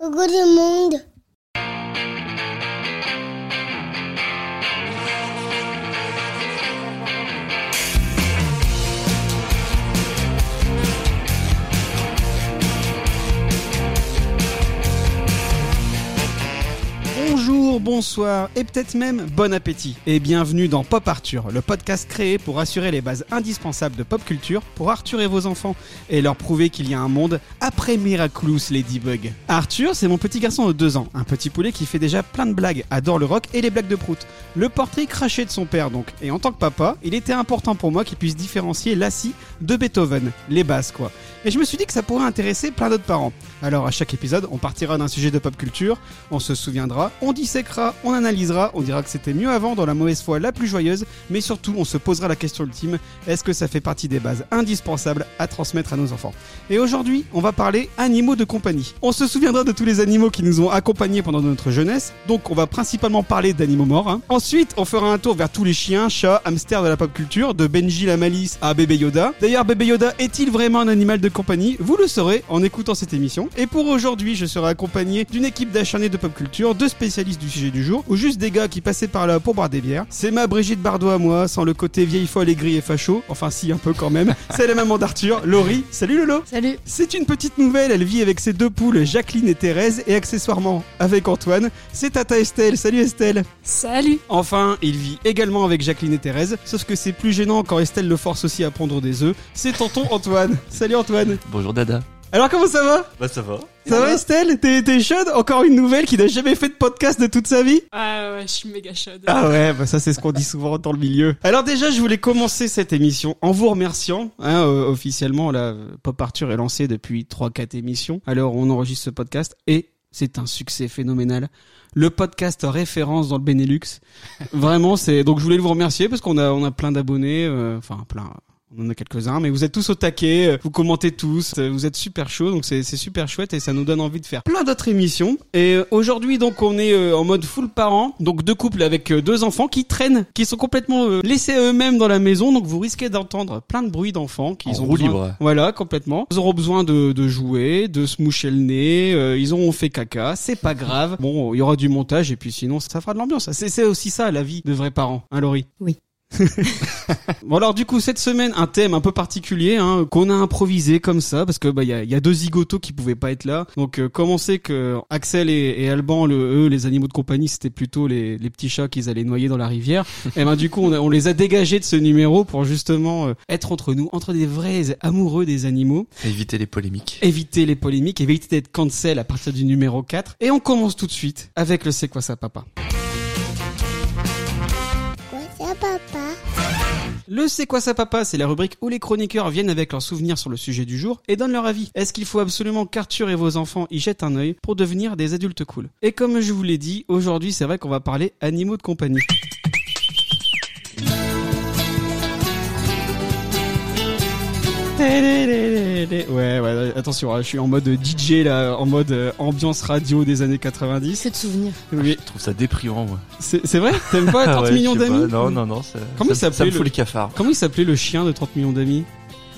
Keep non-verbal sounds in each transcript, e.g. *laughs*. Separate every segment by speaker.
Speaker 1: Coucou le monde.
Speaker 2: Bonjour, bonsoir et peut-être même bon appétit. Et bienvenue dans Pop Arthur, le podcast créé pour assurer les bases indispensables de pop culture pour Arthur et vos enfants et leur prouver qu'il y a un monde après Miraculous Ladybug. Arthur, c'est mon petit garçon de 2 ans, un petit poulet qui fait déjà plein de blagues, adore le rock et les blagues de prout. Le portrait craché de son père donc. Et en tant que papa, il était important pour moi qu'il puisse différencier Lassie de Beethoven, les bases quoi. Et je me suis dit que ça pourrait intéresser plein d'autres parents. Alors à chaque épisode, on partira d'un sujet de pop culture, on se souviendra, on disséquera, on analysera, on dira que c'était mieux avant dans la mauvaise foi la plus joyeuse, mais surtout on se posera la question ultime, est-ce que ça fait partie des bases indispensables à transmettre à nos enfants Et aujourd'hui, on va parler animaux de compagnie. On se souviendra de tous les animaux qui nous ont accompagnés pendant notre jeunesse, donc on va principalement parler d'animaux morts. hein. Ensuite, on fera un tour vers tous les chiens, chats, hamsters de la pop culture, de Benji la malice à Bébé Yoda. D'ailleurs, Bébé Yoda est-il vraiment un animal de compagnie Vous le saurez en écoutant cette émission. Et pour aujourd'hui, je serai accompagné d'une équipe d'acharnés de pop culture, de spécialistes du sujet du jour, ou juste des gars qui passaient par là pour boire des bières. C'est ma Brigitte Bardot à moi, sans le côté vieille folle et gris et facho. Enfin, si, un peu quand même. C'est la maman d'Arthur, Laurie. Salut Lolo
Speaker 3: Salut.
Speaker 2: C'est une petite nouvelle, elle vit avec ses deux poules, Jacqueline et Thérèse, et accessoirement avec Antoine. C'est Tata Estelle, salut Estelle
Speaker 3: Salut.
Speaker 2: Enfin, il vit également avec Jacqueline et Thérèse, sauf que c'est plus gênant quand Estelle le force aussi à pondre des œufs. C'est tonton Antoine, salut Antoine
Speaker 4: Bonjour Dada.
Speaker 2: Alors comment ça va
Speaker 4: Bah ça va.
Speaker 2: Ça va Estelle T'es t'es chaude Encore une nouvelle qui n'a jamais fait de podcast de toute sa vie
Speaker 3: Ah ouais, je suis méga chaude.
Speaker 2: ah ouais, bah ça c'est ce qu'on dit souvent dans le milieu. Alors déjà, je voulais commencer cette émission en vous remerciant. Hein, euh, officiellement, la Pop Arthur est lancée depuis 3-4 émissions. Alors on enregistre ce podcast et c'est un succès phénoménal. Le podcast référence dans le Benelux. Vraiment, c'est donc je voulais vous remercier parce qu'on a on a plein d'abonnés, euh, enfin plein. On en a quelques-uns, mais vous êtes tous au taquet, euh, vous commentez tous, euh, vous êtes super chaud, donc c'est c'est super chouette et ça nous donne envie de faire plein d'autres émissions. Et euh, aujourd'hui, donc, on est euh, en mode full parent, donc deux couples avec euh, deux enfants qui traînent, qui sont complètement euh, laissés à eux-mêmes dans la maison, donc vous risquez d'entendre plein de bruits d'enfants qui
Speaker 4: En
Speaker 2: ont
Speaker 4: roue
Speaker 2: besoin-
Speaker 4: libre.
Speaker 2: Voilà, complètement. Ils auront besoin de, de jouer, de se moucher le nez, euh, ils auront fait caca, c'est pas grave. Bon, il y aura du montage et puis sinon, ça fera de l'ambiance. C'est c'est aussi ça, la vie de vrais parents, hein, Laurie *laughs* Bon alors du coup cette semaine un thème un peu particulier hein, qu'on a improvisé comme ça parce que bah il y a, il y a deux zigotos qui pouvaient pas être là donc euh, comment c'est que Axel et, et Alban le, eux les animaux de compagnie c'était plutôt les, les petits chats qu'ils allaient noyer dans la rivière et ben du coup on, a- on les a dégagés de ce numéro pour justement euh, être entre nous entre des vrais amoureux des animaux
Speaker 4: Évitez les polémiques.
Speaker 2: éviter les polémiques éviter d'être cancel à partir du numéro 4 et on commence tout de suite avec le c'est quoi ça papa
Speaker 1: Quoi ça, papa
Speaker 2: Le C'est quoi ça papa C'est la rubrique où les chroniqueurs viennent avec leurs souvenirs sur le sujet du jour et donnent leur avis. Est-ce qu'il faut absolument qu'Arthur et vos enfants y jettent un œil pour devenir des adultes cool Et comme je vous l'ai dit, aujourd'hui c'est vrai qu'on va parler animaux de compagnie. Ouais, ouais, attention, hein, je suis en mode DJ là, en mode euh, ambiance radio des années 90. *laughs*
Speaker 3: C'est de souvenir.
Speaker 2: Oui,
Speaker 4: Je trouve ça déprimant moi.
Speaker 2: c'est c'est vrai T'aimes
Speaker 5: Ah,
Speaker 2: pas 30
Speaker 4: Ah ouais, je
Speaker 2: millions
Speaker 4: sais pas.
Speaker 2: d'amis
Speaker 4: Non non non. Ça,
Speaker 2: Comment il
Speaker 4: ça, ça
Speaker 2: s'appelait
Speaker 4: me fout
Speaker 2: le-
Speaker 4: les cafards.
Speaker 2: Comment il s'appelait le chien de 30 millions d'amis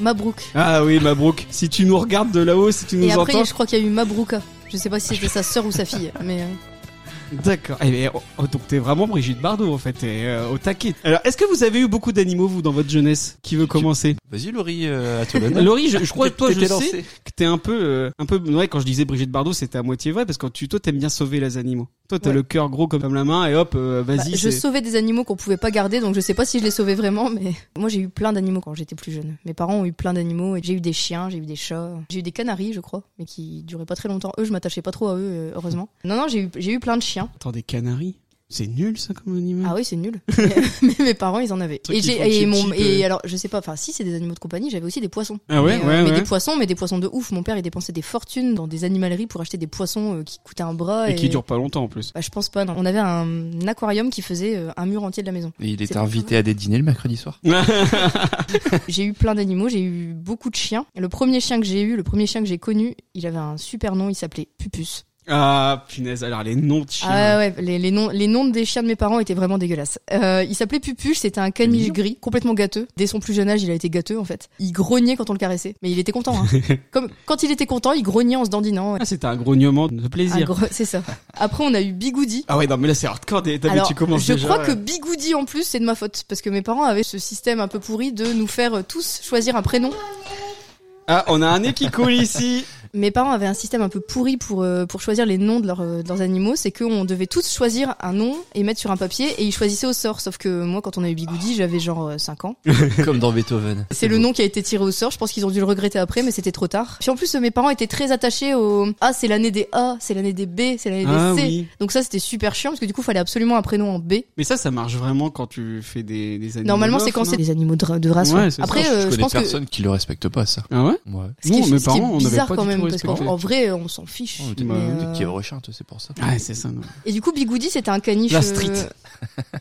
Speaker 5: Mabrouk.
Speaker 2: Ah oui, Mabrouk, si tu nous regardes de là-haut, si tu nous
Speaker 5: Et après,
Speaker 2: entends.
Speaker 5: je crois qu'il y a eu Mabrouka. Je sais pas si c'était sa sœur ou sa fille, *laughs* mais euh,
Speaker 2: D'accord. Eh bien, oh, oh, donc t'es vraiment Brigitte Bardot en fait, t'es euh, au taquet. Alors, est-ce que vous avez eu beaucoup d'animaux vous dans votre jeunesse Qui veut commencer
Speaker 4: Vas-y Laurie, euh, à toi l'honneur.
Speaker 2: Laurie, je, je crois que toi je
Speaker 4: T'étais
Speaker 2: sais
Speaker 4: lancée.
Speaker 2: que t'es un peu, euh, un peu. Ouais, quand je disais Brigitte Bardot, c'était à moitié vrai parce que tu, toi t'aimes bien sauver les animaux. Toi t'as
Speaker 5: Ouais.
Speaker 2: le cœur gros comme la main et hop, euh,
Speaker 5: bah,
Speaker 2: vas-y.
Speaker 5: je
Speaker 2: c'est-
Speaker 5: sauvais des animaux qu'on pouvait pas garder, donc je sais pas si je les sauvais vraiment, mais *laughs* moi j'ai eu plein d'animaux quand j'étais plus jeune. Mes parents ont eu plein d'animaux, et j'ai eu des chiens, j'ai eu des chats, j'ai eu des canaris, je crois, mais qui duraient pas très longtemps. Eux, je m'attachais pas trop à eux, euh, heureusement. Non, non, j'ai eu, j'ai eu plein de chiens.
Speaker 2: Attends, des canaris. C'est nul ça comme animal.
Speaker 5: Ah oui,
Speaker 2: *laughs*
Speaker 5: c'est nul. mais, mais mes parents, ils en avaient.
Speaker 2: Truc
Speaker 5: Et,
Speaker 2: Mm. qui
Speaker 5: j'ai-
Speaker 2: font
Speaker 5: et,
Speaker 2: chip,
Speaker 5: mon,
Speaker 2: chip,
Speaker 5: et
Speaker 2: euh.
Speaker 5: alors, je sais pas, enfin, si c'est des animaux de compagnie, j'avais aussi des poissons.
Speaker 2: Ah ouais,
Speaker 5: mais, euh,
Speaker 2: ouais,
Speaker 5: mais
Speaker 2: ouais.
Speaker 5: des poissons, mais des poissons de ouf. Mon père, il dépensait des fortunes dans des animaleries pour acheter des poissons euh, qui coûtaient un bras.
Speaker 2: Et qui durent pas longtemps en
Speaker 5: *laughs*
Speaker 2: plus.
Speaker 5: Bah, je pense pas. non. On avait un aquarium qui faisait euh, un mur entier de la maison. *laughs*
Speaker 4: Et il
Speaker 5: C'est
Speaker 4: était
Speaker 5: pas
Speaker 4: invité à des dîners le mercredi
Speaker 5: *laughs*
Speaker 4: soir.
Speaker 5: j'ai eu plein d'animaux, j'ai eu beaucoup de chiens. Le premier chien que j'ai eu, le premier chien que j'ai connu, il avait un super nom, il s'appelait Pupus.
Speaker 2: Ah, punaise, alors les noms de chiens.
Speaker 5: Ah ouais, ouais, les, les noms, les noms des chiens de mes parents étaient vraiment dégueulasses. Euh, il s'appelait Pupuche, c'était un caniche
Speaker 2: Mignon.
Speaker 5: gris, complètement gâteux. Dès son plus jeune âge, il a été gâteux en fait. Il grognait quand on le caressait, mais il était content.
Speaker 2: *laughs*
Speaker 5: Hein. Comme quand il était content, il grognait en se dandinant.
Speaker 2: Ah, c'était un grognement de
Speaker 5: Un
Speaker 2: plaisir.
Speaker 5: gros- C'est ça. Après, on a eu Bigoudi.
Speaker 2: Ah ouais, non, mais là c'est hardcore, des- t'as vu,
Speaker 5: Alors,
Speaker 2: tu commences
Speaker 5: je
Speaker 2: déjà,
Speaker 5: crois
Speaker 2: ouais.
Speaker 5: que Bigoudi en plus, c'est de ma faute parce que mes parents avaient ce système un peu pourri de nous faire euh, tous choisir un prénom.
Speaker 2: Ah, on a un nez qui coule ici.
Speaker 5: *laughs* Mes parents avaient un système un peu pourri pour euh, pour choisir les noms de leurs euh, de leurs animaux, c'est qu'on devait tous choisir un nom et mettre sur un papier et ils choisissaient au sort. Sauf que moi, quand on a eu Bigoudi, j'avais genre euh, 5 ans.
Speaker 4: Comme dans Beethoven.
Speaker 5: C'est le nom qui a été tiré au sort. Je pense qu'ils ont dû le regretter après, mais c'était trop tard. Puis en plus, euh, mes parents étaient très attachés au ah c'est l'année des A, c'est l'année des B, c'est l'année des
Speaker 2: Ah
Speaker 5: C.
Speaker 2: oui.
Speaker 5: Donc ça, c'était super chiant parce que du coup, il fallait absolument un prénom en B.
Speaker 2: Mais ça, ça marche vraiment quand tu fais des, des animaux
Speaker 5: Normalement, c'est
Speaker 2: d'offres,
Speaker 5: quand
Speaker 2: non
Speaker 5: c'est des animaux de, ra- de race.
Speaker 2: Ouais,
Speaker 5: ouais.
Speaker 2: c'est ça.
Speaker 5: Après, euh,
Speaker 4: je
Speaker 5: je,
Speaker 4: connais
Speaker 5: pense que
Speaker 4: personne qui le respecte pas, ça.
Speaker 2: Ah ouais
Speaker 4: Ouais.
Speaker 5: ce qui,
Speaker 2: Non,
Speaker 5: est,
Speaker 2: mes
Speaker 5: ce qui est
Speaker 2: parents, on n'avait
Speaker 5: bizarre
Speaker 2: pas du
Speaker 5: quand
Speaker 2: tout
Speaker 5: même, parce qu'en
Speaker 2: respecté.
Speaker 5: en vrai, on s'en fiche.
Speaker 4: Oh,
Speaker 5: mais,
Speaker 4: Peut-être
Speaker 5: euh, Ah.
Speaker 4: peut-être qu'il est rechant, toi, c'est pour ça.
Speaker 2: Ouais, c'est ça. non.
Speaker 5: Et du coup, Bigoudi, c'était un caniche.
Speaker 2: La
Speaker 5: euh, *laughs*
Speaker 2: street.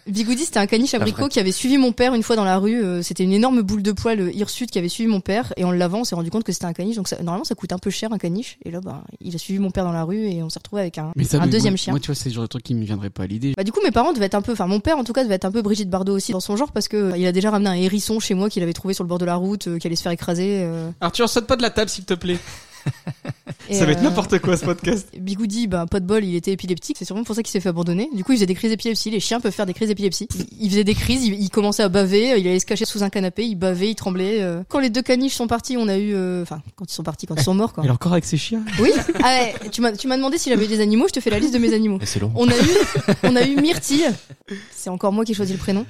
Speaker 5: Bigoudi, c'était un caniche
Speaker 4: La
Speaker 5: abricot
Speaker 4: frette.
Speaker 5: qui avait suivi mon père une fois dans la rue. euh, C'était une énorme boule de poil euh, hirsute qui avait suivi mon père. Et en l'avant, on s'est rendu compte que c'était un caniche. Donc ça- normalement, ça coûte un peu cher un caniche. Et là, bah, il a suivi mon père dans la rue et on s'est retrouvé avec un,
Speaker 2: Mais ça,
Speaker 5: un
Speaker 2: mais
Speaker 5: deuxième
Speaker 2: moi,
Speaker 5: chien.
Speaker 2: Moi, tu vois, c'est le genre de truc qui me viendrait pas à l'idée.
Speaker 5: Bah du coup mes parents devaient être un peu, enfin mon père en tout cas devait être un peu Brigitte Bardot aussi dans son genre parce que euh, il a déjà ramené un hérisson chez moi qu'il avait trouvé sur le bord de la route, euh, qui allait se faire écraser. euh,
Speaker 2: Arthur, saute pas de la table, s'il te plaît.
Speaker 5: et,
Speaker 2: ça va être
Speaker 5: euh,
Speaker 2: n'importe quoi, ce
Speaker 5: *laughs*
Speaker 2: podcast.
Speaker 5: Bigoudi, ben, pas de bol, il était épileptique. C'est sûrement pour ça qu'il s'est fait abandonner. Du coup, il faisait des crises d'épilepsie. Les chiens peuvent faire des crises d'épilepsie. Il- Il faisait des crises, il, il commençait à baver, euh, il allait se cacher sous un canapé, il bavait, il tremblait. euh. Quand les deux caniches sont partis, on a eu, euh, enfin, quand ils sont partis, quand ils sont morts, quoi.
Speaker 2: est encore avec ses chiens
Speaker 5: Oui. Ah ouais, tu m'as, tu m'as demandé si j'avais des animaux. Je te fais la liste de mes animaux.
Speaker 4: Et c'est Laurent.
Speaker 5: On a eu, on a eu Myrtille. C'est encore moi qui ai choisi le prénom.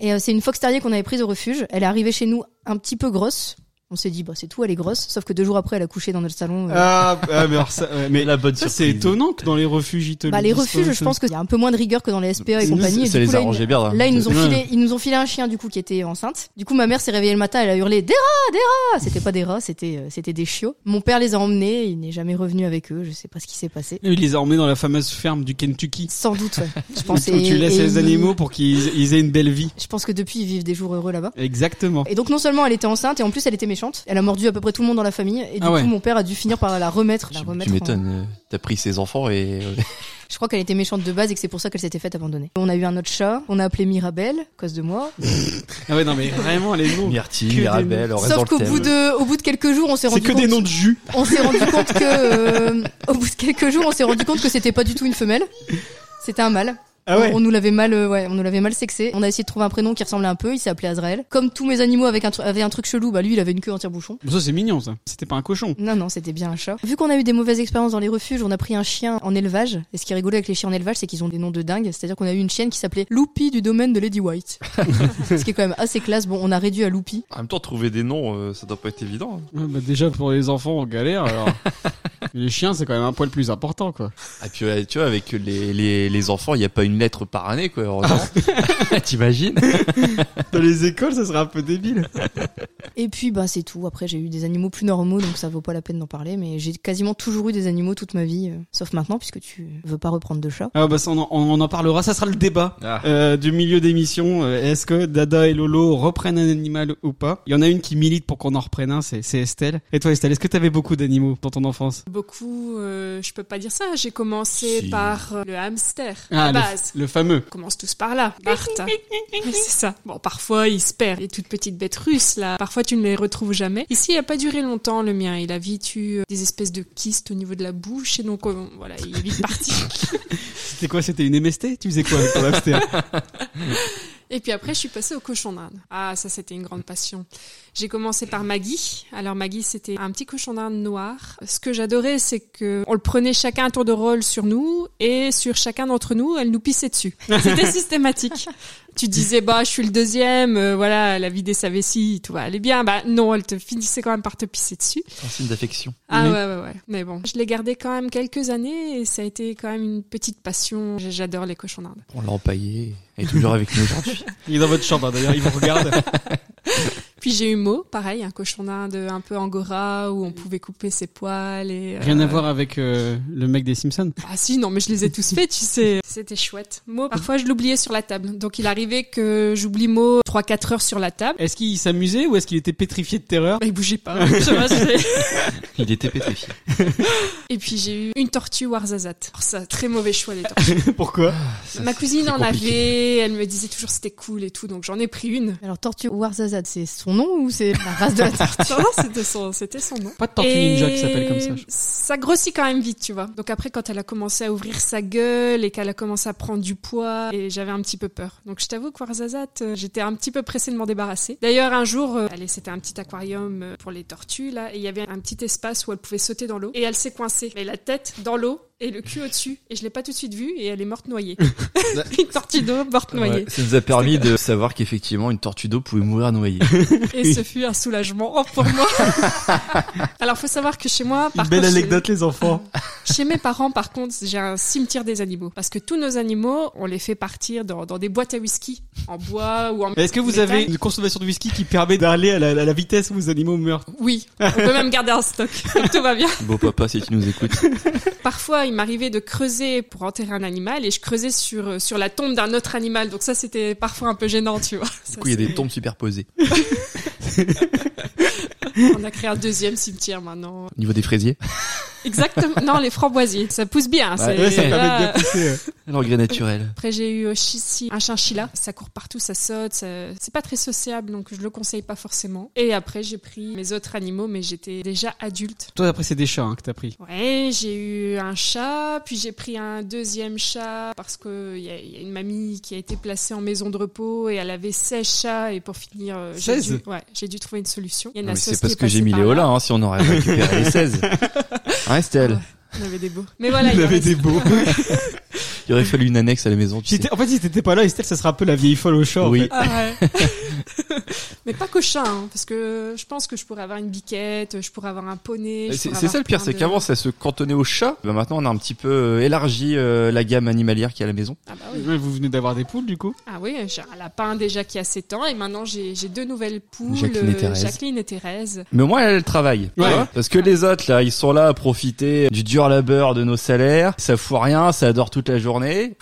Speaker 5: Et euh, c'est une fox terrier qu'on avait prise au refuge. Elle est arrivée chez nous un petit peu grosse. On s'est dit, bah c'est tout, elle est grosse. Sauf que deux jours après, elle a couché dans notre salon. euh,
Speaker 2: Ah, ah, mais alors ça, ouais, mais
Speaker 4: la bonne
Speaker 2: ça, c'est étonnant que dans les refuges, ils te
Speaker 5: Bah,
Speaker 2: le
Speaker 5: les
Speaker 2: disent
Speaker 5: refuges,
Speaker 2: pas,
Speaker 5: je
Speaker 2: ça.
Speaker 5: pense qu'il y a un peu moins de rigueur que dans les SPA et
Speaker 2: Nous,
Speaker 5: compagnie. et du
Speaker 4: Ça
Speaker 5: coup,
Speaker 4: les
Speaker 5: là, ils-
Speaker 4: arrangeait bien. hein.
Speaker 5: Là, ils nous ont
Speaker 2: Ouais.
Speaker 5: filé, ils nous ont filé un chien du coup qui était enceinte. Du coup, ma mère s'est réveillée le matin, elle a hurlé des rats, des rats. C'était pas des rats, c'était euh, c'était des chiots. Mon père les a emmenés, il n'est jamais revenu avec eux. Je sais pas ce qui s'est passé.
Speaker 2: Il les a emmenés dans la fameuse ferme du Kentucky.
Speaker 5: Sans doute, ouais. je
Speaker 2: Où
Speaker 5: pense.
Speaker 2: tu où
Speaker 5: et-
Speaker 2: tu laisses
Speaker 5: et
Speaker 2: les
Speaker 5: ils-
Speaker 2: animaux pour qu'ils ils aient une belle vie.
Speaker 5: Je pense que depuis, ils vivent des jours heureux là-bas.
Speaker 2: Exactement.
Speaker 5: Et donc non seulement elle était enceinte et en plus elle était méchante. Elle a mordu à peu près tout le monde dans la famille et du
Speaker 2: Ah ouais.
Speaker 5: coup mon père a dû finir par la remettre.
Speaker 4: Tu-
Speaker 5: La
Speaker 4: Tu,
Speaker 5: remettre en-
Speaker 4: m'étonnes. euh, T'as pris ses enfants et. euh,
Speaker 5: Je crois qu'elle était méchante de base et que c'est pour ça qu'elle s'était faite abandonner. On a eu un autre chat, on a appelé Mirabelle, à cause de moi.
Speaker 2: Ah ouais, non, mais vraiment, les
Speaker 5: Oh,
Speaker 2: noms.
Speaker 4: Myrtille,
Speaker 2: des-
Speaker 4: Mirabelle, Ben, on reste dans
Speaker 5: Sauf
Speaker 4: le
Speaker 5: qu'au
Speaker 4: thème.
Speaker 5: bout de, au bout de quelques jours, on s'est
Speaker 2: C'est
Speaker 5: rendu
Speaker 2: que
Speaker 5: compte.
Speaker 2: des noms de jus.
Speaker 5: On s'est rendu compte que, euh, au bout de quelques jours, on s'est rendu compte que c'était pas du tout une femelle. C'était un mâle.
Speaker 2: Ah ouais.
Speaker 5: On nous l'avait mal, euh, ouais, on nous l'avait mal sexé. On a essayé de trouver un prénom qui ressemblait un peu. Il s'est appelé Azrael. Comme tous mes animaux avec un tru- avaient un truc chelou, bah lui, il avait une queue en tire-bouchon.
Speaker 2: Ça, c'est mignon, ça. C'était pas un cochon.
Speaker 5: Non, non, c'était bien un chat. Vu qu'on a eu des mauvaises expériences dans les refuges, on a pris un chien en élevage. Et ce qui est rigolo avec les chiens en élevage, c'est qu'ils ont des noms de dingue. C'est-à-dire qu'on a eu une chienne qui s'appelait Loopy du domaine de Lady White. *laughs* ce qui est quand même assez classe. Bon, on a réduit à Loopy.
Speaker 4: En même temps, trouver des noms, euh, ça doit pas être évident. hein.
Speaker 2: Ouais, bah déjà pour les enfants on galère *laughs* alors. les chiens c'est quand même un poil plus important quoi.
Speaker 4: Et puis, euh, tu vois, avec les, les, les enfants, il n'y a pas une lettre par année, quoi, heureusement. Ah, *laughs* T'imagines
Speaker 2: Dans les écoles ça serait un peu débile.
Speaker 5: Et puis bah c'est tout. Après j'ai eu des animaux plus normaux donc ça vaut pas la peine d'en parler mais j'ai quasiment toujours eu des animaux toute ma vie euh, sauf maintenant puisque tu veux pas reprendre de chat.
Speaker 2: Ah bah ça, on, en, on en parlera, ça sera le débat
Speaker 4: Ah.
Speaker 2: euh, du milieu d'émission. Euh, Est-ce que Dada et Lolo reprennent un animal ou pas Il y en a une qui milite pour qu'on en reprenne un, c'est c'est Estelle. Et toi Estelle, est-ce que t'avais beaucoup d'animaux dans ton enfance
Speaker 3: Beaucoup, euh, je peux pas dire ça. J'ai commencé
Speaker 4: Si.
Speaker 3: par euh, le hamster
Speaker 2: Ah,
Speaker 3: à
Speaker 2: le-
Speaker 3: base.
Speaker 2: le, fameux.
Speaker 3: On commence tous par là, *laughs* Bart. Oui, c'est ça. Bon, parfois il se perd. Les toutes petites bêtes russes là, parfois tu ne les retrouves jamais. Ici, il a pas duré longtemps le mien. Il a vite eu euh, des espèces de kystes au niveau de la bouche et donc euh, voilà, il est
Speaker 2: *laughs*
Speaker 3: vite parti.
Speaker 2: C'était quoi C'était une MST Tu faisais quoi avec ton hamster
Speaker 3: Et puis après, je suis passée au cochon d'Inde. Ah, ça, c'était une grande passion. J'ai commencé par Maggie. Alors, Maggie, c'était un petit cochon d'Inde noir. Ce que j'adorais, c'est que on le prenait chacun un tour de rôle sur nous et sur chacun d'entre nous, elle nous pissait dessus. C'était systématique. Tu disais, bah, je suis le deuxième, euh, voilà, elle a vidé sa vessie, tout va aller bien. Bah, non, elle te finissait quand même par te pisser dessus.
Speaker 4: C'est un signe d'affection.
Speaker 3: Ah
Speaker 2: Mais-
Speaker 3: ouais, ouais, ouais. Mais bon, je l'ai gardé quand même quelques années et ça a été quand même une petite passion. J'adore les cochons d'Inde.
Speaker 4: On l'a empaillé. Elle est toujours avec nous aujourd'hui.
Speaker 2: Il est dans votre chambre hein, d'ailleurs, il vous regarde.
Speaker 3: Puis j'ai eu Mo, pareil, un cochon d'Inde un peu angora où on pouvait couper ses poils et. euh,
Speaker 2: Rien à voir avec euh, le mec des Simpsons.
Speaker 3: Ah si, non, mais je les ai tous faits, tu sais. C'était chouette. Mo, parfois je l'oubliais sur la table. Donc il arrivait que j'oublie Mo 3-4 heures sur la table.
Speaker 2: Est-ce qu'il s'amusait ou est-ce qu'il était pétrifié de terreur
Speaker 3: Bah, il bougeait
Speaker 4: *laughs*
Speaker 3: pas. Je sais pas, c'est-
Speaker 4: Il était pétrifié.
Speaker 3: *laughs* Et puis j'ai eu une tortue Warzazat. Alors ça, très mauvais choix les tortues.
Speaker 2: *laughs* Pourquoi
Speaker 3: Ma cousine
Speaker 4: c'est
Speaker 3: en
Speaker 4: compliqué.
Speaker 3: avait, elle me disait toujours c'était cool et tout, donc j'en ai pris
Speaker 4: *laughs*
Speaker 3: une.
Speaker 5: Alors, Tortue Warzazad, c'est son nom ou c'est la race de *laughs* la tortue
Speaker 3: Non, non, c'était son, c'était son nom.
Speaker 2: Pas de tortue ninja qui s'appelle comme ça. je-
Speaker 3: Ça grossit quand même vite, tu vois. Donc après, quand elle a commencé à ouvrir sa gueule et qu'elle a commencé à prendre du poids, et j'avais un petit peu peur. Donc je t'avoue que Warzazat, euh, j'étais un petit peu pressée de m'en débarrasser. D'ailleurs, un jour, euh, allez, c'était un petit aquarium euh, pour les tortues là, et il y avait un petit espace où elle pouvait sauter dans l'eau. Et elle s'est coincée, mais la tête dans l'eau et le cul au-dessus. Et je l'ai pas tout de suite vue et elle est morte noyée. *laughs* Une tortue d'eau morte noyée.
Speaker 4: Ouais, ça nous a permis de savoir qu'effectivement une tortue d'eau pouvait mourir noyée.
Speaker 3: Et ce fut un soulagement oh, pour moi. Alors, faut savoir que chez moi, par contre,
Speaker 2: les enfants. *laughs*
Speaker 3: Chez, chez mes parents, par contre, j'ai un cimetière des animaux. Parce que tous nos animaux, on les fait partir dans, dans des boîtes à whisky, en bois ou en.
Speaker 2: Est-ce que vous
Speaker 3: métal.
Speaker 2: avez une consommation de whisky qui permet d'aller à la, à la vitesse où vos animaux meurent
Speaker 3: Oui, on peut même garder un stock. *laughs* Donc, tout va bien.
Speaker 4: Beau papa, si tu nous écoutes.
Speaker 3: Parfois, il m'arrivait de creuser pour enterrer un animal et je creusais sur, euh, sur la tombe d'un autre animal. Donc, ça, c'était parfois un peu gênant, tu vois.
Speaker 4: Du
Speaker 3: Ça,
Speaker 4: coup, il y a
Speaker 3: c'est-
Speaker 4: des tombes superposées.
Speaker 3: On a créé un deuxième cimetière maintenant.
Speaker 4: Au niveau des fraisiers.
Speaker 3: Exactement. Non, les framboisiers. Ça pousse bien. c'est- Ah.
Speaker 2: Ouais, ça permet de
Speaker 3: là,
Speaker 2: bien pousser. euh.
Speaker 4: L'engrais naturel.
Speaker 3: Après, j'ai eu Shishi, un chinchilla. Ça court partout, ça saute. ça- C'est pas très sociable, donc je le conseille pas forcément. Et après, j'ai pris mes autres animaux, mais j'étais déjà adulte.
Speaker 2: Toi, après, c'est des chats hein, que t'as pris.
Speaker 3: Ouais, j'ai eu un chat, puis j'ai pris un deuxième chat parce que y, a- y a une mamie qui a été placée en maison de repos et elle avait 16 chats et pour finir, euh, j'ai
Speaker 2: 16?
Speaker 3: dû, ouais, j'ai dû trouver une solution. Il y en a
Speaker 4: Mais
Speaker 3: 16
Speaker 4: C'est
Speaker 3: qui
Speaker 4: parce
Speaker 3: est
Speaker 4: que j'ai
Speaker 3: passé
Speaker 4: mis
Speaker 3: par
Speaker 4: les
Speaker 3: là.
Speaker 4: holà, hein, si on aurait récupéré les *laughs* 16. Hein, Estelle
Speaker 3: On avait des beaux. Mais
Speaker 4: *laughs*
Speaker 3: voilà, il
Speaker 2: Il
Speaker 3: en
Speaker 2: avait
Speaker 3: reste-
Speaker 2: des *laughs* beaux.
Speaker 4: Il aurait fallu une annexe à la maison, tu
Speaker 2: Si
Speaker 4: sais.
Speaker 2: t'es- en fait, si t'étais pas là, Estelle, ça serait un peu la vieille folle au chat. en
Speaker 4: Oui.
Speaker 2: fait.
Speaker 3: Ah
Speaker 4: *laughs*
Speaker 3: ouais. *laughs* Mais pas cochin, hein, parce que je pense que je pourrais avoir une biquette, je pourrais avoir un poney. je
Speaker 4: C'est
Speaker 3: pourrais
Speaker 4: c'est
Speaker 3: avoir
Speaker 4: ça le pire,
Speaker 3: plein
Speaker 4: c'est
Speaker 3: de-
Speaker 4: qu'avant ça se cantonnait aux chats. Bah, maintenant on a un petit peu euh, élargi euh, la gamme animalière qui est à la maison.
Speaker 3: Ah, bah oui.
Speaker 2: Ouais, Vous venez d'avoir des poules, du coup
Speaker 3: Ah oui, j'ai un lapin déjà qui a 7 ans et maintenant j'ai j'ai deux nouvelles poules,
Speaker 4: Jacqueline et
Speaker 3: euh,
Speaker 4: Thérèse.
Speaker 3: Jacqueline et Thérèse.
Speaker 4: Mais au moins elle, elle travaille. tu
Speaker 2: Ouais.
Speaker 4: vois. Parce que les autres là, ils sont là à profiter du dur labeur de nos salaires. Ça fout rien, ça adore toute la journée.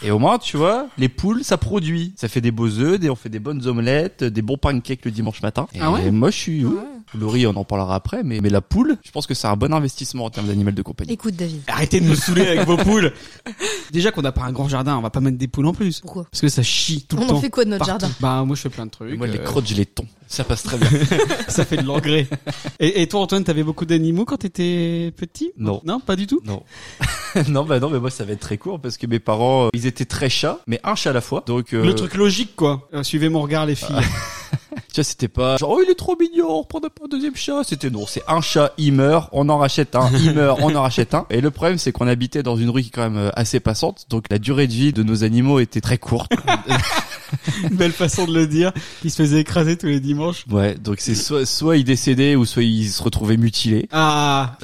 Speaker 4: Et au moins tu vois, les poules ça produit. Ça fait des beaux œufs, des- on fait des bonnes omelettes, des bons pancakes le dimanche matin. Et
Speaker 2: Ah ouais
Speaker 4: moi je suis...
Speaker 3: Ouais.
Speaker 4: ouh. Le riz on en parlera après, mais, mais la poule, je pense que c'est un bon investissement en termes d'animal de compagnie.
Speaker 5: Écoute, David.
Speaker 2: Arrêtez de nous saouler avec vos poules. *laughs* Déjà qu'on n'a pas un grand jardin, on va pas mettre des poules en plus.
Speaker 5: Pourquoi
Speaker 2: Parce que ça chie tout le
Speaker 5: On
Speaker 2: temps.
Speaker 5: en fait quoi de notre
Speaker 2: partout.
Speaker 5: jardin
Speaker 2: Bah moi je fais plein de trucs.
Speaker 4: Moi, les
Speaker 2: euh,
Speaker 4: crottes, je les tons. Ça passe très bien.
Speaker 2: ça fait de *laughs* l'engrais. et, et toi Antoine, t'avais beaucoup d'animaux quand t'étais petit
Speaker 4: *laughs* Non.
Speaker 2: Non, pas du tout.
Speaker 4: Non. *laughs* non, bah non, mais moi ça va être très court parce que mes parents, euh, ils étaient très chats, mais un chat à la fois. Donc euh,
Speaker 2: Le truc logique quoi. Euh, suivez mon regard les filles.
Speaker 4: tu vois, c'était pas genre oh il est trop mignon, on reprendra pas un deuxième chat. C'était non, c'est un chat, il meurt, on en rachète un, il meurt, on en rachète un. Et le problème c'est qu'on habitait dans une rue qui est quand même euh, assez passante, donc la durée de vie de nos animaux était très courte.
Speaker 2: *laughs* Une belle façon de le dire. Ils se faisaient écraser tous les dimanches.
Speaker 4: ouais, donc c'est soit soit ils décédaient ou soit ils se retrouvaient mutilés.
Speaker 2: Ah.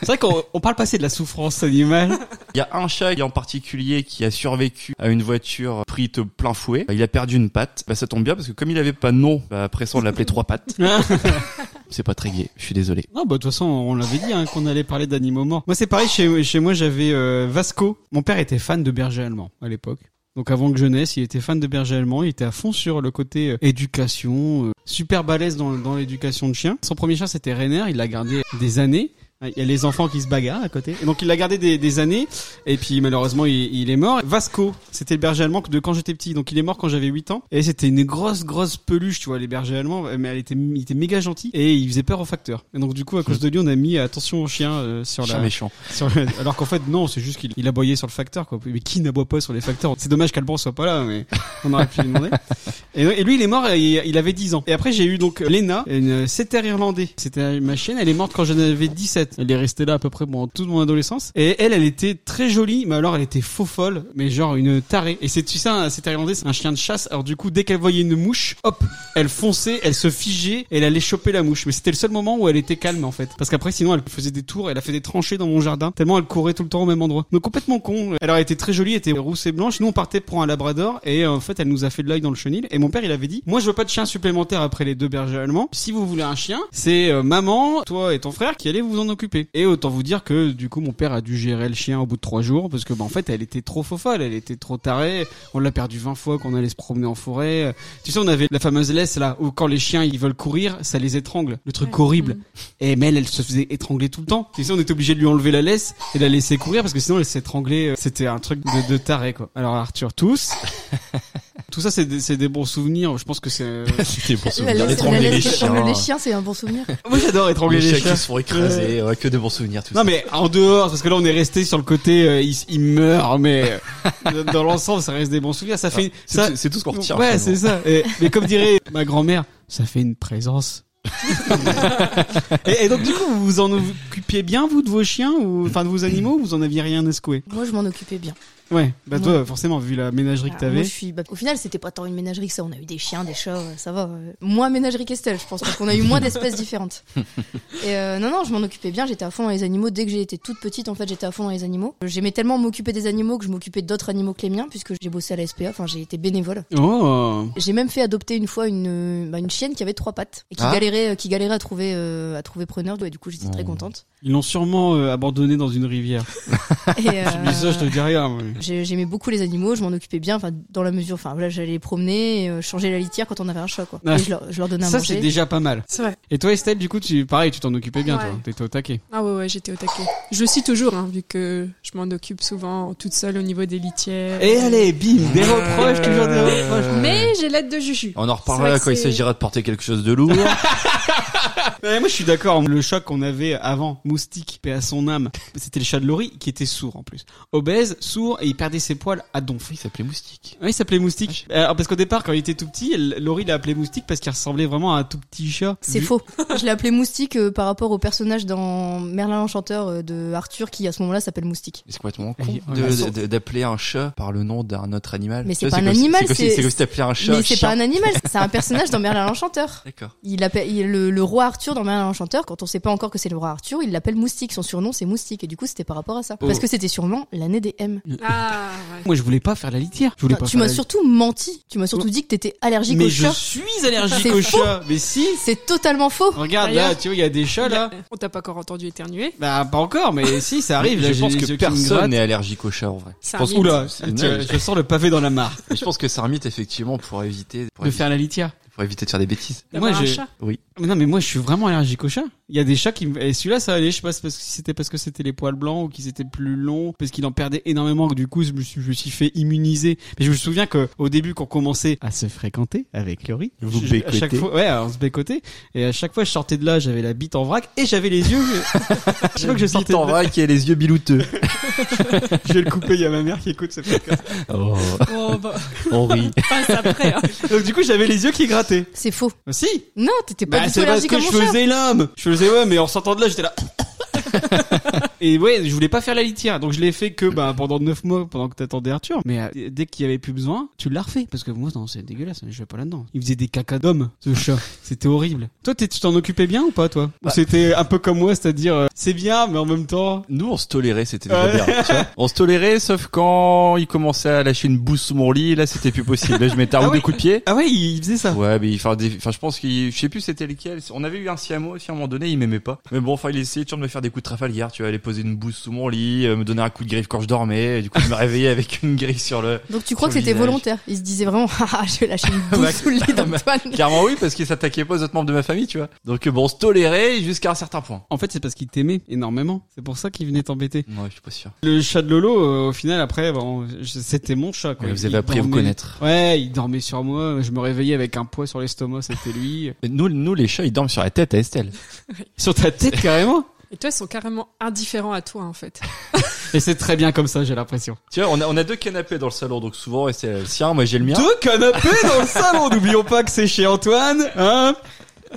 Speaker 2: C'est vrai qu'on on parle pas assez de la souffrance animale.
Speaker 4: Il y a un chat en particulier qui a survécu à une voiture prise de plein fouet. Il a perdu une patte. Bah, ça tombe bien parce que comme il avait pas de nom, bah, après ça on l'appelait trois pattes.
Speaker 2: non
Speaker 4: C'est pas très gai, je suis désolé.
Speaker 2: Hein bah de toute façon on l'avait dit hein, qu'on allait parler d'animaux morts. Moi c'est pareil chez chez moi j'avais euh, Vasco. Mon père était fan de berger allemand à l'époque. Donc avant que je naisse, il était fan de berger allemand, il était à fond sur le côté euh, éducation, euh, super balèze dans, dans l'éducation de chiens. Son premier chien c'était Rainer, il l'a gardé des années. Il y a les enfants qui se bagarrent à côté. Et donc il l'a gardé des, des années et puis malheureusement il, il est mort. Vasco, c'était le berger allemand de quand j'étais petit. Donc il est mort quand j'avais 8 ans et c'était une grosse grosse peluche, tu vois, les bergers allemands mais elle était il était méga gentil et il faisait peur aux facteurs. Et donc du coup à cause de lui, on a mis attention aux chiens euh, sur
Speaker 4: Chat
Speaker 2: la
Speaker 4: méchant.
Speaker 2: sur le- Alors qu'en fait, non, c'est juste qu'il il aboyait sur le facteur, quoi. Mais qui n'aboie pas sur les facteurs C'est dommage qu'Alban soit pas là, mais on aurait pu lui demander. Et, et lui, il est mort, et il, il avait 10 ans. Et après, j'ai eu donc Lena, une setter irlandais. C'était ma chienne, elle est morte quand j'en avais 17. 7. Elle est restée là à peu près pendant toute mon adolescence. Et elle, elle était très jolie, mais alors elle était faux folle, mais genre une tarée. Et c'est, tu sais, un- c'est thaïlandais, c'est un chien de chasse. Alors du coup, dès qu'elle voyait une mouche, hop, elle fonçait, elle se figeait, et elle allait choper la mouche. Mais c'était le seul moment où elle était calme, en fait. Parce qu'après, sinon, elle faisait des tours, elle a fait des tranchées dans mon jardin, tellement elle courait tout le temps au même endroit. Donc complètement con. Alors elle était très jolie, elle était rousse et blanche. Nous, on partait pour un labrador, et euh, en fait, elle nous a fait de l'œil dans le chenil. Et mon père, il avait dit, moi, je veux pas de chien supplémentaire après les deux bergers allemands. Si vous voulez un chien, c'est euh, maman, toi et ton frère qui allez vous en occuper. Et autant vous dire que du coup mon père a dû gérer le chien au bout de trois jours parce que bah en fait elle était trop faux folle, elle était trop tarée. On l'a perdu 20 fois qu'on allait se promener en forêt. Tu sais on avait la fameuse laisse là où quand les chiens ils veulent courir ça les étrangle, le truc
Speaker 3: Ouais.
Speaker 2: horrible.
Speaker 3: Mm.
Speaker 2: Et mais elle, elle se faisait étrangler tout le temps. Tu sais on était obligé de lui enlever la laisse et de la laisser courir parce que sinon elle s'étranglait. euh, C'était un truc de, de taré quoi. Alors Arthur
Speaker 4: *laughs*
Speaker 2: tous. Tout ça, c'est des, c'est des bons souvenirs. Je pense que c'est.
Speaker 4: *laughs*
Speaker 2: euh,
Speaker 4: C'était pour se
Speaker 5: La
Speaker 4: dire
Speaker 5: laisse-
Speaker 4: d'étrangler
Speaker 5: la
Speaker 4: les
Speaker 5: laisse qu'étranglent
Speaker 4: chiens.
Speaker 5: les chiens, c'est un bon souvenir.
Speaker 2: Moi, j'adore étrangler
Speaker 4: Les
Speaker 2: les,
Speaker 4: chiens
Speaker 2: chiens.
Speaker 4: qui se font écraser, ouais, que de bons souvenirs, tout
Speaker 2: Non
Speaker 4: ça.
Speaker 2: mais en dehors, parce que là on est resté sur le côté, euh, il, il meurt, mais euh, dans l'ensemble ça reste des bons souvenirs. Ça fait,
Speaker 4: Ah, C'est
Speaker 2: ça,
Speaker 4: tout- c'est tout ce qu'on retient.
Speaker 2: ouais,
Speaker 4: finalement.
Speaker 2: c'est ça. Et- mais comme dirait ma grand-mère, ça fait une présence. et, et donc du coup, vous vous en occupiez bien vous de vos chiens ou enfin de vos animaux ou Vous en aviez rien à secouer
Speaker 5: Moi, je m'en occupais bien.
Speaker 2: Ouais, bah
Speaker 5: Non.
Speaker 2: toi forcément vu la ménagerie que
Speaker 5: Alors, moi,
Speaker 2: t'avais.
Speaker 5: je suis... bah, au final, c'était pas tant une ménagerie que ça. On a eu des chiens, des chats, euh, ça va. euh, Moins ménagerie qu'Estelle, je pense, parce qu'on a eu moins d'espèces
Speaker 2: *laughs*
Speaker 5: différentes. Et euh, non, non, je m'en occupais bien. J'étais à fond dans les animaux. Dès que j'ai été toute petite, en fait, j'étais à fond dans les animaux. J'aimais tellement m'occuper des animaux que je m'occupais d'autres animaux que les miens, puisque j'ai bossé à la SPA. Enfin, j'ai été bénévole.
Speaker 2: Oh,
Speaker 5: J'ai même fait adopter une fois une, euh, bah, une chienne qui avait trois pattes et qui
Speaker 4: Ah.
Speaker 5: galérait, qui galérait à trouver, euh, à trouver preneur. Ouais, du coup, j'étais très
Speaker 4: Oh.
Speaker 2: *laughs*
Speaker 5: contente.
Speaker 2: ils l'ont sûrement euh, abandonné dans une rivière.
Speaker 5: Et,
Speaker 2: Mais ça, je te
Speaker 5: euh,
Speaker 2: dis rien. mais-
Speaker 5: j'ai- J'aimais beaucoup les animaux, je m'en occupais bien, enfin dans la mesure, enfin voilà, j'allais les promener, et, euh, changer la litière quand on avait un chat, quoi.
Speaker 2: Ah.
Speaker 5: Et je leur, je leur donnais à
Speaker 2: Ça, c'est
Speaker 5: manger.
Speaker 2: déjà pas mal.
Speaker 3: C'est vrai.
Speaker 2: Et toi, Estelle, du coup, tu, pareil, tu t'en occupais bien,
Speaker 3: Ouais.
Speaker 2: toi. T'étais au taquet.
Speaker 3: Ah ouais, ouais, j'étais au taquet. Je le suis toujours, hein, vu que je m'en occupe souvent toute seule au niveau des litières.
Speaker 4: Eh,
Speaker 2: Et allez, bim, des reproches, toujours des reproches.
Speaker 3: Mais j'ai l'aide de Juju.
Speaker 4: On en
Speaker 3: C'est vrai
Speaker 4: reparlera
Speaker 3: que
Speaker 4: quand il
Speaker 3: c'est-
Speaker 4: s'agira de porter quelque chose de lourd.
Speaker 2: *laughs* Ouais, moi je suis d'accord, le chat qu'on avait avant, Moustique, paix à son âme, c'était le chat de Laurie qui était sourd en plus. Obèse, sourd et il perdait ses poils à donf.
Speaker 4: Il s'appelait Moustique.
Speaker 2: Ouais, il s'appelait Moustique. Alors, parce qu'au départ, quand il était tout petit, elle- Laurie l'a appelé Moustique parce qu'il ressemblait vraiment à un tout petit chat.
Speaker 5: C'est
Speaker 2: Vu-
Speaker 5: faux. Je l'ai appelé Moustique euh, par rapport au personnage dans Merlin l'Enchanteur euh, de Arthur qui à ce moment-là s'appelle Moustique.
Speaker 4: C'est complètement
Speaker 2: Oui,
Speaker 4: con
Speaker 2: ouais,
Speaker 4: de-
Speaker 2: mais son-
Speaker 4: de- de- d'appeler un chat par le nom d'un autre animal.
Speaker 5: Mais c'est
Speaker 4: Tu vois,
Speaker 5: pas un
Speaker 4: comme si-
Speaker 5: animal,
Speaker 4: c'est comme si-
Speaker 5: c'est-
Speaker 4: c'est comme si t'appelais un chat.
Speaker 5: Mais c'est pas
Speaker 4: chien.
Speaker 5: un animal, c'est un personnage dans Merlin l'Enchanteur.
Speaker 4: D'accord.
Speaker 5: Il appelle il- le, le roi Arthur dans Merlin l'Enchanteur. Quand on sait pas encore que c'est le roi Arthur, il l'appelle Moustique. Son surnom c'est Moustique et du coup c'était par rapport à ça.
Speaker 4: Oh.
Speaker 5: Parce que c'était sûrement l'année des M.
Speaker 3: Ah ouais.
Speaker 2: Euh, Moi je voulais pas faire la litière. Je voulais
Speaker 5: Non,
Speaker 2: pas
Speaker 5: tu
Speaker 2: faire
Speaker 5: m'as
Speaker 2: la-
Speaker 5: surtout menti. Tu m'as surtout dit que t'étais allergique
Speaker 2: Mais
Speaker 5: aux
Speaker 2: je
Speaker 5: chats.
Speaker 2: suis allergique
Speaker 5: C'est
Speaker 2: aux
Speaker 5: faux.
Speaker 2: chats. Mais si.
Speaker 5: C'est totalement faux.
Speaker 2: Regarde là,
Speaker 3: D'ailleurs-
Speaker 2: tu vois, il y a des chats là.
Speaker 3: On t'a pas encore entendu éternuer.
Speaker 2: Bah pas encore, mais si, ça arrive. Là,
Speaker 4: je pense que personne
Speaker 2: n'est...
Speaker 4: n'est allergique au chat en
Speaker 2: *laughs*
Speaker 4: vrai.
Speaker 3: Ça
Speaker 4: pense-
Speaker 3: arrive.
Speaker 2: Oula,
Speaker 4: C'est
Speaker 2: tiens,
Speaker 4: nul.
Speaker 2: je sens le pavé dans la mare
Speaker 4: Mais Je pense que c'est un mythe effectivement pour éviter pour,
Speaker 2: de
Speaker 4: éviter,
Speaker 2: faire la litière.
Speaker 4: pour éviter de faire des bêtises.
Speaker 3: D'avoir
Speaker 2: Moi,
Speaker 3: un
Speaker 2: j'ai-
Speaker 3: chat.
Speaker 2: Mais non, mais moi, je suis vraiment allergique aux chats. Il y a des chats qui me... Et celui-là, ça allait, je sais pas si parce que- si c'était parce que c'était les poils blancs ou qu'ils étaient plus longs, parce qu'il en perdait énormément, que du coup, je me suis, je me suis fait immuniser. Mais je me souviens que au début, qu'on commençait à se fréquenter avec Laurie,
Speaker 6: Vous
Speaker 2: je- je- à chaque
Speaker 6: bécotez.
Speaker 2: fois, ouais, alors, on se bécotait, et à chaque fois, je sortais de là, j'avais la bite en vrac, et j'avais les yeux, je, je crois que je sortais
Speaker 4: en
Speaker 2: de là,
Speaker 4: vrai qui a les yeux
Speaker 2: *laughs*
Speaker 4: bilouteux.
Speaker 2: je vais le couper, il y a ma mère qui écoute ce podcast.
Speaker 4: Oh,
Speaker 3: Oh, bah,
Speaker 4: on rit.
Speaker 3: passe après. hein.
Speaker 2: Donc du coup, j'avais les yeux qui grattaient.
Speaker 5: C'est faux.
Speaker 2: Ah, Si!
Speaker 5: Non, t'étais pas
Speaker 2: Bah,
Speaker 5: du tout
Speaker 2: c'est parce
Speaker 5: allergique à
Speaker 2: que
Speaker 5: mon
Speaker 2: je
Speaker 5: chat.
Speaker 2: faisais l'homme. Je faisais ouais, mais en sortant de là, *laughs* j'étais là. Et ouais, je voulais pas faire la litière, donc je l'ai fait que bah, pendant 9 mois, pendant que t'attendais Arthur. Mais euh, dès qu'il y avait plus besoin, tu l'as refait. Parce que moi, non, c'est dégueulasse, je vais pas là-dedans. Il faisait des cacas d'homme, *laughs* ce chat. C'était horrible. Toi, t'es- tu t'en occupais bien ou pas, toi Ou c'était un peu comme moi, c'est-à-dire, euh, c'est bien, mais en même temps...
Speaker 4: Nous on se tolérait, c'était déjà
Speaker 2: Ouais.
Speaker 4: bien. tu vois. on se tolérait sauf quand il commençait à lâcher une bouse sous mon lit, là c'était plus possible. Là je *laughs* mettais un
Speaker 2: Ah
Speaker 4: ou
Speaker 2: oui.
Speaker 4: deux coups de pied.
Speaker 2: Ah ouais, il il faisait ça.
Speaker 4: Ouais, mais il- enfin, des- enfin, je pense qu'il, je sais plus c'était lequel. On avait eu un Siamo aussi à un moment donné, il m'aimait pas. Mais bon, enfin, il essayait toujours de me faire des coups de Trafalgar, tu vois, aller poser une bouse sous mon lit, euh, me donner un coup de griffe quand je dormais, et du coup, je me réveillais avec une griffe sur le.
Speaker 5: Donc tu crois que
Speaker 4: Sur le
Speaker 5: c'était
Speaker 4: village.
Speaker 5: volontaire Il se disait vraiment, *laughs* ah, je vais lâcher
Speaker 2: *laughs*
Speaker 5: une bouse sous le
Speaker 2: bah,
Speaker 5: lit
Speaker 2: ah,
Speaker 5: d'Antoine.
Speaker 4: Clairement oui, parce qu'il s'attaquait pas aux autres membres de ma famille, tu vois. Donc euh, bon, on se tolérait jusqu'à un certain point.
Speaker 2: En fait, c'est parce qu'il t'aimait énormément. C'est pour ça qu'il venait t'embêter.
Speaker 4: Non, je suis pas sûr.
Speaker 2: Le chat de Lolo, euh, au final, après, bon, je- c'était mon chat. Quoi.
Speaker 4: vous
Speaker 2: Il
Speaker 4: avez appris à vous
Speaker 2: dormait-
Speaker 4: connaître.
Speaker 2: Ouais, il dormait sur moi, je me réveillais avec un poids sur l'estomac, c'était lui. *laughs*
Speaker 4: Nous, nous, les chats, ils dorment sur la tête à Estelle.
Speaker 2: sur ta tête carrément
Speaker 3: Et toi, ils sont carrément indifférents à toi, en fait.
Speaker 2: Et c'est très bien comme ça, j'ai l'impression.
Speaker 4: Tu vois, on a, on a deux canapés dans le salon, donc souvent Estelle a le sien, moi j'ai le mien.
Speaker 2: Deux canapés dans le salon, n'oublions pas que c'est chez Antoine, hein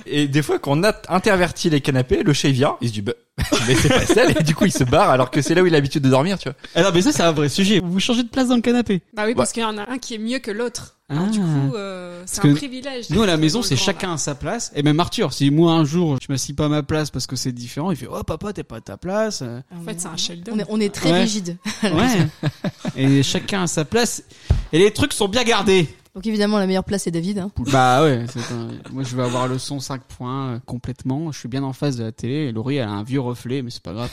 Speaker 4: Et des fois, quand on a interverti les canapés, le chat il vient, il se dit, bah, *laughs* mais c'est pas celle, et du coup, il se barre, alors que c'est là où il a l'habitude de dormir, tu vois.
Speaker 2: Alors, Eh mais ça, c'est un vrai sujet. Vous changez de place dans le canapé.
Speaker 3: Bah oui, parce qu'il y en a un qui est mieux que l'autre. Alors,
Speaker 2: Ah.
Speaker 3: Du coup, euh, c'est
Speaker 2: Parce
Speaker 3: un
Speaker 2: que
Speaker 3: privilège.
Speaker 2: Nous, à la
Speaker 3: d'être
Speaker 2: maison,
Speaker 3: dans le
Speaker 2: c'est
Speaker 3: grand,
Speaker 2: chacun
Speaker 3: là.
Speaker 2: à sa place. Et même Arthur, si moi, un jour, je m'assis pas à ma place parce que c'est différent, il fait, oh, papa, t'es pas à ta place.
Speaker 3: En fait, c'est un Sheldon.
Speaker 5: On est, on est très
Speaker 2: Ouais.
Speaker 5: rigide.
Speaker 2: *laughs* Ouais. Et chacun à sa place. Et les trucs sont bien gardés.
Speaker 5: Donc évidemment, la meilleure place c'est David. hein.
Speaker 2: Bah ouais, c'est un- moi je vais avoir le son 5 points euh, complètement, je suis bien en face de la télé, et Laurie elle a un vieux reflet mais c'est pas grave.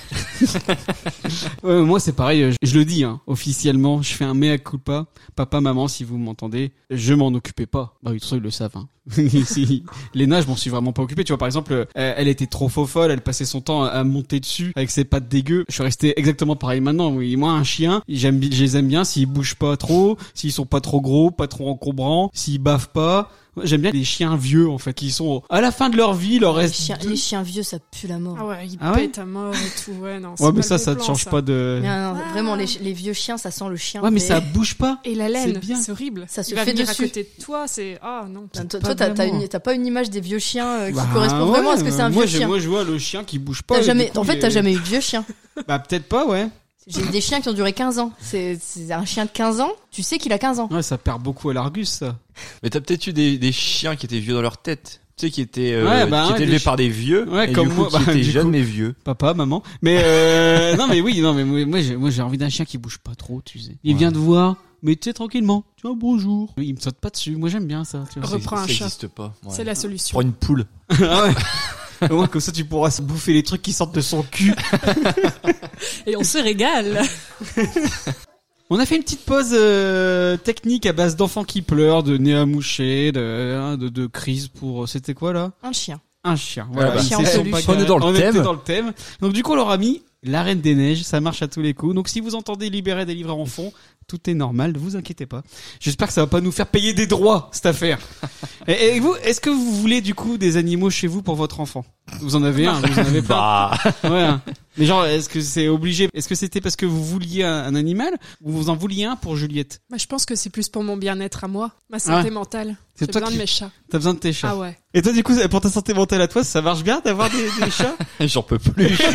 Speaker 2: Ouais, moi c'est pareil, euh, je, je le dis hein, officiellement, je fais un mea culpa, papa, maman si vous m'entendez, je m'en occupais pas. Bah oui, de toute façon, ils le savent. Hein. *laughs* Si- Léna, je m'en suis vraiment pas occupé, tu vois par exemple, euh, elle était trop faux folle, elle passait son temps à- à monter dessus avec ses pattes dégueu. Je suis resté exactement pareil maintenant, oui, moi un chien, j'aime bi- je les aime bien s'ils bougent pas trop, s'ils sont pas trop gros, pas trop encombrants, s'ils bavent pas. Moi, J'aime bien les chiens vieux en fait qui sont à la fin de leur vie, leur
Speaker 5: Les
Speaker 2: reste.
Speaker 5: chiens,
Speaker 2: deux-
Speaker 5: les chiens vieux, ça pue la mort.
Speaker 3: Ah ouais, il
Speaker 2: Ah ouais
Speaker 3: pète à mort et tout. Ouais, non, c'est
Speaker 2: Ouais, mais
Speaker 3: pas
Speaker 2: ça,
Speaker 3: le
Speaker 2: ça te
Speaker 3: bon plan,
Speaker 2: change
Speaker 3: ça.
Speaker 2: pas de.
Speaker 5: Mais non, non,
Speaker 3: Ah.
Speaker 5: vraiment, les, chi- les vieux chiens, ça sent le chien.
Speaker 2: Ouais, mais ça bouge pas.
Speaker 3: Et la
Speaker 2: C'est
Speaker 3: laine,
Speaker 2: bien.
Speaker 3: c'est horrible.
Speaker 5: Ça se
Speaker 3: il va
Speaker 5: fait
Speaker 3: venir
Speaker 5: dessus.
Speaker 3: à côté de toi, c'est ah non.
Speaker 5: Toi,
Speaker 2: C'est
Speaker 5: toi,
Speaker 2: pas
Speaker 5: t'as t'as
Speaker 2: vraiment.
Speaker 5: une- t'as pas une image des vieux chiens euh, qui
Speaker 2: Bah,
Speaker 5: correspond
Speaker 2: ouais,
Speaker 5: vraiment à ce que c'est un
Speaker 2: moi,
Speaker 5: vieux
Speaker 2: je-
Speaker 5: chien.
Speaker 2: Moi je vois le chien qui bouge pas.
Speaker 5: T'as
Speaker 2: et
Speaker 5: jamais,
Speaker 2: du coup,
Speaker 5: en fait,
Speaker 2: il
Speaker 5: t'as
Speaker 2: est-
Speaker 5: jamais eu de vieux chien.
Speaker 2: Bah peut-être pas, ouais.
Speaker 5: J'ai des chiens qui ont duré 15 ans. C'est c'est un chien de 15 ans, tu sais qu'il a 15 ans.
Speaker 2: Ouais, ça perd beaucoup à l'Argus ça.
Speaker 7: Mais t'as peut-être eu des, des chiens qui étaient vieux dans leur tête. Tu sais, qui étaient, euh,
Speaker 2: Ouais, bah
Speaker 7: qui
Speaker 2: ouais,
Speaker 7: étaient
Speaker 2: des
Speaker 7: élevés
Speaker 2: chi-
Speaker 7: par des vieux.
Speaker 2: Ouais,
Speaker 7: et du
Speaker 2: comme
Speaker 7: coup,
Speaker 2: moi,
Speaker 7: qui
Speaker 2: bah,
Speaker 7: étaient
Speaker 2: du
Speaker 7: jeunes
Speaker 2: coup.
Speaker 7: mais vieux.
Speaker 2: Papa, maman. Mais euh... non, mais oui, non, mais moi moi, j'ai, moi j'ai envie d'un chien qui bouge pas trop, tu sais. Il
Speaker 7: Ouais.
Speaker 2: vient de voir, mais tu sais tranquillement. Tu vois, bonjour. Il me saute pas dessus. Moi j'aime bien ça. Tu vois.
Speaker 3: Reprends
Speaker 7: Ça
Speaker 3: un chat.
Speaker 7: existe pas. ouais.
Speaker 3: C'est la solution.
Speaker 7: Prends une poule.
Speaker 2: *laughs* ah ouais. Au moins comme ça tu pourras se bouffer les trucs qui sortent de son cul.
Speaker 3: Et on se régale.
Speaker 2: On a fait une petite pause euh, technique à base d'enfants qui pleurent, de nez à moucher, de, hein, de, de crise pour... euh, C'était quoi là
Speaker 5: Un chien.
Speaker 2: Un chien.
Speaker 7: Ah
Speaker 2: Voilà,
Speaker 7: bah.
Speaker 2: ils
Speaker 5: Chien
Speaker 2: se
Speaker 5: en
Speaker 2: sont
Speaker 5: peluche.
Speaker 2: pas
Speaker 7: On est
Speaker 2: carrés.
Speaker 7: dans le
Speaker 2: était
Speaker 7: thème.
Speaker 2: dans le thème. Donc du coup, on leur a mis la Reine des Neiges, ça marche à tous les coups. Donc si vous entendez libérer des livres en fond, tout est normal, ne vous inquiétez pas. J'espère que ça va pas nous faire payer des droits, cette affaire. et, et vous, est-ce que vous voulez du coup des animaux chez vous pour votre enfant Vous en avez un, vous en avez
Speaker 4: *laughs*
Speaker 2: pas.
Speaker 7: Bah. *laughs*
Speaker 2: Ouais. hein. Mais genre, est-ce que c'est obligé Est-ce que c'était parce que vous vouliez un, un animal ou vous en vouliez un pour Juliette
Speaker 3: Bah, je pense que c'est plus pour mon bien-être à moi, ma santé
Speaker 2: Ouais.
Speaker 3: mentale.
Speaker 2: C'est
Speaker 3: J'ai
Speaker 2: toi
Speaker 3: besoin
Speaker 2: qui-
Speaker 3: de mes chats.
Speaker 2: T'as besoin de tes chats.
Speaker 3: Ah ouais.
Speaker 2: Et toi, du coup, pour ta santé mentale à toi, ça marche bien d'avoir des, des chats
Speaker 7: J'en peux plus, je suis,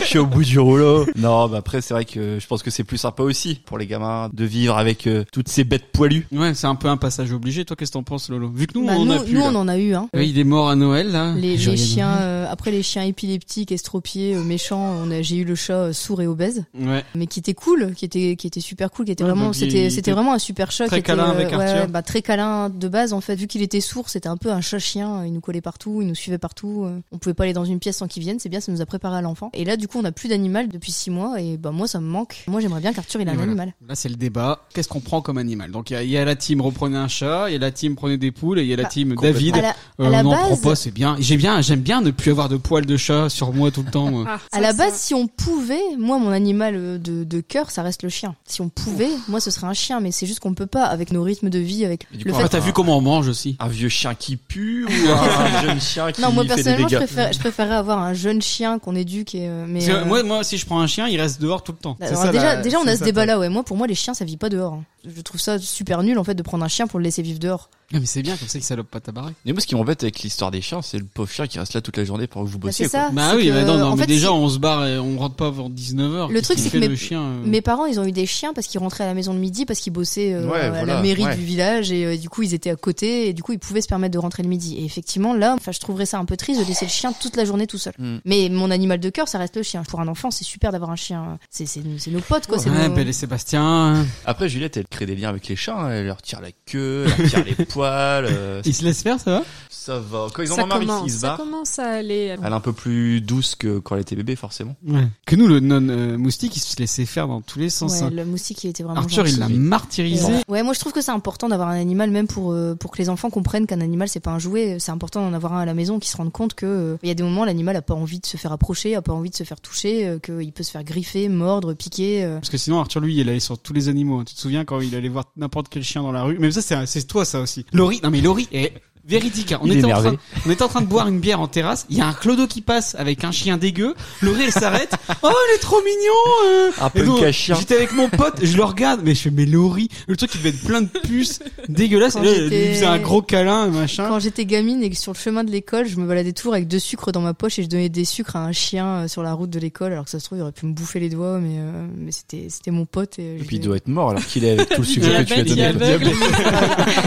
Speaker 7: je suis au bout du rouleau. Non, bah après c'est vrai que je pense que c'est plus sympa aussi pour les gamins de vivre avec euh, toutes ces bêtes poilues.
Speaker 2: Ouais, c'est un peu un passage obligé. Toi, qu'est-ce que t'en penses, Lolo Vu que nous,
Speaker 5: Bah,
Speaker 2: on en a
Speaker 5: nous,
Speaker 2: plus.
Speaker 5: nous,
Speaker 2: là.
Speaker 5: on en a eu. Hein.
Speaker 2: Oui, il est mort à Noël, là.
Speaker 5: Les, les
Speaker 2: Joyeux
Speaker 5: chiens, euh, après les chiens épileptiques, estropiés, euh, méchants, on a, j'ai eu le chat euh, sourd et obèse,
Speaker 2: Noël. Ouais.
Speaker 5: mais qui était cool, qui était, qui était super cool, qui était
Speaker 2: Ouais,
Speaker 5: vraiment,
Speaker 2: donc il
Speaker 5: c'était,
Speaker 2: était
Speaker 5: c'était vraiment un super chat.
Speaker 2: très
Speaker 5: qui était,
Speaker 2: câlin avec
Speaker 5: ouais,
Speaker 2: Arthur.
Speaker 5: bah, très câlin de base en fait, vu qu'il était sourd, c'était un peu un chat chien. euh, Il nous collait partout, il nous suivait partout. euh, On pouvait pas aller dans une pièce sans qu'il vienne, c'est bien, ça nous a préparé à l'enfant. Et là, du coup, on a plus d'animal depuis six mois, et bah moi, ça me manque. Moi, j'aimerais bien qu'Arthur il a
Speaker 2: Et
Speaker 5: un
Speaker 2: voilà.
Speaker 5: animal.
Speaker 2: Là, c'est le débat. Qu'est-ce qu'on prend comme animal Donc, il y a- il y, a la team reprenez un chat, il y a la team prenez des poules, et il y a la
Speaker 5: Bah,
Speaker 2: team
Speaker 7: complètement.
Speaker 2: David.
Speaker 5: À la,
Speaker 2: Euh,
Speaker 5: à la
Speaker 2: non, on
Speaker 5: base-
Speaker 2: prend pas, c'est bien. J'ai bien, j'aime bien ne plus avoir de poils de chat sur moi tout le temps. moi.
Speaker 3: Ah, ça,
Speaker 5: À la
Speaker 3: ça-
Speaker 5: base, si on pouvait, moi, mon animal euh, de, de cœur, ça reste le chien. Si on pouvait, moi, ce serait un chien, mais c'est juste qu'on peut pas avec nos rythmes de vie, avec
Speaker 7: Et du
Speaker 5: *laughs* le
Speaker 7: coup,
Speaker 5: fait.
Speaker 2: Ah, t'as vu comment on mange aussi
Speaker 7: Un vieux chien qui pue *laughs* ou un jeune chien qui
Speaker 5: Non, moi,
Speaker 7: fait des
Speaker 5: personnellement, je,
Speaker 7: dégâts.
Speaker 5: préfère, je préférerais avoir un jeune chien qu'on éduque et, euh, mais.
Speaker 2: Parce que
Speaker 5: euh, Bah,
Speaker 2: moi, moi, si je prends un chien, il reste dehors tout le temps. C'est
Speaker 5: alors,
Speaker 2: ça,
Speaker 5: déjà,
Speaker 2: la-
Speaker 5: déjà, on
Speaker 2: c'est
Speaker 5: a ce
Speaker 2: ça,
Speaker 5: débat-là, ouais. Moi, pour moi, les chiens, ça vit pas dehors. hein. Je trouve ça super nul, en fait, de prendre un chien pour le laisser vivre dehors.
Speaker 2: Ah, mais c'est bien, comme ça, il salope pas ta baraque.
Speaker 7: Mais moi ce qui m'embête avec l'histoire des chiens, c'est le pauvre chien qui reste là toute la journée pour que vous
Speaker 5: Bah,
Speaker 7: bossiez.
Speaker 5: c'est ça.
Speaker 2: Bah
Speaker 5: c'est
Speaker 2: oui,
Speaker 5: que,
Speaker 2: mais non, non,
Speaker 5: en
Speaker 2: mais
Speaker 5: fait,
Speaker 2: déjà,
Speaker 5: si-
Speaker 2: on se barre et on rentre pas avant 19h.
Speaker 5: Le truc, c'est que mes-
Speaker 2: le chien.
Speaker 7: Mm.
Speaker 2: euh,
Speaker 5: Mes parents, ils ont eu des chiens parce qu'ils rentraient à la maison le midi parce qu'ils bossaient euh,
Speaker 7: Ouais,
Speaker 5: à
Speaker 7: voilà,
Speaker 5: la mairie
Speaker 7: ouais.
Speaker 5: du village et euh, du coup ils étaient à côté et du coup ils pouvaient se permettre de rentrer le midi. Et effectivement là, enfin je trouverais ça un peu triste de laisser le chien toute la journée tout seul.
Speaker 7: Mm.
Speaker 5: Mais mon animal de cœur, ça reste le chien. Pour un enfant, c'est super d'avoir un chien. C'est c'est c'est nos potes quoi. c'est
Speaker 2: Ouais,
Speaker 5: nos-
Speaker 2: Belle et Sébastien.
Speaker 7: Après Juliette elle crée des liens avec les chiens, elle leur tire la queue, elle leur tire les poils, euh,
Speaker 2: Il se laisse faire, ça va
Speaker 7: ça va. Quand ils en
Speaker 3: ça
Speaker 7: ont marre ils-
Speaker 3: commence,
Speaker 7: ils se
Speaker 3: ça
Speaker 7: barrent.
Speaker 3: commence à aller. euh,
Speaker 7: Elle est un peu plus douce que quand elle était bébé forcément.
Speaker 2: Ouais. Que nous, le non-moustique, il se laissait faire dans tous les sens.
Speaker 5: Ouais,
Speaker 2: hein.
Speaker 5: le moustique il était vraiment.
Speaker 2: Arthur, il l'a
Speaker 5: gentil.
Speaker 2: martyrisé.
Speaker 5: Ouais, moi je trouve que c'est important d'avoir un animal même pour euh, pour que les enfants comprennent qu'un animal c'est pas un jouet, c'est important d'en avoir un à la maison qui se rendent compte que euh, il y a des moments l'animal a pas envie de se faire approcher, a pas envie de se faire toucher, euh, qu'il peut se faire griffer, mordre, piquer. euh.
Speaker 2: Parce que sinon, Arthur, lui, il allait sur tous les animaux. hein. Tu te souviens quand il allait voir n'importe quel chien dans la rue Même ça, c'est un- c'est toi, ça aussi. Laurie, non mais Laurie, eh, Véridique, hein. on
Speaker 4: Il est
Speaker 2: était, en
Speaker 4: énervé.
Speaker 2: train, on était en train de boire une bière en terrasse, il y a un clodo qui passe avec un chien dégueu, Lauré elle
Speaker 4: *laughs*
Speaker 2: s'arrête, oh il est trop mignon euh.
Speaker 4: Un
Speaker 2: Et donc,
Speaker 4: punk à chien.
Speaker 2: J'étais avec mon pote, je le regarde, mais je fais mais Laurie, le truc il devait être plein de puces, dégueulasse,
Speaker 5: Quand
Speaker 2: et là, il
Speaker 5: j'étais-
Speaker 2: me faisait un gros câlin, machin.
Speaker 5: Quand j'étais gamine et que sur le chemin de l'école, je me baladais toujours avec deux sucres dans ma poche et je donnais des sucres à un chien euh, sur la route de l'école. Alors que ça se trouve, il aurait pu me bouffer les doigts, mais, euh, mais c'était c'était mon pote. Et, euh, je
Speaker 4: Et puis il
Speaker 5: l'ai-
Speaker 4: doit être mort alors qu'il est avec tout le sujet que tu
Speaker 2: Il
Speaker 4: lui as
Speaker 2: est
Speaker 4: donné.
Speaker 2: aveugle, il est aveugle.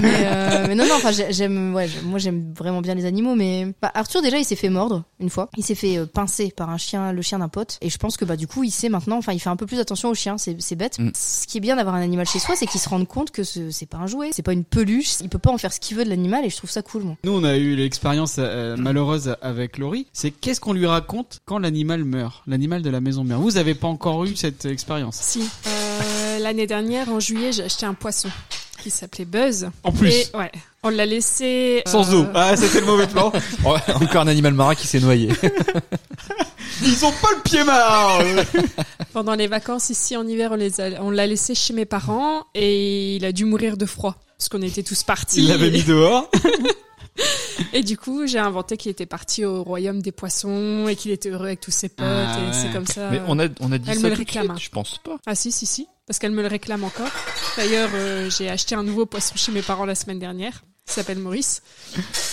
Speaker 5: mais, euh, mais non, non, enfin, j'ai- j'aime, ouais, j'aime- moi j'aime vraiment bien les animaux, mais bah, Arthur déjà il s'est fait mordre une fois, il s'est fait euh, pincer par un chien, le chien d'un pote, et je pense que bah du coup il sait maintenant, enfin il fait un peu plus attention aux chiens, c'est c'est bête.
Speaker 4: Mm.
Speaker 5: Ce qui est bien d'avoir un animal chez soi, c'est qu'il se rende compte que ce- c'est pas un jouet, c'est pas une peluche, il peut pas en faire ce qu'il veut de l'animal, et je trouve ça cool moi.
Speaker 2: Nous on a eu l'expérience euh, malheureuse avec Laurie, c'est qu'est-ce qu'on lui raconte quand l'animal meurt, l'animal de la maison meurt. Vous avez pas encore eu cette expérience.
Speaker 3: Si. Euh, L'année dernière, en juillet, j'ai acheté un poisson qui s'appelait Buzz.
Speaker 2: En plus,
Speaker 3: Et ouais, on l'a laissé.
Speaker 2: sans
Speaker 3: euh,
Speaker 2: eau. Ah c'était le mauvais plan.
Speaker 4: Ouais, Encore un animal marin qui s'est noyé.
Speaker 2: *laughs* Ils ont pas le pied *laughs* marre.
Speaker 3: Pendant les vacances ici en hiver, on les a- on l'a laissé chez mes parents et il a dû mourir de froid parce qu'on était tous partis.
Speaker 2: Il l'avait mis dehors.
Speaker 3: Et du coup, j'ai inventé qu'il était parti au royaume des poissons et qu'il était heureux avec tous ses potes
Speaker 2: Ah
Speaker 3: et c'est
Speaker 2: ouais.
Speaker 3: comme ça.
Speaker 4: Mais on a, on a dit
Speaker 3: Elle me
Speaker 4: ça
Speaker 3: le
Speaker 4: tout de
Speaker 3: réclame.
Speaker 4: suite, je pense pas.
Speaker 3: Ah si, si, si, parce qu'elle me le réclame encore. D'ailleurs, euh, j'ai acheté un nouveau poisson chez mes parents la semaine dernière. Il s'appelle Maurice.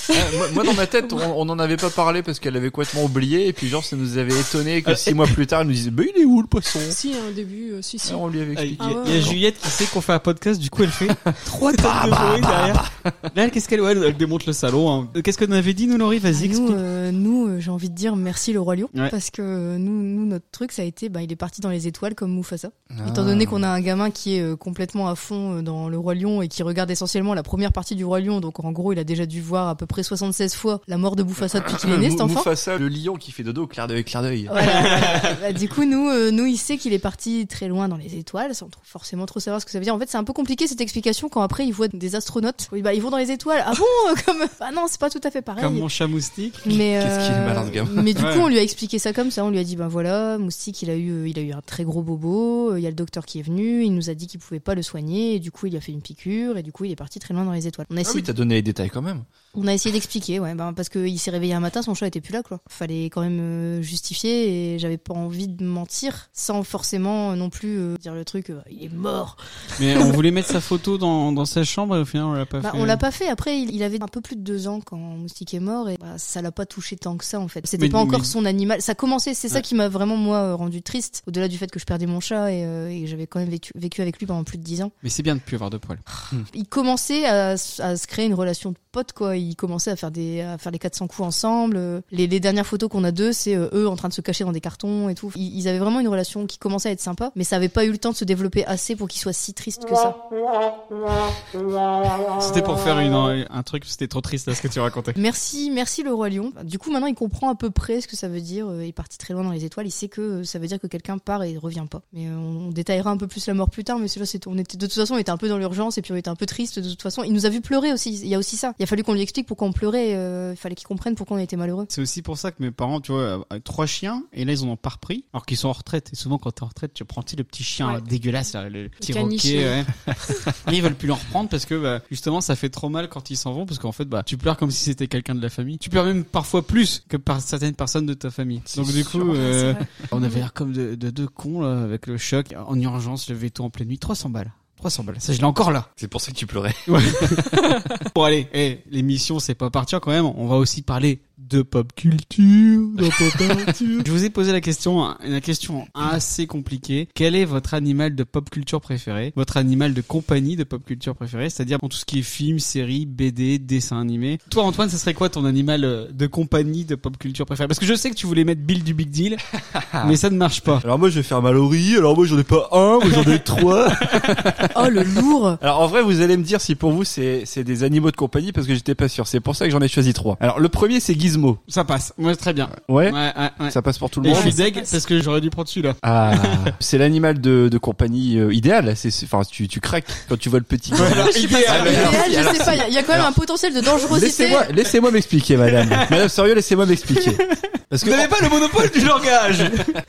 Speaker 4: Ah, moi, moi, dans ma tête, on on en avait pas parlé parce qu'elle avait complètement oublié et puis genre ça nous avait étonné que six mois plus tard elle nous disait bah il est où le poisson
Speaker 3: Si, hein, au début, euh, si, si.
Speaker 4: Ah, On lui avait
Speaker 2: Il y,
Speaker 4: expliqué.
Speaker 2: a-
Speaker 3: Ah ouais.
Speaker 2: il y a Juliette qui sait qu'on fait un podcast, du coup elle fait *laughs* trois tonnes de bruit derrière. Là, *laughs* elle, qu'est-ce qu'elle ouais, elle démonte le salon. hein. Qu'est-ce que nous avait dit, nous, Laurie Vas-y,
Speaker 5: Ah, nous,
Speaker 2: explique.
Speaker 5: euh, nous, euh, j'ai envie de dire merci le roi lion
Speaker 2: Ouais.
Speaker 5: parce que euh, nous, nous notre truc ça a été bah, il est parti dans les étoiles comme Mufasa. Étant donné
Speaker 4: Ah.
Speaker 5: qu'on a un gamin qui est euh, complètement à fond euh, dans le roi lion et qui regarde essentiellement la première partie du roi lion donc en gros il a déjà dû voir à peu près 76 fois la mort de Mufasa depuis qu'il
Speaker 4: *coughs*
Speaker 5: est né cet enfant.
Speaker 4: Ah, Mufasa, le lion qui fait dodo, clair d'œil, clair d'œil.
Speaker 5: Voilà, voilà. *laughs* Bah, du coup, nous, euh, nous, il sait qu'il est parti très loin dans les étoiles, sans trop- forcément trop savoir ce que ça veut dire. En fait, c'est un peu compliqué cette explication quand après il voit des astronautes. Oui, bah, ils vont dans les étoiles. Ah bon euh, Comme ah non, c'est pas tout à fait pareil.
Speaker 2: Comme mon chat moustique.
Speaker 5: Mais,
Speaker 4: Qu'est-ce qu'il est
Speaker 5: euh,
Speaker 4: malin, ce gamin.
Speaker 5: Mais du
Speaker 2: Ouais.
Speaker 5: coup, on lui a expliqué ça comme ça. On lui a dit, ben voilà, Moustique, il a eu, il a eu un très gros bobo. euh, Il y a le docteur qui est venu. Il nous a dit qu'il pouvait pas le soigner. Et du coup, il lui a fait une piqûre. Et du coup, il est parti très loin dans les étoiles. On a
Speaker 4: Ah
Speaker 5: essayé,
Speaker 4: oui, t'as donné les détails quand même.
Speaker 5: on a essayé d'expliquer, ouais, ben, parce qu'il s'est réveillé un matin, son chat était plus là, quoi. Fallait quand même euh, justifier. Et j'avais pas envie de mentir sans forcément euh, non plus euh, dire le truc, euh, il est mort.
Speaker 2: Mais on voulait mettre sa photo dans, dans sa chambre et au final, on l'a pas
Speaker 5: Bah,
Speaker 2: fait.
Speaker 5: on l'a pas fait. Après, il, il avait un peu plus de deux ans quand Moustique est mort et bah, ça l'a pas touché tant que ça en fait. C'était
Speaker 2: Mais-
Speaker 5: pas encore
Speaker 2: mais-
Speaker 5: son animal. Ça commençait. C'est
Speaker 2: Ouais.
Speaker 5: ça qui m'a vraiment moi euh, rendu triste. Au-delà du fait que je perdais mon chat et, euh, et que j'avais quand même vécu, vécu avec lui pendant plus de dix ans.
Speaker 2: Mais c'est bien de plus avoir de poils.
Speaker 5: Il commençait à, s- à se créer une relation de pote quoi. Il commençait à faire des à faire les 400 coups ensemble. Euh, Les, les dernières photos qu'on a d'eux, c'est euh, eux en train de se cacher dans des cartons et tout. Ils, ils avaient vraiment une relation qui commençait à être sympa, mais ça avait pas eu le temps de se développer assez pour qu'ils soient si tristes que ça.
Speaker 2: C'était pour faire une,
Speaker 3: Oh.
Speaker 2: un truc, c'était trop triste là ce que tu racontais.
Speaker 5: Merci, merci le roi lion. Du coup, maintenant, il comprend à peu près ce que ça veut dire. euh, Il est parti très loin dans les étoiles. Il sait que euh, ça veut dire que quelqu'un part et revient pas. Mais euh, on, on détaillera un peu plus la mort plus tard. Mais c'est là, c'est- on était de toute façon, on était un peu dans l'urgence et puis on était un peu triste. De toute façon, il nous a vu pleurer aussi. Il y a aussi ça. Il a fallu qu'on lui explique pourquoi on pleurait. euh, il fallait qu'il comprenne pourquoi on était malheureux.
Speaker 2: C'est aussi pour ça que mes parents, tu vois, avaient trois chiens et là ils en ont pas repris, alors qu'ils sont en retraite. Et souvent quand t'es en retraite, tu prends tu sais, le petit chien
Speaker 3: Ouais.
Speaker 2: là, dégueulasse, là, le petit
Speaker 3: caniche,
Speaker 2: roquet. Ouais.
Speaker 3: *laughs*
Speaker 2: Mais ils veulent plus l'en reprendre parce que bah, justement ça fait trop mal quand ils s'en vont parce qu'en fait bah tu pleures comme si c'était quelqu'un de la famille. Tu pleures même parfois plus que par certaines personnes de ta famille.
Speaker 4: C'est
Speaker 2: Donc du
Speaker 4: sûr.
Speaker 2: coup, euh,
Speaker 3: C'est vrai.
Speaker 2: *laughs* on avait l'air comme de, de deux cons là, avec le choc en urgence, le veto en pleine nuit, 300 balles. 300 balles, ça je l'ai encore là.
Speaker 4: C'est pour ça que tu pleurais.
Speaker 2: Bon allez, eh, l'émission c'est pas partir quand même, on va aussi parler de pop culture, de pop culture. *laughs* Je vous ai posé la question, une question assez compliquée. Quel est votre animal de pop culture préféré Votre animal de compagnie de pop culture préféré, c'est-à-dire dans tout ce qui est film, série, BD, dessin animé. Toi Antoine, ça serait quoi ton animal euh, de compagnie de pop culture préféré Parce que je sais que tu voulais mettre Bill du Big *laughs* Deal, mais ça ne marche pas.
Speaker 4: *laughs* Alors moi je vais faire ma Laurie, alors moi j'en ai pas un, moi j'en *laughs* ai trois.
Speaker 5: *laughs* Oh, le lourd!
Speaker 4: Alors en vrai, vous allez me dire si pour vous c'est c'est des animaux de compagnie parce que j'étais pas sûr. C'est pour ça que j'en ai choisi trois. Alors le premier c'est Gizmo. Gizmo.
Speaker 2: Ça passe. Moi, très bien. Ouais,
Speaker 4: Ouais,
Speaker 2: ouais, ouais.
Speaker 4: ça passe pour tout le
Speaker 2: Et je
Speaker 4: monde.
Speaker 2: suis deg parce que j'aurais dû prendre celui-là.
Speaker 4: Ah, c'est l'animal de, de compagnie euh, idéal. C'est, c'est- enfin, tu, tu craques quand tu vois le petit. Gizmo.
Speaker 5: Ah, Mais Idéal, je sais pas, il y a- il y, a quand même un potentiel de dangerosité.
Speaker 4: Laissez-moi, laissez-moi m'expliquer,
Speaker 2: *laughs*
Speaker 4: madame. madame, sérieux, laissez-moi m'expliquer. Parce que,
Speaker 2: Vous n'avez pas le monopole du langage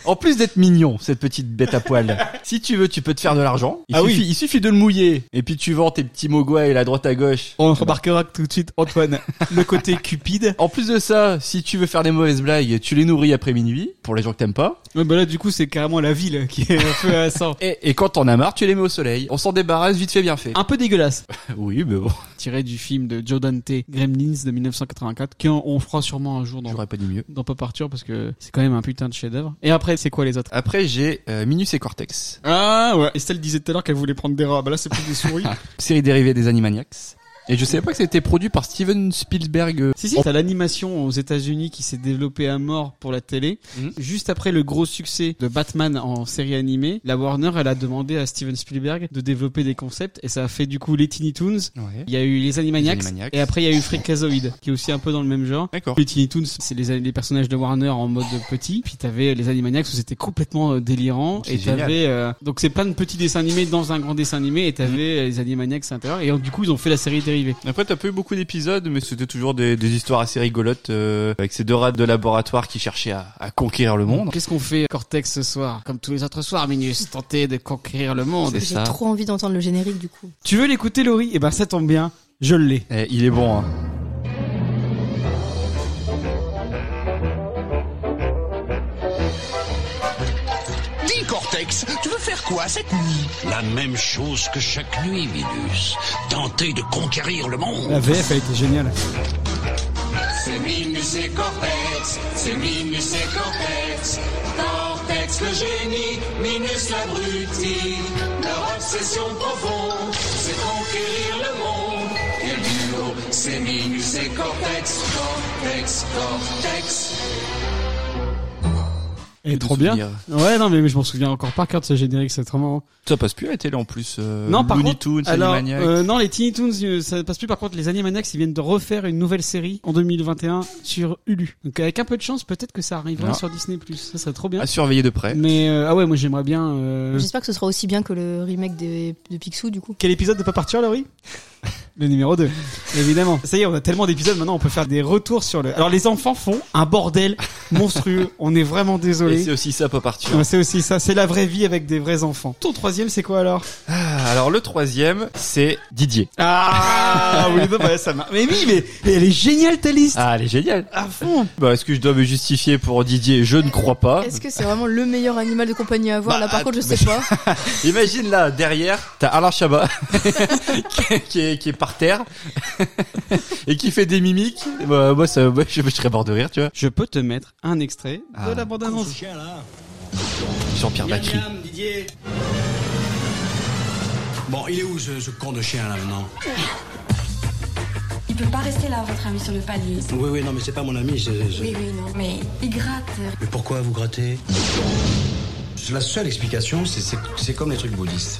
Speaker 4: en plus d'être mignon, cette petite bête à poil, si tu veux, tu peux te faire de l'argent. Il
Speaker 2: Ah oui.
Speaker 4: suffit, il suffit de le mouiller. Et puis tu vends tes petits mogwai à droite à gauche.
Speaker 2: On remarquera tout de suite, Antoine, le côté cupide.
Speaker 4: En plus de ça, si tu veux faire des mauvaises blagues, tu les nourris après minuit, pour les gens que t'aimes pas.
Speaker 2: Ouais, bah là, du coup, c'est carrément la ville qui est un peu à sang.
Speaker 4: Et, et quand t'en as marre, tu les mets au soleil. On s'en débarrasse vite fait, bien fait.
Speaker 2: *laughs* Un peu dégueulasse.
Speaker 4: Oui, mais bon,
Speaker 2: Tiré du film de Joe Dante, Gremlins de 1984, qu'on fera sûrement un jour dans,
Speaker 4: j'aurais pas dit mieux.
Speaker 2: dans Pop Arthur parce que c'est quand même un putain de chef-d'œuvre. Et après, c'est quoi les autres
Speaker 4: Après, j'ai euh, Minus et Cortex,
Speaker 2: Ah ouais, Estelle disait tout à l'heure qu'elle voulait prendre des rats. Bah là, c'est plus des souris.
Speaker 4: série dérivée des Animaniacs. Et je savais pas que c'était produit par Steven Spielberg. euh,
Speaker 2: Si si, t'as l'animation aux États-Unis qui s'est développée à mort pour la télé.
Speaker 4: Mhm.
Speaker 2: Juste après le gros succès de Batman en série animée, la Warner elle a demandé à Steven Spielberg de développer des concepts et ça a fait du coup les Teeny Toons. Il y a eu les Animaniacs,
Speaker 4: Les Animaniacs.
Speaker 2: et après il y a eu Freakazoid qui est aussi un peu dans le même genre.
Speaker 4: D'accord.
Speaker 2: Les Teeny Toons, c'est les, les personnages de Warner en mode petit. Puis t'avais les Animaniacs où c'était complètement euh, délirant.
Speaker 4: C'est
Speaker 2: Et
Speaker 4: génial.
Speaker 2: t'avais euh, donc c'est plein de petits dessins animés dans un grand dessin animé. Et t'avais euh, les Animaniacs à l'intérieur. Et donc, du coup ils ont fait la série dérivée.
Speaker 7: Après, t'as pas eu beaucoup d'épisodes, mais c'était toujours des, des histoires assez rigolotes euh, avec ces deux rats de laboratoire qui cherchaient à, à conquérir le monde.
Speaker 2: Qu'est-ce qu'on fait Cortex ce soir Comme tous les autres soirs, Minus, tenter de conquérir le monde.
Speaker 4: C'est
Speaker 5: J'ai
Speaker 4: ça.
Speaker 5: trop envie d'entendre le générique du coup.
Speaker 2: Tu veux l'écouter, Laurie Eh ben ça tombe bien, je l'ai.
Speaker 4: Eh, il est bon, hein.
Speaker 8: Dis Cortex, tu veux faire quoi cette nuit
Speaker 9: La même chose que chaque nuit, Minus. Tenter de conquérir le monde.
Speaker 2: La VF a été géniale.
Speaker 8: C'est Minus et Cortex, c'est Minus et Cortex. Cortex le génie, Minus l'abruti. Leur obsession profonde, c'est conquérir le monde. Quel duo, c'est Minus et Cortex, Cortex, Cortex.
Speaker 2: Et
Speaker 4: de
Speaker 2: trop bien.
Speaker 4: souvenirs.
Speaker 2: Ouais, non, mais, mais je m'en souviens encore par cœur de ce générique, c'est trop marrant.
Speaker 4: Ça passe plus à la télé en plus. euh,
Speaker 2: non, par
Speaker 4: Looney
Speaker 2: contre,
Speaker 4: Tunes,
Speaker 2: alors,
Speaker 4: Animaniacs.
Speaker 2: euh, non, les Teeny Toons, euh, ça passe plus. Par contre, les Animaniacs, ils viennent de refaire une nouvelle série en 2021 sur Hulu. Donc, avec un peu de chance, peut-être que ça arrivera
Speaker 4: Non. Ah,
Speaker 2: sur Disney+. Ça serait trop bien.
Speaker 4: À surveiller de près.
Speaker 2: Mais euh, ah ouais, moi j'aimerais bien. euh,
Speaker 5: J'espère que ce sera aussi bien que le remake de, de Picsou du coup.
Speaker 2: Quel épisode de Pas partir, Laurie *laughs* Le numéro 2, évidemment. Ça y est, on a tellement d'épisodes, maintenant on peut faire des retours sur le... Alors les enfants font un bordel monstrueux, *laughs* on est vraiment
Speaker 4: Et c'est
Speaker 2: désolé.
Speaker 4: aussi ça, Pop Arthur.
Speaker 2: Ouais, C'est aussi ça, c'est la vraie vie avec des vrais enfants. Ton troisième, c'est quoi alors
Speaker 4: Ah, alors le troisième, c'est Didier.
Speaker 2: Ah *laughs* oui, non, bah, ça m'a... Mais oui, mais mais elle est géniale ta liste
Speaker 4: Ah, elle est géniale.
Speaker 2: À fond
Speaker 4: Bah, est-ce que je dois me justifier pour Didier Je ne crois pas.
Speaker 5: Est-ce que c'est vraiment le meilleur animal de compagnie à avoir
Speaker 4: Bah,
Speaker 5: Là par
Speaker 4: att-
Speaker 5: contre je sais pas.
Speaker 4: Imagine là, derrière, t'as Alain Chabat *laughs* qui, est- qui est, qui est par terre et qui fait des mimiques. Bah, moi, ça, moi, je, je serais mort de rire, tu vois.
Speaker 2: Je peux te mettre un extrait de
Speaker 4: Ah.
Speaker 2: la bande-annonce.
Speaker 9: hein?
Speaker 4: Jean-Pierre Bacri.
Speaker 9: Bon, il est où ce, ce con de chien là maintenant
Speaker 10: Il peut pas rester là, votre ami, sur le palier.
Speaker 9: Oui, oui, non, mais c'est pas mon ami. c'est... c'est-
Speaker 10: Oui, oui, non. Mais il gratte. euh,
Speaker 9: Mais pourquoi vous grattez C'est La seule explication, c'est- c'est c'est comme les trucs bouddhistes.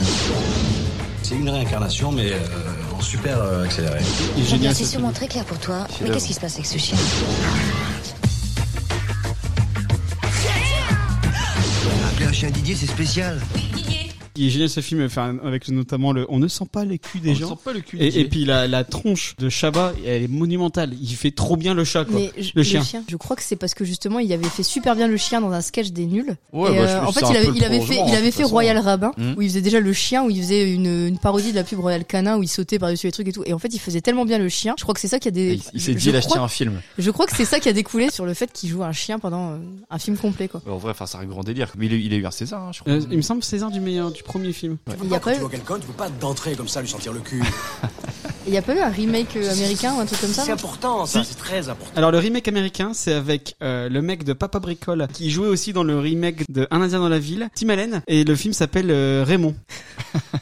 Speaker 9: C'est une réincarnation, mais euh, en super euh, accéléré.
Speaker 2: Il est génial.
Speaker 11: C'est
Speaker 2: ce
Speaker 11: sûrement très clair pour toi. Mais qu'est-ce qui se passe avec ce chien
Speaker 9: Appeler un chien Didier, c'est spécial.
Speaker 2: film. Il est génial ce film, enfin, avec notamment le... On ne sent pas les culs des
Speaker 4: On
Speaker 2: gens.
Speaker 4: sent pas le cul.
Speaker 2: Et,
Speaker 4: Didier.
Speaker 2: et puis la, la tronche de Chabat, elle est monumentale. Il fait trop bien le chat, quoi.
Speaker 5: Mais je-
Speaker 2: Le chien.
Speaker 5: Je crois que c'est parce que justement il avait fait super bien le chien dans un sketch des nuls.
Speaker 4: Ouais,
Speaker 5: Et,
Speaker 4: bah, je
Speaker 5: euh,
Speaker 4: pense
Speaker 5: en
Speaker 4: que
Speaker 5: fait
Speaker 4: c'est un
Speaker 5: il avait,
Speaker 4: peu le
Speaker 5: il avait fait,
Speaker 4: prolongement,
Speaker 5: il
Speaker 4: de
Speaker 5: avait
Speaker 4: toute
Speaker 5: fait
Speaker 4: façon.
Speaker 5: Royal Rabbin
Speaker 4: Hmm.
Speaker 5: où il faisait déjà le chien où il faisait une, une parodie de la pub Royal Canin où il sautait par-dessus les trucs et tout. Et en fait il faisait tellement bien le chien. Je crois que c'est ça qui a des.
Speaker 4: Il, il s'est
Speaker 5: je-
Speaker 4: dit,
Speaker 5: je
Speaker 4: il a acheté
Speaker 5: crois-
Speaker 4: un film.
Speaker 5: Je crois que c'est ça qui a découlé sur le fait qu'il joue un chien pendant euh, un film complet quoi.
Speaker 4: En vrai, enfin, c'est un grand délire. Mais il, a- il a eu un César, hein, je crois.
Speaker 2: Euh, il me semble César du meilleur du premier film.
Speaker 5: Il y a
Speaker 9: Quand
Speaker 5: pas
Speaker 9: tu
Speaker 5: eu,
Speaker 9: vois quelqu'un, tu peux pas d'entrer comme ça lui sentir le cul.
Speaker 5: il y a pas eu un remake euh, américain ou un truc comme ça
Speaker 9: C'est
Speaker 5: non
Speaker 9: important, ça, c'est très important.
Speaker 2: Alors le remake américain, c'est avec euh, le mec de Papa Bricole qui jouait aussi dans le remake de Un Indien dans la ville, Tim Allen, et le film s'appelle euh, Raymond.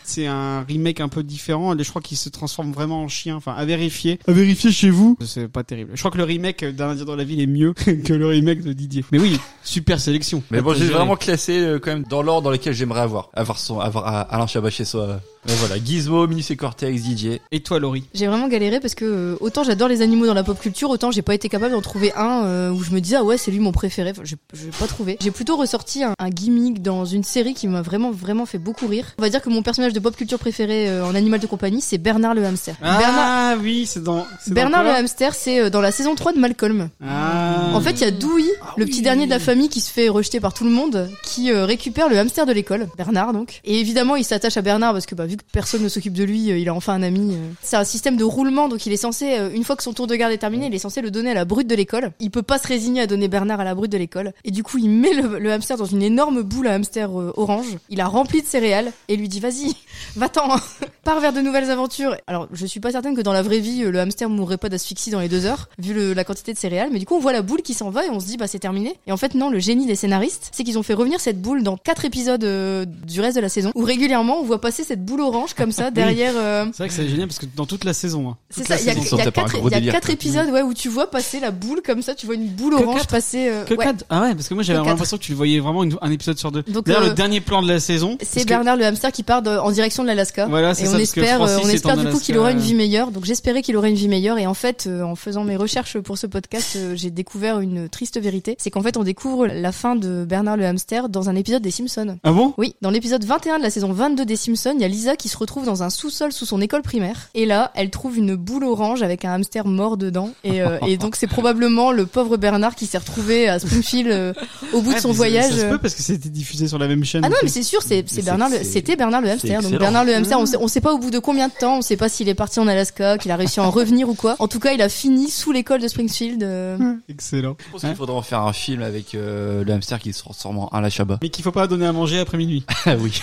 Speaker 2: C'est un remake un peu différent. Je crois qu'il se transforme vraiment en chien. Enfin, à vérifier. À vérifier chez vous. C'est pas terrible. Je crois que le remake d'Indien dans la ville est mieux *laughs* que le remake de Didier. Mais oui, *laughs* super sélection.
Speaker 4: Mais bon,
Speaker 2: T'as
Speaker 4: j'ai
Speaker 2: géré.
Speaker 4: vraiment classé euh, quand même dans l'ordre dans lequel j'aimerais avoir. Avoir son, avoir euh, Alain Chabat chez soi. Euh, voilà, Gizmo, Minus et Cortex, DJ.
Speaker 2: Et toi, Laurie
Speaker 5: J'ai vraiment galéré parce que euh, autant j'adore les animaux dans la pop culture, autant j'ai pas été capable d'en trouver un euh, où je me disais ah ouais c'est lui mon préféré. Enfin, j'ai j'ai pas trouvé. J'ai plutôt ressorti un, un gimmick dans une série qui m'a vraiment vraiment fait beaucoup rire. On va dire que mon personnage de pop culture préféré euh, en animal de compagnie c'est Bernard le hamster. Bernard,
Speaker 2: Ah oui, c'est dans. c'est dans
Speaker 5: Bernard le
Speaker 2: quoi
Speaker 5: hamster c'est euh, dans la saison 3 de Malcolm.
Speaker 2: Ah.
Speaker 5: En fait, il y a Dewey, le petit dernier de la famille qui se fait rejeter par tout le monde, qui euh, récupère le hamster de l'école, Bernard donc. Et évidemment, il s'attache à Bernard parce que bah, vu que personne ne s'occupe de lui, euh, il a enfin un ami. euh. C'est un système de roulement, donc il est censé, euh, une fois que son tour de garde est terminé, il est censé le donner à la brute de l'école. Il peut pas se résigner à donner Bernard à la brute de l'école. Et du coup, il met le, le hamster dans une énorme boule à hamster euh, orange. Il la remplit de céréales et lui dit vas-y, va-t'en, *laughs* pars vers de nouvelles aventures. Alors, je suis pas certaine que dans la vraie vie, euh, le hamster mourrait pas d'asphyxie dans les deux heures, vu le- la quantité de céréales. Mais du coup, on voit la boule qui s'en va et on se dit, bah, c'est terminé. Et en fait, non, le génie des scénaristes, c'est qu'ils ont fait revenir cette boule dans quatre épisodes euh, du reste de la saison, où régulièrement, on voit passer cette boule orange
Speaker 2: *laughs*
Speaker 5: comme ça derrière. euh,
Speaker 2: C'est vrai que c'est génial parce que dans toute la saison. hein.
Speaker 5: C'est
Speaker 2: Toute
Speaker 5: ça,
Speaker 2: la
Speaker 5: il y a,
Speaker 2: saison.
Speaker 5: il y a
Speaker 4: sortait par un
Speaker 5: quatre,
Speaker 4: gros
Speaker 5: il y a
Speaker 4: délire,
Speaker 5: quatre
Speaker 4: quoi.
Speaker 5: épisodes ouais, où tu vois passer la boule comme ça, tu vois une boule orange
Speaker 2: quatre
Speaker 5: passer. euh,
Speaker 2: Que
Speaker 5: ouais.
Speaker 2: quatre Ah ouais, parce que moi j'avais
Speaker 5: Que quatre.
Speaker 2: l'impression que tu le voyais vraiment une- un épisode sur deux.
Speaker 5: Donc,
Speaker 2: D'ailleurs,
Speaker 5: euh,
Speaker 2: le dernier plan de la saison. parce
Speaker 5: C'est
Speaker 2: que-
Speaker 5: Bernard le hamster qui part de- en direction de l'Alaska.
Speaker 2: Voilà, Ah, c'est
Speaker 5: et
Speaker 2: ça,
Speaker 5: on
Speaker 2: parce que
Speaker 5: espère, euh,
Speaker 2: Francis
Speaker 5: on
Speaker 2: est en
Speaker 5: espère du coup
Speaker 2: Alaska,
Speaker 5: qu'il aura une
Speaker 2: euh.
Speaker 5: vie meilleure. Donc j'espérais qu'il aurait une vie meilleure. Et en fait, euh, en faisant mes recherches pour ce podcast, euh, j'ai découvert une triste vérité. C'est qu'en fait, on découvre la fin de Bernard le hamster dans un épisode des Simpsons.
Speaker 2: Ah bon
Speaker 5: Oui, dans l'épisode 21 de la saison 22 des Simpsons, il y a Lisa qui se retrouve dans un sous-sol sous son école primaire. Et là, elle trouve une boule orange avec un hamster mort dedans. Et, euh, et donc c'est probablement le pauvre Bernard qui s'est retrouvé à Springfield euh, au bout
Speaker 2: *laughs* Ah,
Speaker 5: de son
Speaker 2: mais ça-
Speaker 5: voyage.
Speaker 2: Ça se peut parce que c'était diffusé sur la même chaîne.
Speaker 5: Ah non, mais c'est sûr, c'est c'est
Speaker 4: c'est-
Speaker 5: Bernard. le-
Speaker 4: c'est-
Speaker 5: C'était Bernard le hamster. Donc
Speaker 4: excellent.
Speaker 5: Bernard le hamster, on sait, on sait pas au bout de combien de temps, on sait pas s'il est parti en Alaska, qu'il a réussi à en revenir ou quoi. En tout cas, il a fini sous l'école de Springfield. euh.
Speaker 2: Excellent.
Speaker 4: Je pense qu'il faudrait en faire un film avec euh, le hamster qui se transforme en Alain Chabat.
Speaker 2: Mais qu'il faut pas donner à manger après minuit.
Speaker 4: *laughs* Ah oui.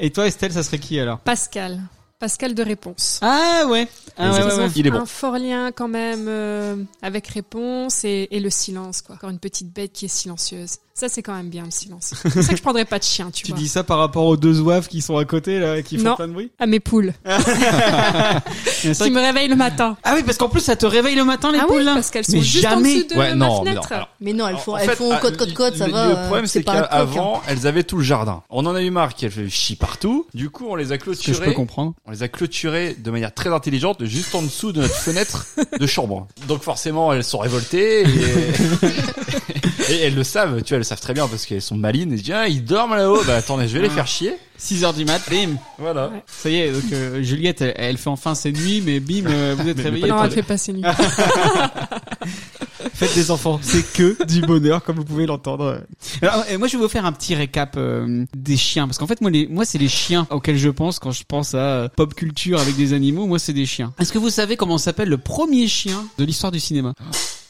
Speaker 2: Et toi, Estelle, ça serait qui alors
Speaker 3: Pascal. Pascal de réponse.
Speaker 2: Ah ouais. Ah
Speaker 4: Mais
Speaker 2: ouais,
Speaker 4: ça
Speaker 2: ouais,
Speaker 3: Ils ont
Speaker 2: ouais.
Speaker 4: se Il est bon.
Speaker 3: Un fort lien quand même euh, avec réponse et, et le silence quoi. Encore une petite bête qui est silencieuse. Ça c'est quand même bien le silence. C'est pour ça que je prendrais pas de chien, tu,
Speaker 2: Tu
Speaker 3: vois.
Speaker 2: dis ça par rapport aux deux oeufs qui sont à côté là, et qui font
Speaker 3: Non.
Speaker 2: plein de bruit.
Speaker 3: À
Speaker 2: *laughs*
Speaker 3: mes poules
Speaker 2: Mais c'est vrai
Speaker 3: qui
Speaker 2: que-
Speaker 3: me réveillent le matin.
Speaker 2: Ah oui, parce qu'en plus ça te réveille le matin les
Speaker 3: ah
Speaker 2: poules
Speaker 3: oui,
Speaker 2: là.
Speaker 3: parce qu'elles sont
Speaker 2: Mais
Speaker 3: juste en
Speaker 2: jamais.
Speaker 3: dessous de
Speaker 4: Ouais,
Speaker 3: ma
Speaker 4: non,
Speaker 3: fenêtre.
Speaker 4: non, alors.
Speaker 5: Mais non, elles font,
Speaker 4: En
Speaker 5: elles
Speaker 4: fait,
Speaker 5: font
Speaker 4: ah,
Speaker 5: code, code, code, ça
Speaker 4: le-
Speaker 5: va.
Speaker 4: Le
Speaker 5: euh,
Speaker 4: problème, c'est
Speaker 5: pas un coq, hein.
Speaker 4: qu'avant, elles avaient tout le jardin. On en a eu marre qu'elles chient partout. Du coup, on les a
Speaker 2: Que je peux
Speaker 4: clôturées.
Speaker 2: comprendre.
Speaker 4: On les a clôturées de manière très intelligente, juste en dessous de notre fenêtre de chambre. Donc forcément, elles sont révoltées
Speaker 5: *laughs*
Speaker 4: et, et elles le savent. Tu vois, elles le savent très bien parce qu'elles sont malines. Elles se disent, ah, ils dorment là-haut. Bah attendez, je vais les
Speaker 5: Ah.
Speaker 4: faire chier.
Speaker 2: 6 heures du mat, bim.
Speaker 4: Voilà.
Speaker 3: Ouais.
Speaker 2: Ça y est, donc euh, Juliette, elle, elle fait enfin ses nuits, *laughs* mais bim, euh, vous êtes réveillés.
Speaker 3: Non,
Speaker 2: par-
Speaker 3: elle fait pas ses nuits.
Speaker 2: Ah, Faites des enfants, c'est que du bonheur comme vous pouvez l'entendre. Alors euh, moi je vais vous faire un petit récap euh, des chiens parce qu'en fait moi les moi c'est les chiens auxquels je pense quand je pense à euh, pop culture avec des animaux, moi c'est des chiens. Est-ce que vous savez comment s'appelle le premier chien de l'histoire du cinéma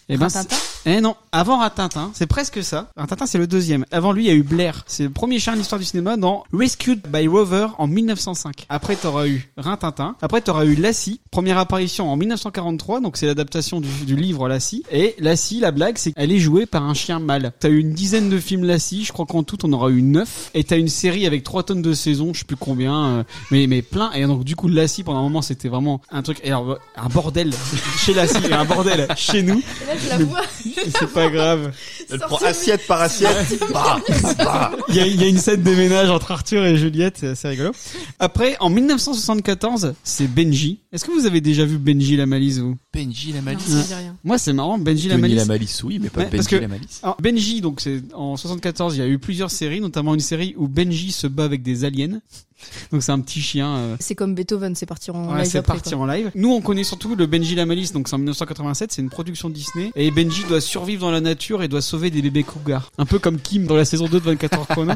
Speaker 2: Eh ben c'est-
Speaker 5: Tintin
Speaker 2: eh non, avant Ratintin, c'est presque ça. Ratintin c'est le deuxième. Avant lui il y a eu Blair, c'est le premier chien de l'histoire du cinéma dans Rescued by Rover en 1905. Après t'auras eu Rintintin, après t'auras eu Lassie, première apparition en 1943, donc c'est l'adaptation du, du livre Lassie. Et Lassie, la blague c'est qu'elle est jouée par un chien mâle. T'as eu une dizaine de films Lassie, je crois qu'en tout on aura eu neuf. Et t'as une série avec trois tonnes de saisons, je sais plus combien, euh, mais mais plein. Et donc du coup Lassie pendant un moment c'était vraiment un truc, et alors, un bordel *laughs* chez Lassie, et un bordel chez nous.
Speaker 5: Et là, je la vois.
Speaker 2: C'est pas grave.
Speaker 4: Elles
Speaker 5: sortir
Speaker 4: prennent assiette par assiette. Bah, bah.
Speaker 2: Il y, a, il y a une scène de ménage entre Arthur et Juliette, c'est assez rigolo. Après, en 1974, c'est Benji. Est-ce que vous avez déjà vu Benji la malice vous
Speaker 4: Benji la
Speaker 3: Non,
Speaker 4: malice.
Speaker 3: ça me dit rien.
Speaker 2: Moi, c'est marrant, Benji la
Speaker 4: Tony
Speaker 2: malice.
Speaker 4: la malice, oui, mais pas
Speaker 2: Ouais, parce
Speaker 4: Benji
Speaker 2: que-
Speaker 4: la malice.
Speaker 2: Alors, Benji, donc c'est en 74, il y a eu plusieurs séries, notamment une série où Benji se bat avec des aliens. Donc c'est un petit chien. euh,
Speaker 5: C'est comme Beethoven, c'est parti en
Speaker 2: Ouais,
Speaker 5: live
Speaker 2: c'est
Speaker 5: après,
Speaker 2: parti
Speaker 5: quoi.
Speaker 2: en live. Nous, on connaît surtout le Benji la malice, donc c'est en 1987, c'est une production Disney. Et Benji doit survivre dans la nature et doit sauver des bébés cougars. Un peu comme Kim dans la saison 2 de 24 heures
Speaker 5: *laughs*
Speaker 2: chrono.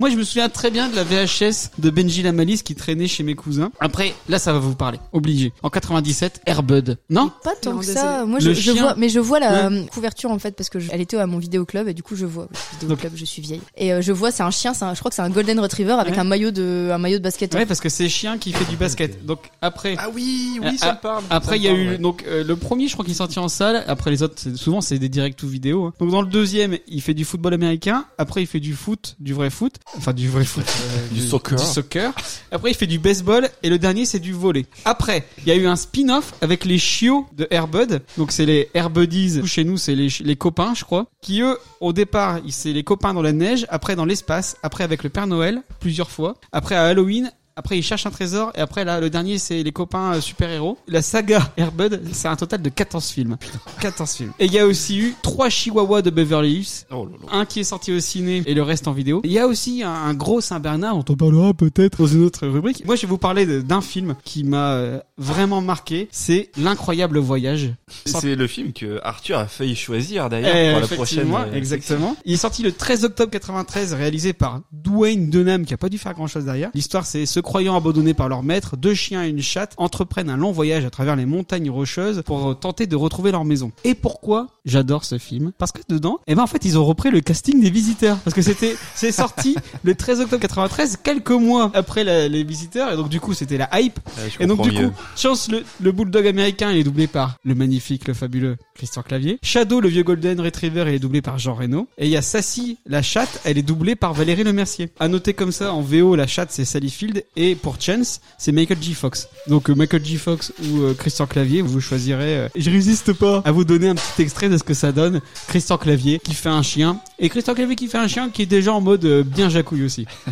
Speaker 2: Moi, je me souviens très bien de la VHS de Benji la malice qui traînait chez mes cousins. Après, là, ça va vous parler. Obligé. En 97, Airbud. Non?
Speaker 5: Pas tant
Speaker 3: Non,
Speaker 5: que
Speaker 3: désolé.
Speaker 5: ça. Moi,
Speaker 2: Le
Speaker 5: je, je
Speaker 2: chien.
Speaker 5: vois, mais je vois la euh, couverture en fait parce que je- elle était à mon vidéoclub et du coup je vois vidéoclub, je suis vieille. Et euh, je vois, c'est un chien, c'est un- je crois que c'est un golden retriever avec
Speaker 2: Ouais.
Speaker 5: un maillot de, un un maillot de basket.
Speaker 2: Ouais, parce que c'est chien qui fait du basket. Donc après,
Speaker 4: Ah oui,
Speaker 2: Ah,
Speaker 4: oui, ça
Speaker 2: ah,
Speaker 4: me parle. Ça
Speaker 2: Après,
Speaker 4: me
Speaker 2: il y a
Speaker 4: parle,
Speaker 2: eu
Speaker 4: ouais.
Speaker 2: donc euh, le premier, je crois qu'il est sorti en salle. Après les autres, c'est- souvent c'est des directs ou vidéo. hein. Donc dans le deuxième, il fait du football américain. Après, il fait du foot, du vrai foot, enfin du vrai foot, euh,
Speaker 4: Du soccer.
Speaker 2: du soccer. Après, il fait du baseball et le dernier, c'est du volley. Après, il y a eu un spin-off avec les chiots de Airbud. Donc c'est les Airbuddies. Chez nous, c'est les, chi- les copains, je crois, qui eux, au départ, ils- c'est les copains dans la neige. Après, dans l'espace. Après, avec le Père Noël plusieurs fois. Après, à Halloween. Après, ils cherchent un trésor. Et après, là, le dernier, c'est les copains euh, super-héros. La saga Airbud, c'est un total de 14 films. 14 films. Et il y a aussi eu trois chihuahuas de Beverly Hills.
Speaker 4: Oh là là.
Speaker 2: Un qui est sorti au ciné et le reste en vidéo. Il y a aussi un, un gros Saint-Bernard, on t'en parlera peut-être dans une autre rubrique. Moi, je vais vous parler de- d'un film qui m'a euh, vraiment marqué. C'est L'incroyable voyage. Sans-
Speaker 4: C'est le film que Arthur a failli choisir
Speaker 2: Eh,
Speaker 4: d'ailleurs pour la prochaine.
Speaker 2: effectivement,
Speaker 4: euh,
Speaker 2: exactement. Il est sorti le 13 octobre 93, réalisé par Dwayne Dunham, qui a pas dû faire grand chose derrière. L'histoire, c'est se croyant abandonnés par leur maître, deux chiens et une chatte entreprennent un long voyage à travers les montagnes rocheuses pour euh, tenter de retrouver leur maison. Et pourquoi j'adore ce film Parce que dedans, eh ben en fait, ils ont repris le casting des visiteurs, parce que c'était, c'est
Speaker 4: *laughs*
Speaker 2: sorti le 13 octobre 93, quelques mois après la- les visiteurs, et donc du coup, c'était la hype.
Speaker 4: Ouais, Euh, je
Speaker 2: Et donc
Speaker 4: comprends
Speaker 2: du
Speaker 4: mieux.
Speaker 2: coup, Chance le, le bulldog américain il est doublé par le magnifique, le fabuleux Christian Clavier. Shadow le vieux golden retriever il est doublé par Jean Reno. Et il y a Sassy la chatte, elle est doublée par Valérie Le Mercier. À noter comme ça en VO la chatte c'est Sally Field et pour Chance c'est Michael G Fox. Donc euh, Michael G Fox ou euh, Christian Clavier vous choisirez. euh, je résiste pas à vous donner un petit extrait de ce que ça donne. Christian Clavier qui fait un chien et Christian Clavier qui fait un chien qui est déjà en mode euh, bien jacouille aussi.
Speaker 9: Ah,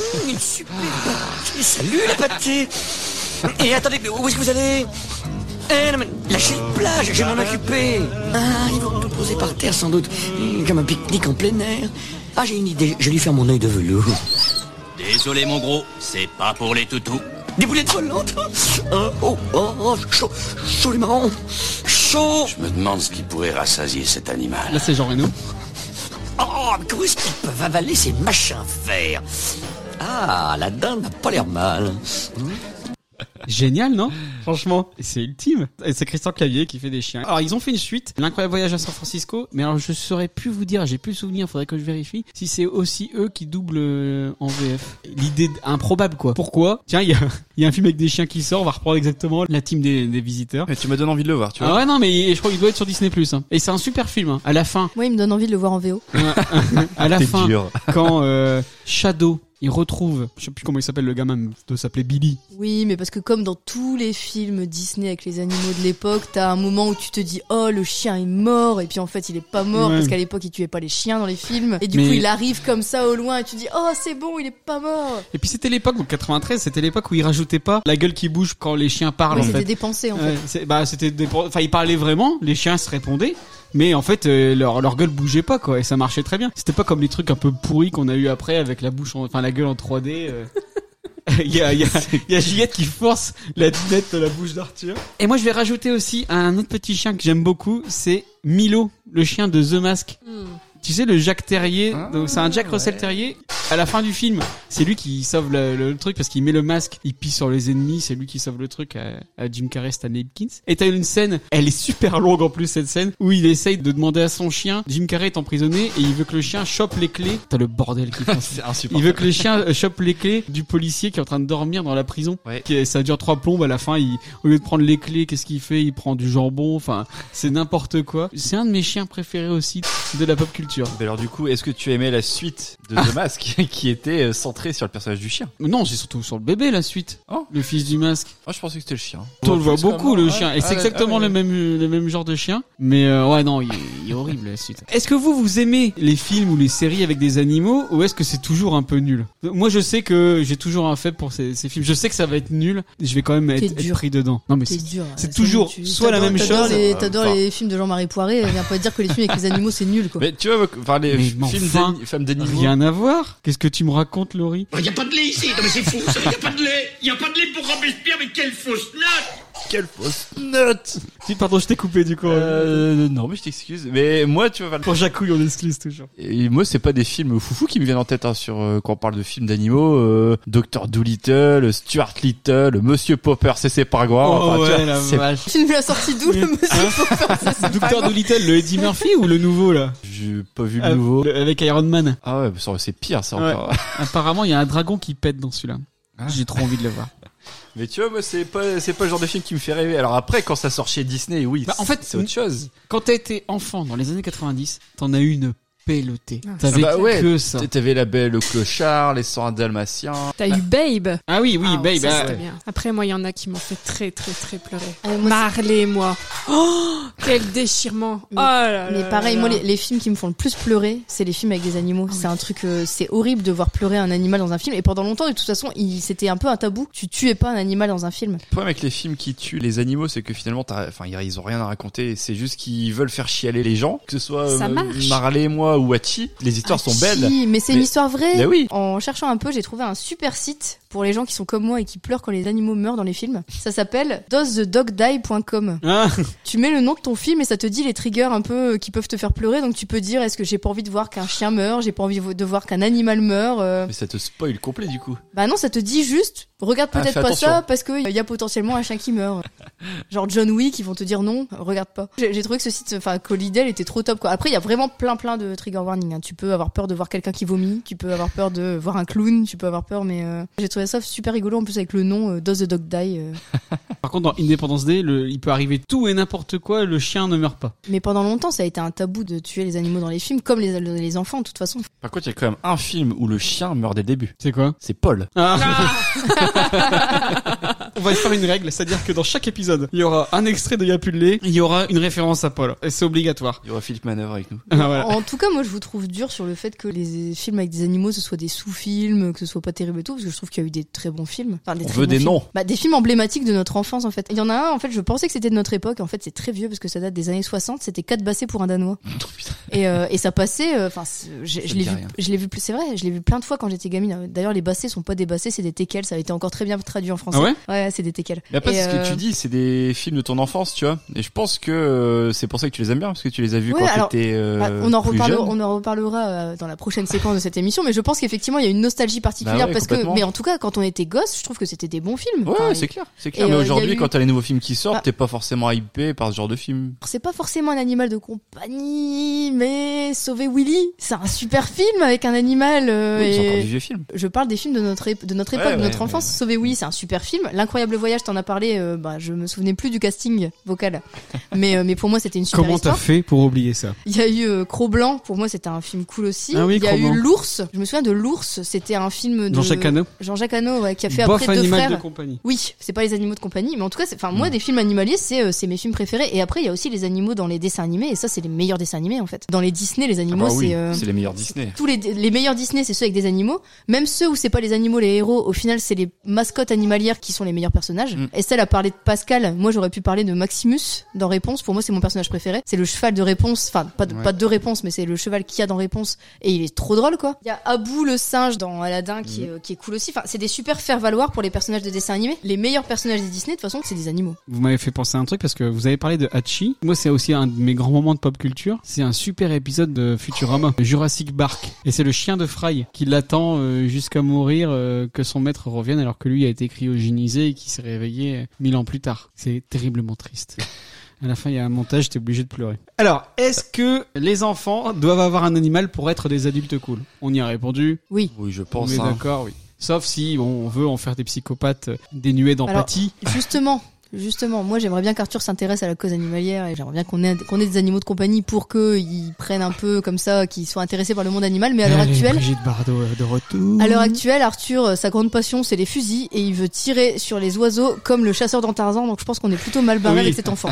Speaker 9: Salut la pâtée Et attendez, mais où est-ce que vous allez Eh non mais lâchez le plage, je vais m'en occuper Ah, ils vont me poser par terre sans doute, Hmm, comme un pique-nique en plein air. Ah, j'ai une idée, je vais lui faire mon œil de velours.
Speaker 8: Désolé mon gros, c'est pas pour les toutous.
Speaker 9: Des boulettes volantes Hein, Oh, oh, oh, chaud, chaud les marrons Chaud
Speaker 8: Je me demande ce qui pourrait rassasier cet animal.
Speaker 2: Là c'est Jean Reno.
Speaker 9: Oh, mais comment est-ce qu'ils peuvent avaler ces machins verts Ah, la dinde n'a pas l'air mal
Speaker 2: Génial, non Franchement, c'est ultime. Et c'est Christian Clavier qui fait des chiens. Alors, ils ont fait une suite, l'incroyable voyage à San Francisco, mais alors je saurais plus vous dire, j'ai plus le souvenir, faudrait que je vérifie si c'est aussi eux qui doublent euh, en VF. L'idée d- improbable quoi. Pourquoi Tiens, il y a, il y a un film avec des chiens qui sort, on va reprendre exactement la team des, des visiteurs.
Speaker 4: Mais tu me donnes envie de le voir, tu vois.
Speaker 2: Ah ouais non mais je crois qu'il doit être sur Disney Plus et c'est un super film hein. à la fin
Speaker 5: Moi, il me donne envie de le voir en VO.
Speaker 2: à la
Speaker 4: T'es
Speaker 2: fin
Speaker 4: dur.
Speaker 2: quand euh, Shadow il retrouve je sais plus comment il s'appelle le gamin mais il doit s'appeler Billy
Speaker 5: Oui, mais parce que comme dans tous les films Disney avec les animaux de l'époque, t'as un moment où tu te dis oh le chien est mort et puis en fait il est pas mort
Speaker 2: Ouais.
Speaker 5: parce qu'à l'époque il tuait pas les chiens dans les films et du
Speaker 2: Mais-
Speaker 5: coup il arrive comme ça au loin et tu dis oh c'est bon il est pas mort.
Speaker 2: Et puis c'était l'époque, donc 93, c'était l'époque où ils rajoutaient pas la gueule qui bouge quand les chiens parlent Ah,
Speaker 5: Mais
Speaker 2: en
Speaker 5: c'était
Speaker 2: fait.
Speaker 5: dépensé en fait.
Speaker 2: Ouais, c'est- bah c'était des- enfin ils parlaient vraiment, les chiens se répondaient, mais en fait euh, leur leur gueule bougeait pas quoi et ça marchait très bien. C'était pas comme les trucs un peu pourris qu'on a eu après avec la bouche en- enfin la gueule en 3D. euh. *laughs* Il y a
Speaker 5: *laughs*
Speaker 2: il y a il y a Juliette qui force la lunette de la bouche d'Arthur. Et moi je vais rajouter aussi un autre petit chien que j'aime beaucoup, c'est Milo, le chien de The Mask.
Speaker 3: Hmm.
Speaker 2: Tu sais le Jack Terrier,
Speaker 4: Ah,
Speaker 2: donc c'est un Jack Russell
Speaker 4: ouais.
Speaker 2: Terrier. À la fin du film, c'est lui qui sauve le, le truc parce qu'il met le masque, il pisse sur les ennemis, c'est lui qui sauve le truc à, à Jim Carrey, Stanley Hopkins. Et t'as une scène, elle est super longue en plus cette scène où il essaye de demander à son chien. Jim Carrey est emprisonné et il veut que le chien chope les clés. T'as le bordel
Speaker 4: *laughs*
Speaker 2: qui passe.
Speaker 4: C'est
Speaker 2: Il
Speaker 4: insupportable.
Speaker 2: veut que le chien euh, chope les clés du policier qui est en train de dormir dans la prison.
Speaker 4: Ouais.
Speaker 2: Qui- Ça dure trois plombes. À la fin, il, au lieu de prendre les clés, qu'est-ce qu'il fait Il prend du jambon. Enfin, c'est n'importe quoi. C'est un de mes chiens préférés aussi de la pop culture.
Speaker 4: Mais alors du coup, est-ce que tu aimais la suite de The Mask *laughs* qui était euh, centrée sur le personnage du chien
Speaker 2: Non, c'est surtout sur le bébé la suite.
Speaker 4: Oh.
Speaker 2: Le fils du masque.
Speaker 4: Moi, je pensais que c'était le chien.
Speaker 2: On le voit beaucoup le
Speaker 4: Ouais.
Speaker 2: chien. Et
Speaker 4: Ah,
Speaker 2: c'est
Speaker 4: ouais,
Speaker 2: exactement
Speaker 4: ah,
Speaker 2: le
Speaker 4: ouais.
Speaker 2: même euh, le même genre de chien. Mais euh, ouais non, il, il est horrible la suite. Est-ce que vous vous aimez les films ou les séries avec des animaux ou est-ce que c'est toujours un peu nul Moi je sais que j'ai toujours un faible pour ces, ces films. Je sais que ça va être nul. Je vais quand même être,
Speaker 5: T'es
Speaker 2: être
Speaker 5: dur.
Speaker 2: pris dedans. Non mais
Speaker 5: T'es
Speaker 2: c'est-
Speaker 5: dur.
Speaker 2: c'est
Speaker 5: Ça,
Speaker 2: toujours
Speaker 5: tu-
Speaker 2: soit la
Speaker 5: t'adores-
Speaker 2: même
Speaker 5: t'adores
Speaker 2: chose.
Speaker 5: les- T'adores
Speaker 4: Enfin.
Speaker 5: les films de Jean-Marie Poiré. Viens pas dire que les films avec les animaux c'est nul quoi.
Speaker 4: Mais tu vois, enfin, les
Speaker 2: Mais
Speaker 4: films
Speaker 2: mais enfin,
Speaker 4: d'ani- femmes d'animaux.
Speaker 2: rien à voir. Qu'est-ce que tu me racontes Laurie
Speaker 8: Il y a pas de lait ici, non mais c'est fou, il y a pas de lait, il y a pas de lait pour Robespierre, mais quelle fausse note
Speaker 4: Quelle fausse note
Speaker 2: Si, Pardon, je t'ai coupé du coup.
Speaker 4: euh, Non, mais je t'excuse. Mais moi, tu vois, enfin,
Speaker 2: Pour Jacouille on excuse toujours.
Speaker 4: Et moi, c'est pas des films foufou qui me viennent en tête hein, sur euh, quand on parle de films d'animaux. Euh, Docteur Dolittle, Stuart Little, Monsieur Popper, c'est Pargois. enfin, tu vois, c'est-
Speaker 2: Oh, vache.
Speaker 5: Le film l'a sorti d'où le monsieur Popper, ça, c'est pas
Speaker 2: *laughs* Docteur
Speaker 5: grave.
Speaker 2: Dolittle, le Eddie Murphy ou le nouveau là
Speaker 4: J'ai pas vu
Speaker 2: Euh,
Speaker 4: le nouveau.
Speaker 2: le- Avec Iron Man.
Speaker 4: Ah ouais, bah, ça, c'est pire, ça
Speaker 2: Ouais. *laughs*
Speaker 4: encore.
Speaker 2: Apparemment, il y a un dragon qui pète dans celui-là.
Speaker 7: Ah.
Speaker 2: J'ai trop envie de
Speaker 7: *laughs*
Speaker 2: le voir.
Speaker 7: Mais tu vois, moi, c'est pas, c'est pas le genre de film qui me fait rêver. Alors après, quand ça sort chez Disney, oui,
Speaker 2: Bah, en fait,
Speaker 7: c'est autre chose.
Speaker 2: Quand t'as été enfant dans les années 90, t'en as eu une pelletée. T'avais
Speaker 7: Ah bah ouais,
Speaker 2: que ça.
Speaker 7: T'avais la belle, le clochard, les sorts dalmatiens.
Speaker 3: T'as eu Babe.
Speaker 2: Ah oui, oui,
Speaker 3: Ah,
Speaker 2: babe.
Speaker 3: ça,
Speaker 2: ah,
Speaker 3: c'était
Speaker 2: ouais.
Speaker 3: bien. Après, moi, il y en a qui m'ont fait très, très, très pleurer.
Speaker 5: Euh, moi,
Speaker 3: Marley, moi. Oh, quel déchirement.
Speaker 5: Mais-
Speaker 3: oh là là
Speaker 5: Mais pareil,
Speaker 3: là
Speaker 5: moi,
Speaker 3: là. Ah
Speaker 5: les, les films qui me font le plus pleurer, c'est les films avec des animaux. c'est un truc, euh, c'est horrible de voir pleurer un animal dans un film. Et pendant longtemps, de toute façon, il- c'était un peu un tabou. Tu tuais pas un animal dans un film.
Speaker 7: Le problème avec les films qui tuent les animaux, c'est que finalement, t'as- enfin, ils ont rien à raconter. C'est juste qu'ils veulent faire chialer les gens. Que ce soit euh,
Speaker 3: Ça marche. Ah,
Speaker 7: Marley, moi ou Hachi, les histoires sont
Speaker 5: Si,
Speaker 7: belles.
Speaker 5: mais c'est une
Speaker 7: Mais-
Speaker 5: histoire vraie.
Speaker 7: Bah oui.
Speaker 5: En cherchant un peu, j'ai trouvé un super site pour les gens qui sont comme moi et qui pleurent quand les animaux meurent dans les films. Ça s'appelle doesthedogdie.com.
Speaker 2: Ah,
Speaker 5: Tu mets le nom de ton film et ça te dit les triggers un peu euh, qui peuvent te faire pleurer. Donc tu peux dire est-ce que j'ai pas envie de voir qu'un chien meurt, j'ai pas envie de voir qu'un animal meurt. euh.
Speaker 7: Mais ça te spoil complet du coup.
Speaker 5: Bah non, ça te dit juste regarde
Speaker 7: Ah,
Speaker 5: peut-être
Speaker 7: fais
Speaker 5: pas ça
Speaker 7: attention.
Speaker 5: parce qu'il y a potentiellement un chien qui meurt.
Speaker 7: *laughs*
Speaker 5: Genre John Wick, ils vont te dire non, regarde pas. J'ai j'ai trouvé que ce site, enfin que l'idée était trop top quoi. Après, il y a vraiment plein plein de trigger warning. hein. Tu peux avoir peur de voir quelqu'un qui vomit, tu peux avoir peur de voir un clown, tu peux avoir peur, mais euh, j'ai trouvé ça super rigolo en plus avec le nom euh, Does the Dog Die. euh.
Speaker 2: Par contre, dans Independence Day, le- il peut arriver tout et n'importe quoi, le chien ne meurt pas.
Speaker 5: Mais pendant longtemps, ça a été un tabou de tuer les animaux dans les films, comme les, les enfants de toute façon.
Speaker 7: Par contre, il y a quand même un film où le chien meurt dès le début.
Speaker 2: C'est quoi Ah.
Speaker 7: C'est Paul.
Speaker 2: *laughs* On va faire une règle, c'est-à-dire que dans chaque épisode, il y aura un extrait de Y'a plus de lait, il y aura une référence à Paul. Et C'est obligatoire.
Speaker 7: Il y aura Philippe Manœuvre avec nous.
Speaker 2: Ah, voilà.
Speaker 5: En tout cas, moi, je vous trouve dur sur le fait que les films avec des animaux, ce soit des sous-films, que ce soit pas terrible et tout, parce que je trouve qu'il y a eu des très bons films. Enfin, des
Speaker 7: On
Speaker 5: très
Speaker 7: veut
Speaker 5: bons
Speaker 7: des
Speaker 5: films.
Speaker 7: noms.
Speaker 5: Bah, des films emblématiques de notre enfance, en fait. Il y en a un, en fait, je pensais que c'était de notre époque. En fait, c'est très vieux, parce que ça date des années 60. C'était 4 bassés pour un
Speaker 7: *laughs*
Speaker 5: Danois. et, euh, et ça passait, euh, enfin, c'est- je,
Speaker 7: Ça
Speaker 5: je
Speaker 7: me
Speaker 5: l'ai
Speaker 7: dit
Speaker 5: vu,
Speaker 7: rien.
Speaker 5: je l'ai vu plus, c'est vrai, je l'ai vu plein de fois quand j'étais gamine. D'ailleurs, les bassés sont pas des bassés, c'est des teckels. Ça a été encore très bien traduit en français.
Speaker 2: Ah ouais
Speaker 5: Ouais, c'est des teckels.
Speaker 7: Mais après,
Speaker 5: Et,
Speaker 7: c'est ce que
Speaker 5: euh,
Speaker 7: tu dis, c'est des films de ton enfance, tu vois. Et je pense que euh, c'est pour ça que tu les aimes bien, parce que tu les as vus
Speaker 5: Ouais,
Speaker 7: quand
Speaker 5: alors,
Speaker 7: t'étais euh,
Speaker 5: Bah, on, en
Speaker 7: plus
Speaker 5: reparlera,
Speaker 7: jeune.
Speaker 5: on en reparlera euh, dans la prochaine séquence de cette émission, mais je pense qu'effectivement il y a une nostalgie particulière
Speaker 7: Bah ouais,
Speaker 5: parce que,
Speaker 7: complètement.
Speaker 5: mais en tout cas, quand on était gosse, je trouve que c'était des bons films.
Speaker 7: Ouais,
Speaker 5: Enfin,
Speaker 7: c'est clair, c'est clair.
Speaker 5: et,
Speaker 7: Mais
Speaker 5: euh, y a
Speaker 7: aujourd'hui,
Speaker 5: eu-
Speaker 7: quand t'as les nouveaux films qui sortent,
Speaker 5: Bah-
Speaker 7: t'es pas forcément hypé par ce genre de film.
Speaker 5: c'est pas forcément un animal de compagnie, mais Sauver Willy, c'est un super film avec un animal. euh,
Speaker 7: Oui, c'est encore
Speaker 5: et-
Speaker 7: du vieux film.
Speaker 5: Je parle des films de notre, ép- de notre
Speaker 7: Ouais,
Speaker 5: époque, de
Speaker 7: ouais,
Speaker 5: notre enfance. Sauver Willy, c'est un super film. L'incroyable voyage, t'en as parlé. euh, bah, je me souvenais plus du casting
Speaker 7: *laughs*
Speaker 5: vocal, mais euh, mais pour moi c'était une super
Speaker 2: Comment t'as
Speaker 5: histoire.
Speaker 2: fait pour oublier ça
Speaker 5: Il y a eu euh, Cro-Blanc, pour moi c'était un film cool aussi.
Speaker 2: Ah oui,
Speaker 5: Il y a
Speaker 2: Cro-Blanc.
Speaker 5: eu L'Ours, je me souviens de L'Ours, c'était un film de
Speaker 2: Jean-Jacques Hano
Speaker 5: Jean-Jacques Hano, ouais, qui a fait
Speaker 2: Bof
Speaker 5: après deux
Speaker 2: animal
Speaker 5: frères.
Speaker 2: de compagnie.
Speaker 5: oui, c'est pas les animaux de compagnie, mais en tout cas, c'est- enfin moi des films animaliers, c'est euh, c'est mes films préférés. Et après, il y a aussi les animaux dans les dessins animés, et ça c'est les meilleurs dessins animés en fait. Dans les Disney, les
Speaker 7: Ah
Speaker 5: animaux,
Speaker 7: bah oui,
Speaker 5: c'est euh,
Speaker 7: c'est les meilleurs Disney.
Speaker 5: tous les, les meilleurs Disney, c'est ceux avec des animaux. Même ceux où c'est pas les animaux les héros, au final, c'est les mascottes animalières qui sont les meilleurs personnages.
Speaker 7: Mm.
Speaker 5: Estelle a parlé de Pascal. Moi, j'aurais pu parler de Maximus dans Réponse. Pour moi, c'est mon personnage préféré. C'est le cheval de Réponse. Enfin, pas de,
Speaker 2: Ouais.
Speaker 5: pas de Réponse, mais c'est le cheval qu'il y a dans Réponse. Et il est trop drôle, quoi. Il y a Abou le singe dans Aladdin
Speaker 7: Mm.
Speaker 5: qui, est, euh, qui est cool aussi. Enfin, c'est des super faire-valoir pour les personnages de dessins animés. Les meilleurs personnages des Disney, de toute façon, c'est des animaux.
Speaker 2: Vous m'avez fait penser à un truc parce que vous avez parlé de Hachi. Moi, c'est aussi un de mes grands moments de pop culture. C'est un super épisode de Futurama, Jurassic Bark. Et c'est le chien de Fry qui l'attend euh, jusqu'à mourir, euh, que son maître revienne alors que lui a été cryogénisé et qui s'est réveillé euh, mille ans plus tard. C'est terriblement triste. À la fin, il y a un montage, t'es obligé de pleurer. Alors, est-ce que les enfants doivent avoir un animal pour être des adultes cool On y a répondu.
Speaker 7: Oui, je
Speaker 2: On
Speaker 7: pense.
Speaker 2: est
Speaker 7: hein.
Speaker 2: d'accord, oui. Sauf si bon, on veut en faire des psychopathes euh, dénués d'empathie.
Speaker 5: Justement. Justement, moi j'aimerais bien qu'Arthur s'intéresse à la cause animalière et j'aimerais bien qu'on ait, qu'on ait des animaux de compagnie pour qu'ils prennent un peu comme ça, qu'ils soient intéressés par le monde animal. Mais à l'heure
Speaker 2: Allez,
Speaker 5: actuelle,
Speaker 2: Brigitte Bardot euh, de retour.
Speaker 5: à l'heure actuelle, Arthur, euh, sa grande passion c'est les fusils et il veut tirer sur les oiseaux comme le chasseur dans Tarzan. Donc je pense qu'on est plutôt mal barré
Speaker 2: Oui.
Speaker 5: avec cet enfant.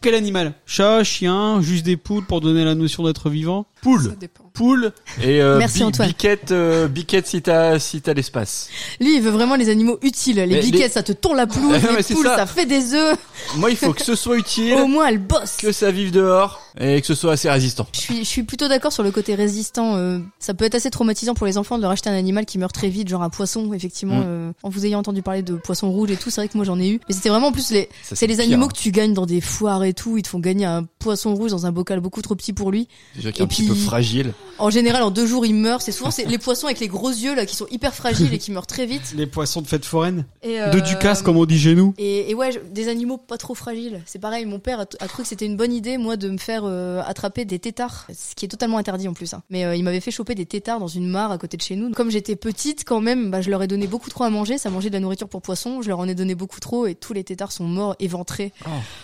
Speaker 2: Quel animal Chat, chien, juste des poules pour donner la notion d'être vivant
Speaker 7: Poule,
Speaker 3: Ça dépend.
Speaker 7: poule et euh,
Speaker 5: Merci,
Speaker 7: Bi-
Speaker 5: Antoine.
Speaker 7: Biquette, euh, Biquette si t'as si t'as l'espace.
Speaker 5: Lui, il veut vraiment les animaux utiles. Les
Speaker 7: Mais
Speaker 5: biquets,
Speaker 7: les-
Speaker 5: ça te tourne
Speaker 7: *laughs*
Speaker 5: la pelouse.
Speaker 7: Non, mais
Speaker 5: les
Speaker 7: c'est
Speaker 5: poules, ça.
Speaker 7: ça.
Speaker 5: fait des œufs.
Speaker 7: Moi, il faut que ce soit utile,
Speaker 5: Au moins, elles bossent.
Speaker 7: que ça vive dehors et que ce soit assez résistant.
Speaker 5: Je suis, je suis plutôt d'accord sur le côté résistant. euh, ça peut être assez traumatisant pour les enfants de leur acheter un animal qui meurt très vite, genre un poisson, effectivement.
Speaker 7: Mm.
Speaker 5: euh, en vous ayant entendu parler de poisson rouge et tout, c'est vrai que moi j'en ai eu. Mais c'était vraiment en plus les,
Speaker 7: Ça,
Speaker 5: c'est les
Speaker 7: pire,
Speaker 5: animaux
Speaker 7: hein.
Speaker 5: que tu gagnes dans des foires et tout. Ils te font gagner un poisson rouge dans un bocal beaucoup trop petit pour lui.
Speaker 7: Déjà qui est
Speaker 5: Et
Speaker 7: un petit peu
Speaker 5: puis-
Speaker 7: fragile.
Speaker 5: En général, en deux jours, ils meurent. C'est souvent c'est les poissons avec les gros yeux là qui sont hyper fragiles et qui meurent très vite.
Speaker 2: Les poissons de fête foraine
Speaker 5: Et,
Speaker 2: De
Speaker 5: euh,
Speaker 2: Ducasse, comme on dit chez nous
Speaker 5: Et, et ouais, je- des animaux pas trop fragiles. C'est pareil, mon père a, t- a cru que c'était une bonne idée, moi, de me faire euh, attraper des têtards, ce qui est totalement interdit en plus. hein. Mais euh, il m'avait fait choper des têtards dans une mare à côté de chez nous. Comme j'étais petite quand même, bah, je leur ai donné beaucoup trop à manger. Ça mangeait de la nourriture pour poissons. Je leur en ai donné beaucoup trop et tous les têtards sont morts éventrés.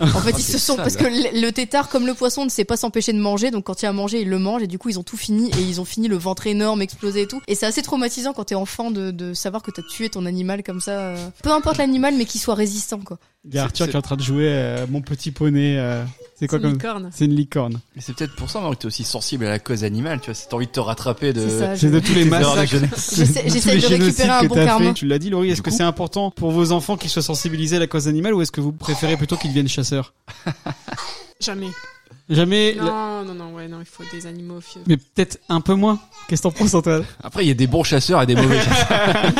Speaker 5: En fait, ils se sont parce que le, le tétard, comme le poisson, ne sait pas s'empêcher de manger. Donc, quand il a mangé, il le mange et du coup, ils ont tout fini et ils ont fini le ventre énorme, explosé et tout. Et c'est assez traumatisant quand t'es enfant de, de savoir que t'as tué ton animal comme ça. euh, Peu importe l'animal, mais qu'il soit résistant, quoi.
Speaker 2: Il y a Arthur
Speaker 4: C'est-
Speaker 2: qui est en train de jouer euh, Mon petit poney. euh, c'est quoi
Speaker 3: C'est une
Speaker 2: comme
Speaker 3: licorne.
Speaker 2: C'est une licorne.
Speaker 4: Mais c'est peut-être pour ça Mario, que t'es aussi sensible à la cause animale, tu vois, si t'as envie de te rattraper de...
Speaker 5: C'est ça.
Speaker 2: C'est
Speaker 5: Ah, je-
Speaker 2: de tous les
Speaker 4: Tes erreurs de
Speaker 2: massacres.
Speaker 4: jeunesse.
Speaker 2: c'est
Speaker 5: J'essaie-
Speaker 2: tous
Speaker 5: j'essaie
Speaker 2: les
Speaker 5: de récupérer
Speaker 2: génocides
Speaker 5: un
Speaker 2: que
Speaker 5: bon
Speaker 2: t'as
Speaker 5: karma.
Speaker 2: fait. Tu l'as dit, Laurie. Est-ce
Speaker 4: Du
Speaker 2: que
Speaker 4: coup-
Speaker 2: c'est important pour vos enfants qu'ils soient sensibilisés à la cause animale ou est-ce que vous préférez plutôt qu'ils deviennent chasseurs
Speaker 3: Jamais.
Speaker 2: Jamais. le-
Speaker 3: Non, non, non, ouais, non, il faut des animaux fieux.
Speaker 2: Mais peut-être un peu moins. Qu'est-ce que t'en penses, Antoine
Speaker 4: Après, il y a des bons chasseurs et des mauvais chasseurs.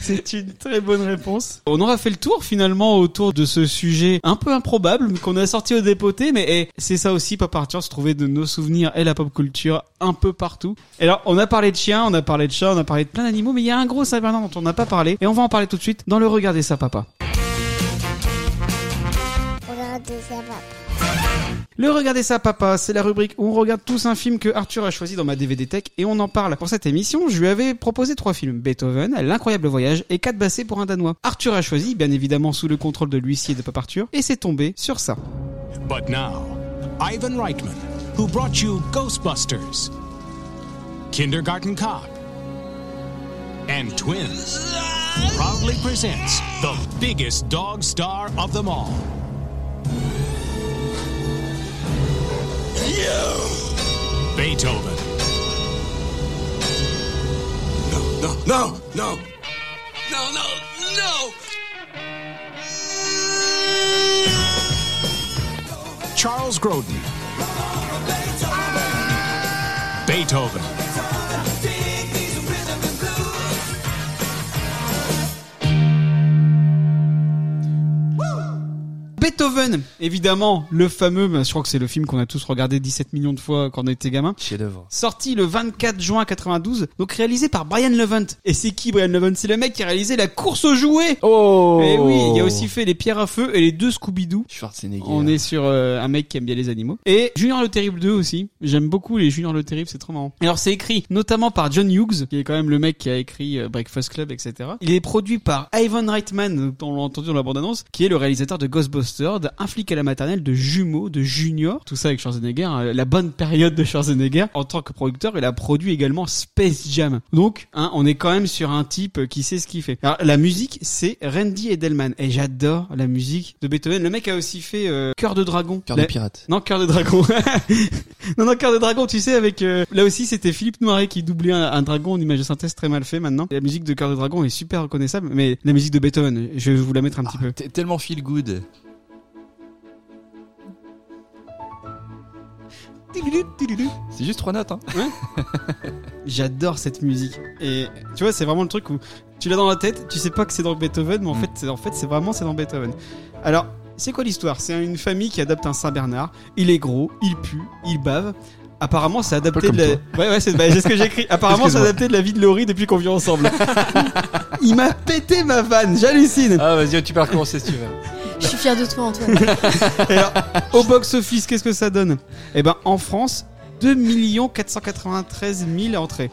Speaker 2: C'est une très bonne réponse. On aura fait le tour finalement autour de ce sujet un peu improbable mais qu'on a sorti au dépoté, mais eh, c'est ça aussi Pop Arthur, se trouver de nos souvenirs et la pop culture un peu partout. Et alors, on a parlé de chiens, on a parlé de chats, on a parlé de plein d'animaux, mais il y a un gros cybernant dont on n'a pas parlé, et on va en parler tout de suite dans le Regardez ça papa.
Speaker 1: Regardez ça, papa.
Speaker 2: Le Regardez ça papa, c'est la rubrique où on regarde tous un film que Arthur a choisi dans ma DVD Tech et on en parle. Pour cette émission, je lui avais proposé trois films, Beethoven, L'incroyable voyage et Quatre bassés pour un Danois. Arthur a choisi, bien évidemment sous le contrôle de l'huissier de Pop Arthur, et c'est tombé sur ça.
Speaker 12: But now, Ivan Reitman, who brought you Ghostbusters, Kindergarten Cop, and Twins, proudly presents the biggest dog star of them all. Beethoven.
Speaker 8: No, no, no. No, no, no.
Speaker 12: Charles Grodin. Beethoven.
Speaker 2: Beethoven, évidemment, le fameux, bah, je crois que c'est le film qu'on a tous regardé 17 millions de fois quand on était gamin.
Speaker 4: Chef d'œuvre.
Speaker 2: Sorti le 24 juin 92, donc réalisé par Brian Levent. Et c'est qui Brian Levent C'est le mec qui a réalisé la course aux jouets
Speaker 4: Oh
Speaker 2: Et oui, il a aussi fait les pierres à feu et les deux Scooby-Doo.
Speaker 4: Schwarzenegger.
Speaker 2: On est sur euh, un mec qui aime bien les animaux. Et Junior le Terrible 2 aussi. J'aime beaucoup les Junior le Terrible, c'est trop marrant. Alors c'est écrit notamment par John Hughes, qui est quand même le mec qui a écrit euh, Breakfast Club, etc. Il est produit par Ivan Reitman, on l'a entendu dans la bande-annonce, qui est le réalisateur de Ghostbusters, de Un flic à la maternelle, de Jumeaux, de Junior. Tout ça avec Schwarzenegger, hein, la bonne période de Schwarzenegger. En tant que producteur, il a produit également Space Jam. Donc, hein, on est quand même sur un type qui sait ce qu'il fait. Alors, la musique, c'est Randy Edelman. Et j'adore la musique de Beethoven. Le mec a aussi fait euh, Cœur de dragon.
Speaker 4: Cœur de
Speaker 2: La-
Speaker 4: pirate.
Speaker 2: non, Cœur de Dragon. *laughs* non, non, Cœur de Dragon, tu sais, avec... euh, là aussi, c'était Philippe Noiret qui doublait un, un dragon en image de synthèse très mal fait maintenant. La musique de Cœur de Dragon est super reconnaissable, mais la musique de Beethoven, je vais vous la mettre un petit peu.
Speaker 4: Ah, T'es tellement feel good. C'est juste trois notes, hein.
Speaker 2: J'adore cette musique. Et tu vois, c'est vraiment le truc où tu l'as dans la tête, tu sais pas que c'est dans Beethoven, mais en
Speaker 4: Mm.
Speaker 2: fait, c'est- en fait, c'est vraiment c'est dans Beethoven. Alors, c'est quoi l'histoire C'est une famille qui adopte un Saint Bernard. Il est gros, il pue, il bave. Apparemment, c'est adapté
Speaker 4: comme
Speaker 2: de la... Ouais, ouais, c'est bah, c'est ce que j'écris. Apparemment, c'est
Speaker 4: Excuse-moi.
Speaker 2: adapté de la vie de Laurie depuis qu'on vit ensemble. *laughs* il m'a pété ma vanne, j'hallucine.
Speaker 4: *laughs* Ah, vas-y, tu peux recommencer si tu veux.
Speaker 5: Je suis fière de
Speaker 2: *laughs*
Speaker 5: toi, Antoine.
Speaker 2: Et alors, au box-office, qu'est-ce que ça donne Eh ben, en France, 2 493 000 entrées.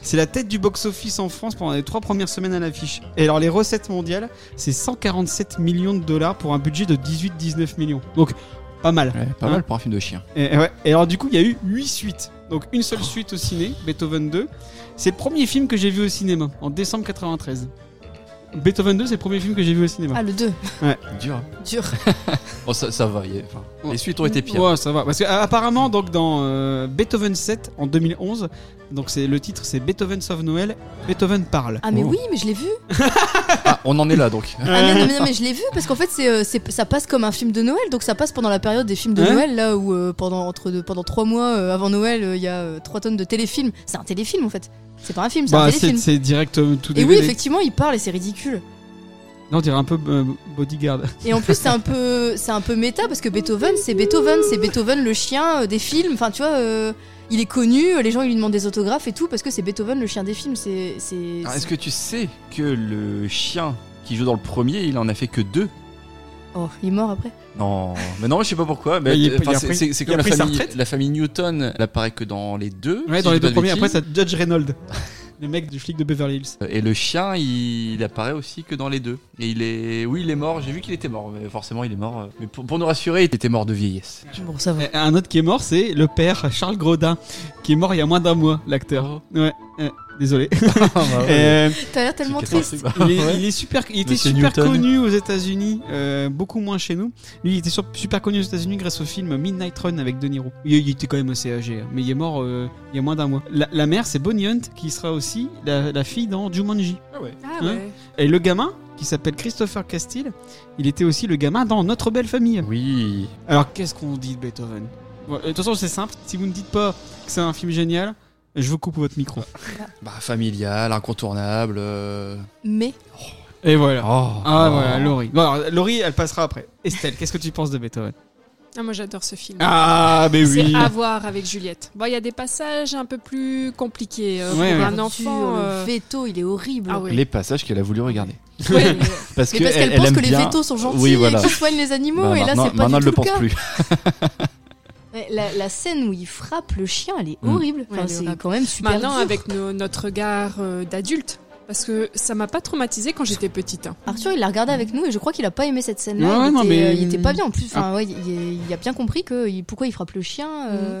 Speaker 2: C'est la tête du box-office en France pendant les trois premières semaines à l'affiche. Et alors, les recettes mondiales, c'est 147 millions de dollars pour un budget de 18-19 millions. Donc, pas mal.
Speaker 4: Ouais, pas
Speaker 2: Hein
Speaker 4: mal pour un film de chien.
Speaker 2: Et, et ouais. Et alors, du coup, il y a eu 8 suites. Donc, une seule suite au ciné, Beethoven 2. C'est le premier film que j'ai vu au cinéma, en décembre 93. Beethoven 2, c'est le premier film que j'ai vu au cinéma.
Speaker 5: Ah, le 2.
Speaker 4: Dur. hein.
Speaker 5: Dur.
Speaker 4: Bon, Oh, ça, ça va. y est- enfin,
Speaker 2: Ouais.
Speaker 4: Les suites ont été pires.
Speaker 2: Ouais, ça va. Parce que euh, apparemment, donc dans euh, Beethoven 7 en 2011, donc c'est le titre, c'est Beethoven sauve Noël, Beethoven parle.
Speaker 5: Ah, mais
Speaker 4: Oh.
Speaker 5: oui, mais je l'ai vu.
Speaker 4: Ah, on en est là donc.
Speaker 5: Ah mais non, mais non, mais je l'ai vu parce qu'en fait c'est, euh, c'est- ça passe comme un film de Noël donc ça passe pendant la période des films de
Speaker 2: Hein
Speaker 5: Noël là où euh, pendant entre deux- pendant trois mois euh, avant Noël euh, il y a euh, trois tonnes de téléfilms c'est un téléfilm en fait c'est pas un film c'est un
Speaker 2: Bah, c'est
Speaker 5: téléfilm
Speaker 2: c'est direct euh, tout
Speaker 5: et
Speaker 2: début.
Speaker 5: oui
Speaker 2: des-
Speaker 5: effectivement il parle et c'est ridicule
Speaker 2: Non, on dirait un peu euh,
Speaker 4: *laughs*
Speaker 2: bodyguard.
Speaker 5: et en plus c'est un peu c'est un peu méta parce que Beethoven c'est Beethoven c'est Beethoven le chien euh, des films enfin tu vois euh, il est connu euh, les gens ils lui demandent des autographes et tout parce que c'est Beethoven le chien des films c'est c'est
Speaker 4: Ah, Alors, Est-ce que tu sais que le chien qui joue dans le premier, il en a fait que deux
Speaker 5: Oh, il est mort après
Speaker 4: Non, mais non, je sais pas pourquoi. Mais
Speaker 2: Il a-
Speaker 4: enfin,
Speaker 2: il a
Speaker 4: c'est-
Speaker 2: pris-
Speaker 4: c'est c'est
Speaker 2: il a
Speaker 4: comme la
Speaker 2: pris sa
Speaker 4: famille,
Speaker 2: retraite.
Speaker 4: la famille Newton. Elle apparaît que dans les deux.
Speaker 2: Ouais,
Speaker 4: si
Speaker 2: dans
Speaker 4: je
Speaker 2: les
Speaker 4: dis pas
Speaker 2: deux
Speaker 4: de
Speaker 2: premiers. Après,
Speaker 4: bêtises.
Speaker 2: ça Judge
Speaker 4: *laughs*
Speaker 2: Reynolds, le mec du flic de Beverly Hills.
Speaker 4: Et le chien, il, il apparaît aussi que dans les deux. Et il est, oui, il est mort. J'ai vu qu'il était mort, mais forcément, il est mort. euh, Mais pour, pour nous rassurer, il était mort
Speaker 2: *laughs*
Speaker 4: de vieillesse.
Speaker 5: Bon, ça
Speaker 4: Eh,
Speaker 5: va.
Speaker 2: Et Un autre qui est mort, c'est le père Charles Grodin, qui est mort il y a moins d'un mois, l'acteur.
Speaker 4: Oh.
Speaker 2: Ouais, ouais, désolé. Euh,
Speaker 5: T'as l'air tellement triste.
Speaker 2: il, est, il est super, il était
Speaker 4: Monsieur
Speaker 2: super
Speaker 4: Newton.
Speaker 2: connu aux États-Unis, euh, beaucoup moins chez nous. Lui, il était sur- super connu aux États-Unis grâce au film Midnight Run avec De Niro. Il, il était quand même assez âgé, hein, mais il est mort euh, il y a moins d'un mois. La, la mère, c'est Bonnie Hunt, qui sera aussi la, la fille dans Jumanji.
Speaker 3: Ah
Speaker 2: Hein
Speaker 3: ouais.
Speaker 2: Et le gamin, qui s'appelle Christopher Castile, il était aussi le gamin dans Notre Belle Famille.
Speaker 4: Oui.
Speaker 2: Alors, qu'est-ce qu'on dit de Beethoven Bon, euh, De toute façon, c'est simple. Si vous ne dites pas que c'est un film génial, je vous coupe votre micro.
Speaker 4: Bah, familial, incontournable. euh.
Speaker 5: Mais
Speaker 2: Et voilà.
Speaker 4: Oh.
Speaker 2: Ah,
Speaker 4: Oh.
Speaker 2: voilà, Laurie. Bon, alors, Laurie, elle passera après. Estelle, qu'est-ce que tu penses de Beethoven
Speaker 3: Ah, moi, j'adore ce film.
Speaker 2: Ah, mais
Speaker 3: C'est à voir avec Juliette. Bon, il y a des passages un peu plus compliqués euh,
Speaker 2: Ouais,
Speaker 3: pour
Speaker 2: ouais.
Speaker 3: un
Speaker 5: Sur
Speaker 3: enfant.
Speaker 5: le
Speaker 3: euh,
Speaker 5: veto, il est horrible.
Speaker 3: Ah oui.
Speaker 4: Les passages qu'elle a voulu regarder.
Speaker 5: Ouais, mais-
Speaker 4: *laughs* Parce
Speaker 5: mais parce qu'elle
Speaker 4: elle- elle
Speaker 5: pense
Speaker 4: aime
Speaker 5: que les
Speaker 4: bien-
Speaker 5: vétos sont gentils
Speaker 4: Oui, voilà.
Speaker 5: et qu'ils soignent les animaux,
Speaker 4: Bah,
Speaker 5: et là,
Speaker 4: maintenant-
Speaker 5: c'est pas
Speaker 4: maintenant,
Speaker 5: du
Speaker 4: elle le
Speaker 5: tout le
Speaker 4: porte
Speaker 5: cas.
Speaker 4: plus.
Speaker 5: Ouais, La, la scène où il frappe le chien, elle est
Speaker 4: Mm.
Speaker 5: horrible. Enfin,
Speaker 3: Ouais, elle est
Speaker 5: c'est
Speaker 3: horrible.
Speaker 5: quand même super
Speaker 3: Maintenant,
Speaker 5: dur.
Speaker 3: avec nos- notre regard euh, d'adulte. Parce que ça m'a pas traumatisé quand j'étais petite. hein.
Speaker 5: Arthur, il l'a regardé avec nous et je crois qu'il a pas aimé cette scène-là.
Speaker 2: Ouais, ouais,
Speaker 5: il,
Speaker 2: non,
Speaker 5: était,
Speaker 2: mais-
Speaker 5: euh, il était pas bien en plus. Enfin, ouais, il, il- il a bien compris que il- pourquoi il frappe le chien. euh,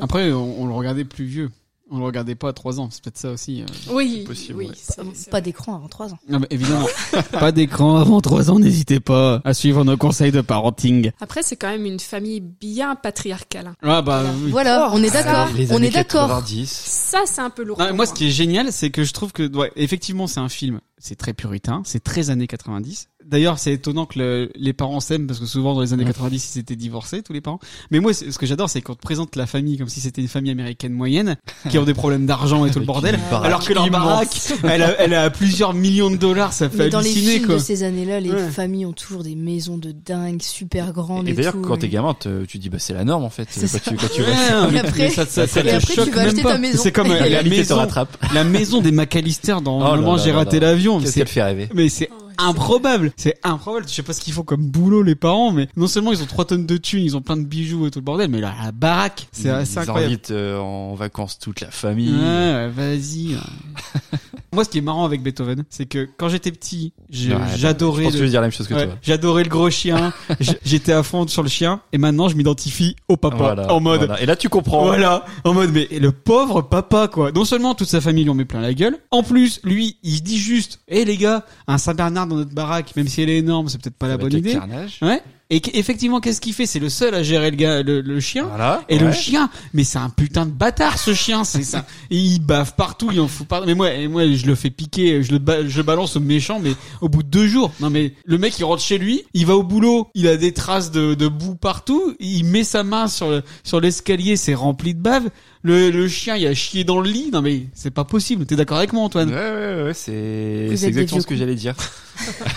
Speaker 2: *laughs*
Speaker 4: Mm.
Speaker 2: Après, on, on le regardait plus vieux. On le regardait pas à 3 ans, c'est peut-être ça aussi. euh.
Speaker 3: Oui,
Speaker 4: possible,
Speaker 3: oui.
Speaker 4: ouais.
Speaker 3: c'est-
Speaker 5: euh,
Speaker 3: Ah c'est
Speaker 5: Pas d'écran avant 3 ans.
Speaker 2: Non, mais évidemment, *laughs* pas d'écran avant 3 ans, n'hésitez pas à suivre nos conseils de parenting.
Speaker 3: Après, c'est quand même une famille bien patriarcale. hein.
Speaker 2: Ah bah oui.
Speaker 5: Voilà,
Speaker 3: Oh,
Speaker 5: on est d'accord.
Speaker 4: Les
Speaker 5: On
Speaker 4: années
Speaker 5: est d'accord.
Speaker 4: 90.
Speaker 3: Ça, c'est un peu lourd.
Speaker 2: Non, mais
Speaker 3: pour
Speaker 2: moi, ce qui est génial, c'est que je trouve que, ouais, effectivement, c'est un film, c'est très puritain, c'est très années 90. D'ailleurs, c'est étonnant que le- les parents s'aiment parce que souvent dans les années 90, ils étaient divorcés, tous les parents. Mais moi, c'est- ce que j'adore, c'est qu'on te présente la famille comme si c'était une famille américaine moyenne, qui ont des problèmes d'argent et tout le
Speaker 4: *laughs*
Speaker 2: bordel.
Speaker 4: une baraque
Speaker 2: Alors que leur baraque, elle a, elle a plusieurs millions de dollars, ça
Speaker 5: Mais
Speaker 2: fait
Speaker 5: dans les
Speaker 2: halluciner,
Speaker 5: films
Speaker 2: quoi.
Speaker 5: de ces années-là, les
Speaker 2: Ouais.
Speaker 5: familles ont toujours des maisons de dingue super grandes.
Speaker 4: Et d'ailleurs,
Speaker 5: tout,
Speaker 4: quand t'es
Speaker 5: ouais.
Speaker 4: gamin, te- tu dis bah c'est la norme en fait.
Speaker 5: C'est
Speaker 4: Quand tu, quand tu
Speaker 2: Ouais,
Speaker 4: vois ça.
Speaker 2: mais-
Speaker 5: *laughs* après-
Speaker 2: mais ça, ça, ça
Speaker 5: et
Speaker 2: te
Speaker 5: après, tu
Speaker 2: choque
Speaker 5: vas
Speaker 2: même
Speaker 5: acheter
Speaker 2: pas.
Speaker 5: ta maison.
Speaker 2: C'est comme euh,
Speaker 4: *laughs* La
Speaker 2: la
Speaker 4: réalité te
Speaker 2: maison,
Speaker 4: rattrape.
Speaker 2: la maison des McAllister dans
Speaker 4: Oh là
Speaker 2: Maman,
Speaker 4: là
Speaker 2: j'ai
Speaker 4: là
Speaker 2: raté
Speaker 4: là.
Speaker 2: l'avion.
Speaker 4: Qu'est-ce
Speaker 2: C'est
Speaker 4: qu'elle te fait rêver
Speaker 2: Mais c'est
Speaker 3: Ah ouais, c'est
Speaker 2: improbable, c'est improbable. Je sais pas ce qu'ils font comme boulot les parents, mais non seulement ils ont 3 tonnes de thunes, ils ont plein de bijoux et tout le bordel, mais la, la baraque, c'est assez
Speaker 4: Ils
Speaker 2: incroyable.
Speaker 4: invitent euh, en vacances toute la
Speaker 2: Ouais,
Speaker 4: famille.
Speaker 2: ouais,
Speaker 4: *laughs*
Speaker 2: vas-y. ouais. Moi, ce qui est marrant avec Beethoven, c'est que quand j'étais petit, je-
Speaker 4: Ouais, attends, Je
Speaker 2: j'adorais.
Speaker 4: pense que tu
Speaker 2: le-
Speaker 4: veux dire la même chose que
Speaker 2: ouais,
Speaker 4: toi.
Speaker 2: J'adorais le gros
Speaker 4: *laughs*
Speaker 2: chien, j- j'étais à fond sur le chien, et maintenant je m'identifie au papa,
Speaker 4: Voilà,
Speaker 2: en mode,
Speaker 4: voilà. Et là, tu comprends.
Speaker 2: Voilà, en mode mais le pauvre papa quoi. Non seulement toute sa famille lui en met plein la gueule, en plus lui il se dit juste, hé les gars, un Saint Bernard dans notre baraque, même si elle est énorme, c'est peut-être pas la
Speaker 4: Avec
Speaker 2: bonne
Speaker 4: le
Speaker 2: idée.
Speaker 4: carnage.
Speaker 2: Ouais. Et qu- effectivement qu'est-ce qu'il fait C'est le seul à gérer le gars, le, le chien.
Speaker 4: Voilà.
Speaker 2: Et le
Speaker 4: ouais.
Speaker 2: chien, mais c'est un putain de bâtard ce chien, c'est ça. Et il bave partout, il en fout partout. Mais moi, et moi, je le fais piquer, je le, ba- je le balance au méchant, mais au bout de deux jours. Non mais le mec, il rentre chez lui, il va au boulot, il a des traces de, de boue partout, il met sa main sur le, sur l'escalier, c'est rempli de bave. Le, le chien, il a chié dans le lit. Non mais c'est pas possible. T'es d'accord avec moi, Antoine
Speaker 4: Ouais, ouais, ouais, c'est
Speaker 5: Vous
Speaker 4: c'est
Speaker 5: êtes des
Speaker 4: exactement
Speaker 5: vieux
Speaker 4: ce que
Speaker 5: cons.
Speaker 4: j'allais dire.
Speaker 5: *laughs*
Speaker 4: *laughs*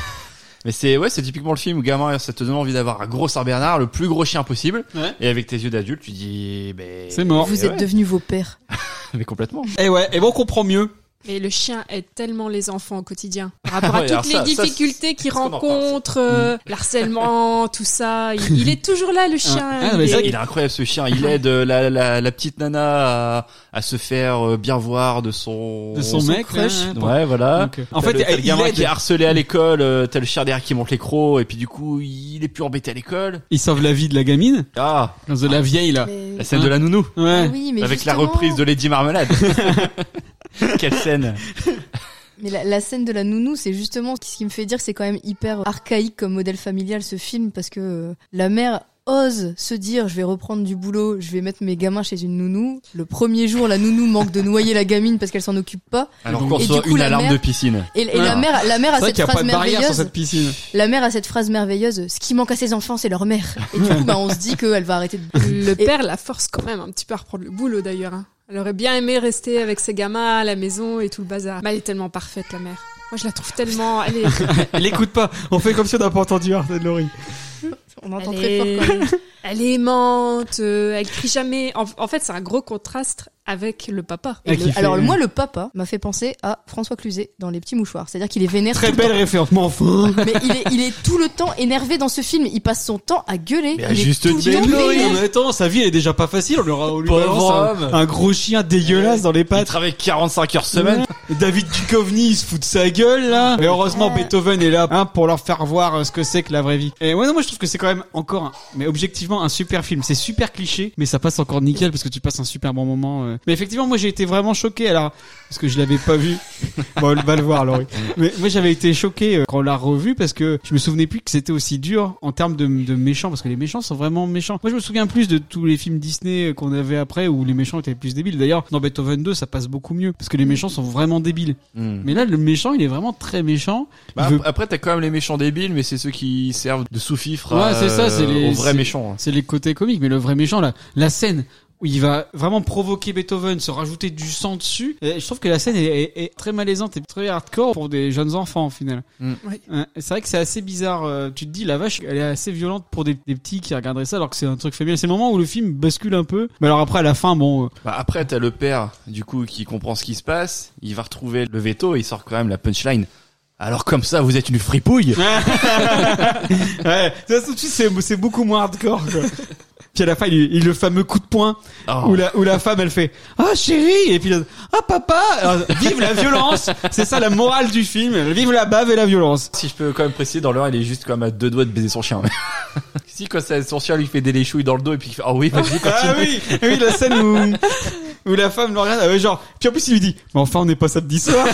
Speaker 4: Mais c'est ouais, c'est typiquement le film où gamin, ça te donne envie d'avoir un gros Saint Bernard, le plus gros chien possible.
Speaker 2: Ouais.
Speaker 4: Et avec tes yeux d'adulte, tu dis, ben
Speaker 2: C'est mort.
Speaker 5: Vous
Speaker 4: Eh
Speaker 5: êtes
Speaker 4: ouais,
Speaker 5: devenus vos pères.
Speaker 4: Mais complètement.
Speaker 2: Eh ouais, et bon, on comprend mieux.
Speaker 3: Mais le chien aide tellement les enfants au quotidien.
Speaker 4: *laughs*
Speaker 3: Par rapport à
Speaker 4: Ouais, alors
Speaker 3: toutes
Speaker 4: ça-
Speaker 3: les
Speaker 4: ça,
Speaker 3: difficultés qu'ils
Speaker 4: qu'on en parle, Mm.
Speaker 3: rencontrent, euh, l'harcèlement, tout ça. Il, il est toujours là, le chien.
Speaker 2: Ah, mais
Speaker 3: il
Speaker 2: ça,
Speaker 3: est-
Speaker 4: Il est incroyable ce chien. Il aide euh, la, la, la petite nana à, à se faire euh, bien voir de son
Speaker 2: De son mec, ouais, ouais,
Speaker 4: Ouais, voilà.
Speaker 2: Donc, euh, en
Speaker 4: Ah, T'as
Speaker 2: fait,
Speaker 4: le, t'as le
Speaker 2: il
Speaker 4: gamin qui est
Speaker 2: aide.
Speaker 4: harcelé à l'école, euh, t'as le chien derrière qui monte les crocs, et puis du coup, il est plus embêté à l'école.
Speaker 2: Il sauve la vie de la gamine,
Speaker 4: Ah,
Speaker 2: de la vieille là.
Speaker 5: Mais- Ah
Speaker 4: la scène de la nounou,
Speaker 2: Ouais.
Speaker 5: Oui, mais
Speaker 4: avec la
Speaker 5: justement-
Speaker 4: reprise de Lady
Speaker 5: *laughs*
Speaker 4: Marmalade. Quelle scène
Speaker 5: Mais la, la scène de la nounou, c'est justement ce qui me fait dire que c'est quand même hyper archaïque comme modèle familial ce film parce que euh, la mère ose se dire je vais reprendre du boulot, je vais mettre mes gamins chez une nounou. Le premier jour, la nounou manque de noyer la gamine parce qu'elle s'en occupe pas.
Speaker 4: Alors qu'on
Speaker 5: Et
Speaker 4: soit
Speaker 5: du coup,
Speaker 4: une
Speaker 5: la
Speaker 4: alarme
Speaker 5: mère-
Speaker 4: de piscine.
Speaker 5: Et, et
Speaker 2: Ah.
Speaker 5: la mère, la mère
Speaker 2: C'est
Speaker 5: a
Speaker 2: vrai qu'il
Speaker 5: cette
Speaker 2: n'y a
Speaker 5: phrase
Speaker 2: pas de barrière sur
Speaker 5: merveilleuse.
Speaker 2: cette piscine.
Speaker 5: La mère a cette phrase merveilleuse. Ce qui manque à ses enfants, c'est leur mère. Et du coup, bah, on se dit qu'elle va arrêter de.
Speaker 3: Le
Speaker 5: Et-
Speaker 3: père la force quand même un petit peu à reprendre le boulot d'ailleurs. hein. Elle aurait bien aimé rester avec ses gamins à la maison et tout le bazar. Mais elle est tellement parfaite la mère. Moi je la trouve tellement. Elle est.
Speaker 2: Elle écoute pas. On fait comme si on n'a pas entendu Arsène Laurie.
Speaker 5: On entend
Speaker 3: Elle
Speaker 5: très fort.
Speaker 3: est... elle est aimante. euh, Elle crie jamais. En, en fait c'est un gros contraste avec le papa.
Speaker 5: Et
Speaker 2: Et
Speaker 5: le-
Speaker 2: qui fait-
Speaker 5: alors moi le papa m'a fait penser à François Cluzet dans Les Petits Mouchoirs, c'est-à-dire qu'il est vénère.
Speaker 2: Très
Speaker 5: tout le
Speaker 2: belle
Speaker 5: temps.
Speaker 2: référence, mais enfin
Speaker 5: Mais il est, il est tout le temps énervé dans ce film. Il passe son temps à gueuler.
Speaker 4: Mais à
Speaker 5: il est
Speaker 4: juste
Speaker 5: tout le
Speaker 4: titre.
Speaker 5: temps
Speaker 4: Mais
Speaker 5: vénère.
Speaker 2: mais attends, sa vie elle est déjà pas facile, on lui aura on lui
Speaker 4: Pauvre
Speaker 2: balance un,
Speaker 4: homme.
Speaker 2: un gros chien dégueulasse dans les
Speaker 4: Il
Speaker 2: pattes.
Speaker 4: travaille 45 heures semaine.
Speaker 2: Ouais. David Duchovny il se fout de sa gueule là. Mais heureusement Beethoven est là hein, pour leur faire voir euh, ce que c'est que la vraie vie. Et ouais non moi je trouve que c'est quand même encore un- mais objectivement un super film. C'est super cliché mais ça passe encore nickel parce que tu passes un super bon moment. euh. Mais effectivement moi j'ai été vraiment choqué alors parce que je l'avais pas *laughs* vu. bon on va le voir Laurie. Mais moi j'avais été choqué euh, quand on l'a revu parce que je me souvenais plus que c'était aussi dur en termes de, de méchants parce que les méchants sont vraiment méchants. Moi je me souviens plus de tous les films Disney euh, qu'on avait après où les méchants étaient plus débiles. D'ailleurs dans Beethoven 2 ça passe beaucoup mieux parce que les méchants sont vraiment débiles. Mais là le méchant il est vraiment très méchant. Il
Speaker 4: Hmm. Bah,
Speaker 2: veut-
Speaker 4: ap- Après, t'as quand même les méchants débiles, mais c'est ceux qui servent de sous-fifre
Speaker 2: Ouais,
Speaker 4: à-
Speaker 2: c'est ça, c'est les-
Speaker 4: aux vrais
Speaker 2: c'est-
Speaker 4: méchants. hein.
Speaker 2: C'est les côtés comiques mais le vrai méchant là la scène où il va vraiment provoquer Beethoven, se rajouter du sang dessus. Et je trouve que la scène est, est- est très malaisante et très hardcore pour des jeunes enfants au final. Ouais, C'est vrai que c'est assez bizarre. euh, Tu te dis, la vache, elle est assez violente pour des, des petits qui regarderaient ça alors que c'est un truc familial. C'est le moment où le film bascule un peu. Mais alors après, à la fin, bon, euh,
Speaker 4: Bah, après, t'as le père, du coup, qui comprend ce qui se passe. Il va retrouver le veto et il sort quand même la punchline. Alors comme ça, vous êtes une fripouille.
Speaker 2: ouais, ça, tout de suite, c'est, c'est beaucoup moins hardcore. quoi. *laughs* Puis à la fin, il, il le fameux coup de poing
Speaker 4: Oh.
Speaker 2: où la, où la femme, elle fait Ah chérie Et puis l'autre, Ah papa Alors, Vive la violence C'est ça la morale du film. Vive la bave et la violence.
Speaker 4: Si je peux quand même préciser, dans l'heure, il est juste quand même à deux doigts de baiser son chien. *laughs* si quand ça- son chien lui fait des léchouilles dans le dos et puis il fait oh oui, vas-y,
Speaker 2: Ah oui, oui, la scène où, où la femme le regarde, euh, genre, puis en plus il lui dit, mais enfin on n'est pas samedi soir.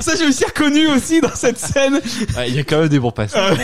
Speaker 2: ça je me suis reconnu aussi dans cette scène.
Speaker 4: *laughs* Ouais, il y a quand même des bons passages.